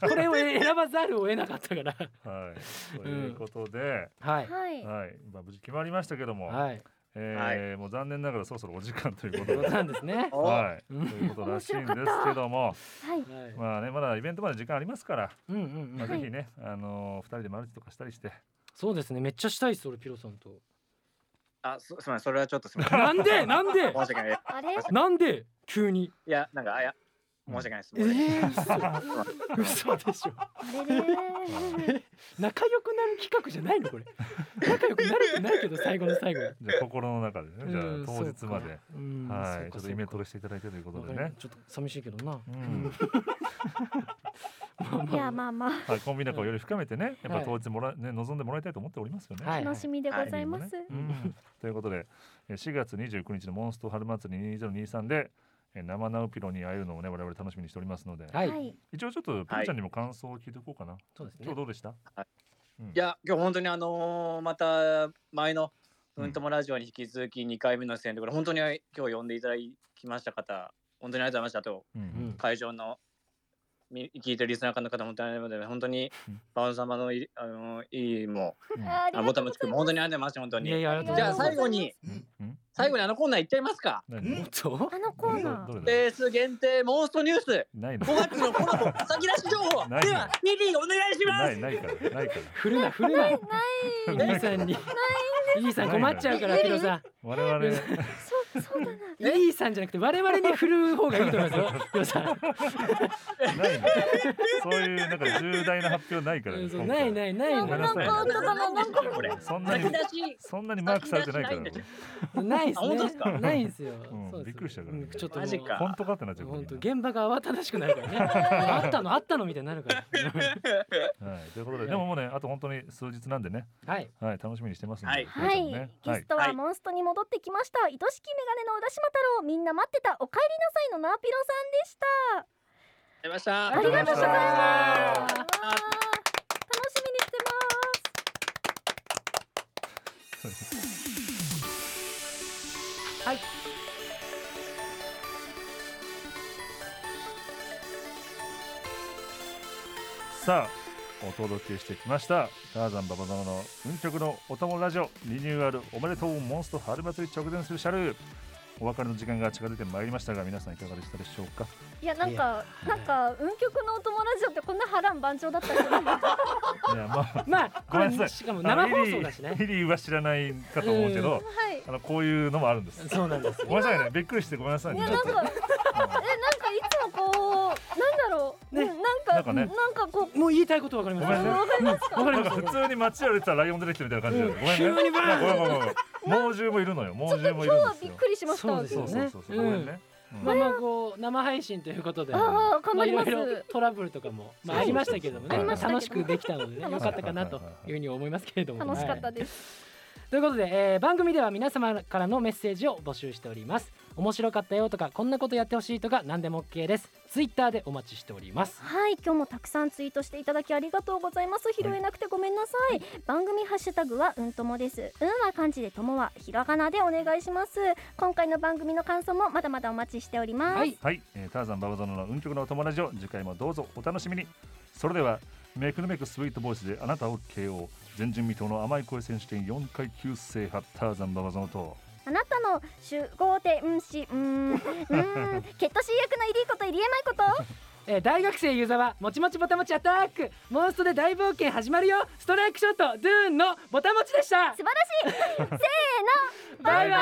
S3: これを選ばざるを得なかったから。
S1: はいということで
S3: はい。
S2: はい
S1: はいまあ無事決まりましたけども
S3: はい。
S1: えーもう残念ながらそろそろお時間というこ
S3: そ
S1: と
S3: う
S1: で。
S3: なんですね。
S6: お
S1: はい、と
S3: う
S1: い
S3: ん
S1: うことらしいんですけども、
S2: はい
S3: は い。
S1: まあね、まだイベントまで時間ありますから、
S3: うんうんう
S1: まあ、
S3: ん。
S1: ぜひね、あのー二人でマルチとかしたりして。
S3: そうですね。めっちゃしたいです。俺ピロさんと。
S6: あ、す、すみません、それはちょっとすみません。
S3: なん でなんで
S6: 申し訳ない。い
S2: あれ
S3: なんで急に
S6: や、なんか、あ、いや、申し訳ないです。
S3: えー、
S6: すいませ ん
S3: 嘘嘘でしょ
S2: あれれー
S3: 仲良くなる企画じゃないのこれ仲良くなるってないけど最後の最後
S1: じゃあ心の中でね、じゃあ
S3: うん
S1: 当日まで、
S3: うん
S1: は
S3: そう
S1: い、
S3: か
S1: ちょっと
S3: そう
S1: イ
S3: か
S1: メトレしていただいてということで
S3: わか
S1: ね
S3: る。ちょっと寂しいけどな
S1: うん
S3: まあ まあ
S2: いやまあま
S1: はい、コンビ仲をより深めてね、やっぱ
S3: はい
S1: 当日もら、ね、望んでもらいたいと思っておりますよね。
S2: あ
S3: はい
S2: 楽しみでございます、
S1: うん ということで、えー4月29日のモンスト春祭り2023で、えー生ナウピロに会えるのをね、我々楽しみにしておりますので、
S3: はい、
S2: はい
S1: 一応ちょっと、ピロちゃんにも感想を聞いておこうかな。
S3: そうです
S1: 今
S3: ね
S1: 日どうでした、
S6: いや、今日本当にあのーまた前のうんともラジオに引き続き2回目の出演で、これ本当に今日呼んでいただきました方、本当にありがとうございました。あと、
S1: うん
S3: うん
S6: 会場のみ聞いてるリスナーの方、本当にありがとうございます。本当に
S1: うん、
S6: バウン様のい、あのーいい、も
S1: うん
S2: あ
S6: う、あボタンもつく、本当にありがとうございます。本当
S3: いやい
S6: に。
S3: やありが
S6: じ
S3: とう
S6: ゃあ
S3: ござい
S6: 最
S3: ま
S6: 後に、
S1: うんうん
S6: 最後にあのコーナー行っちゃいますか。
S1: 何
S3: すおっと
S2: あのコーナー
S1: どれだ
S6: ベース限定モンストニュース。
S1: ないの
S6: 5月のコラボ先出し情報
S1: ない
S6: ではミリーお願いしま
S1: な
S6: す
S1: いないからないか
S3: 振るな振 るなイ
S1: ら
S3: ーさんにイーさん困っちゃうから
S2: ない
S3: ピロさん
S1: 我々
S3: え
S2: そうそうだな
S3: イーさんじゃなくて我々に振る方がいいと思いますよピロさん
S1: ないのそういうなんか重大な発表ないから、
S3: うんそう
S1: 今
S3: な
S1: 回
S3: いないない
S1: ごめん
S3: な
S1: なさ
S2: な
S1: い
S2: んかあったかな
S6: これ
S1: そんな
S6: 先
S1: に
S6: 出し
S1: そんなにマークされてないからこれ
S3: いないです
S6: あ本当です
S3: ね
S6: か
S3: ないんですよ
S1: うん
S3: そう
S1: び
S3: です
S1: っくりしたからね
S3: うんちょっともう
S6: マジか
S1: 本当かってなっちゃうから
S3: 本当現場が慌ただしくなるからねあったのあったのみたいになるから
S1: はい、ということででももうねあと本当に数日なんでね
S3: はい
S1: はい楽しみにしてますんで、
S6: はい
S1: 皆
S2: はい、
S1: さんもね
S2: ゲスト
S6: は
S2: はいモンストに戻ってきました、愛しきメガネの浦島太郎みんな待ってたお帰りなさいのナーピロさんでした
S6: ありました
S2: ありがとうございました
S1: ありがとうございま
S2: わあ楽しみにしてます
S1: さあお届けしてきましたターザンババゾノの運極のお供ラジオリニューアルおめでとうモンスト春祭り直前スペシャルお別れの時間が近づいてまいりましたが皆さんいかがでしたでしょうか
S2: いやなんかなんか運極のお友達だってこんな波乱万丈だったっけど
S1: いやまあ
S3: まあ
S1: ご
S3: こ
S1: めんなさ
S3: れ
S1: い
S3: しかも
S1: あの
S3: 生放送だし
S1: リ
S3: ね
S1: リーリリーは知らないかと思うけど
S2: はい
S1: あのこういうのもあるんです
S3: そうなんですよ
S1: ごめんなさいねびっくりしてごめんなさい
S2: い
S1: ね
S2: や
S1: ちょ
S2: な
S1: っ
S2: ん
S1: と
S2: かえなんかいつもこうなんだろう、
S3: ね
S2: うんなんか
S1: なんかね
S2: なんかこう
S3: もう言いたいことわかりま
S1: ごめん
S3: す
S1: ね
S2: わかります
S3: わ
S1: な
S3: かり
S1: ん
S3: ま
S1: か
S3: した
S1: 普通に街歩いてたらライオン出てきたみたいな感じで、
S3: うん
S1: ごめんね
S3: 急にバーン
S1: ごめんごめんごめん猛獣もいるのよ猛獣も
S2: 今
S1: い
S2: 日
S1: るん
S2: は
S1: です
S2: びっ
S1: よ
S2: くりしました
S3: そうです
S1: そ
S3: よ
S1: う
S3: ね
S1: そうそうそう、ごめんね、うん
S3: まあまあこう生配信ということで
S2: ああ頑張ります、
S3: いろいろトラブルとかも、まあ、ありましたけれどもね、
S1: そうそうそう
S3: まあ楽しくできたので、ね、
S2: はい
S3: よかったかなというふうに思いますけれども、
S2: 楽しかっ
S3: は
S2: たです、
S3: いということで、えー番組では皆様からのメッセージを募集しております面白かったよとかこんなことやってほしいとか何でも OK ですツイッターでお待ちしております
S2: はい今日もたくさんツイートしていただきありがとうございます拾えなくてごめんなさい、番組ハッシュタグはうんともですうんは漢字でともはひらがなでお願いします今回の番組の感想もまだまだお待ちしております、
S3: はい
S1: はい、えーターザンババゾノの運極のお友達を次回もどうぞお楽しみにそれではめくるめくスイートボイスであなたを KO 前人未到の甘い声選手権4階級制覇ターザンババゾノと
S2: あなたの集合点うんしうー んうーんケット C 役のイリーこと入江舞子と
S3: えー大学生湯沢もちもちぼたもちアタックモンストで大冒険始まるよストライクショットドゥーンのぼたもちでした
S2: 素晴らしいせーの
S3: バイバイ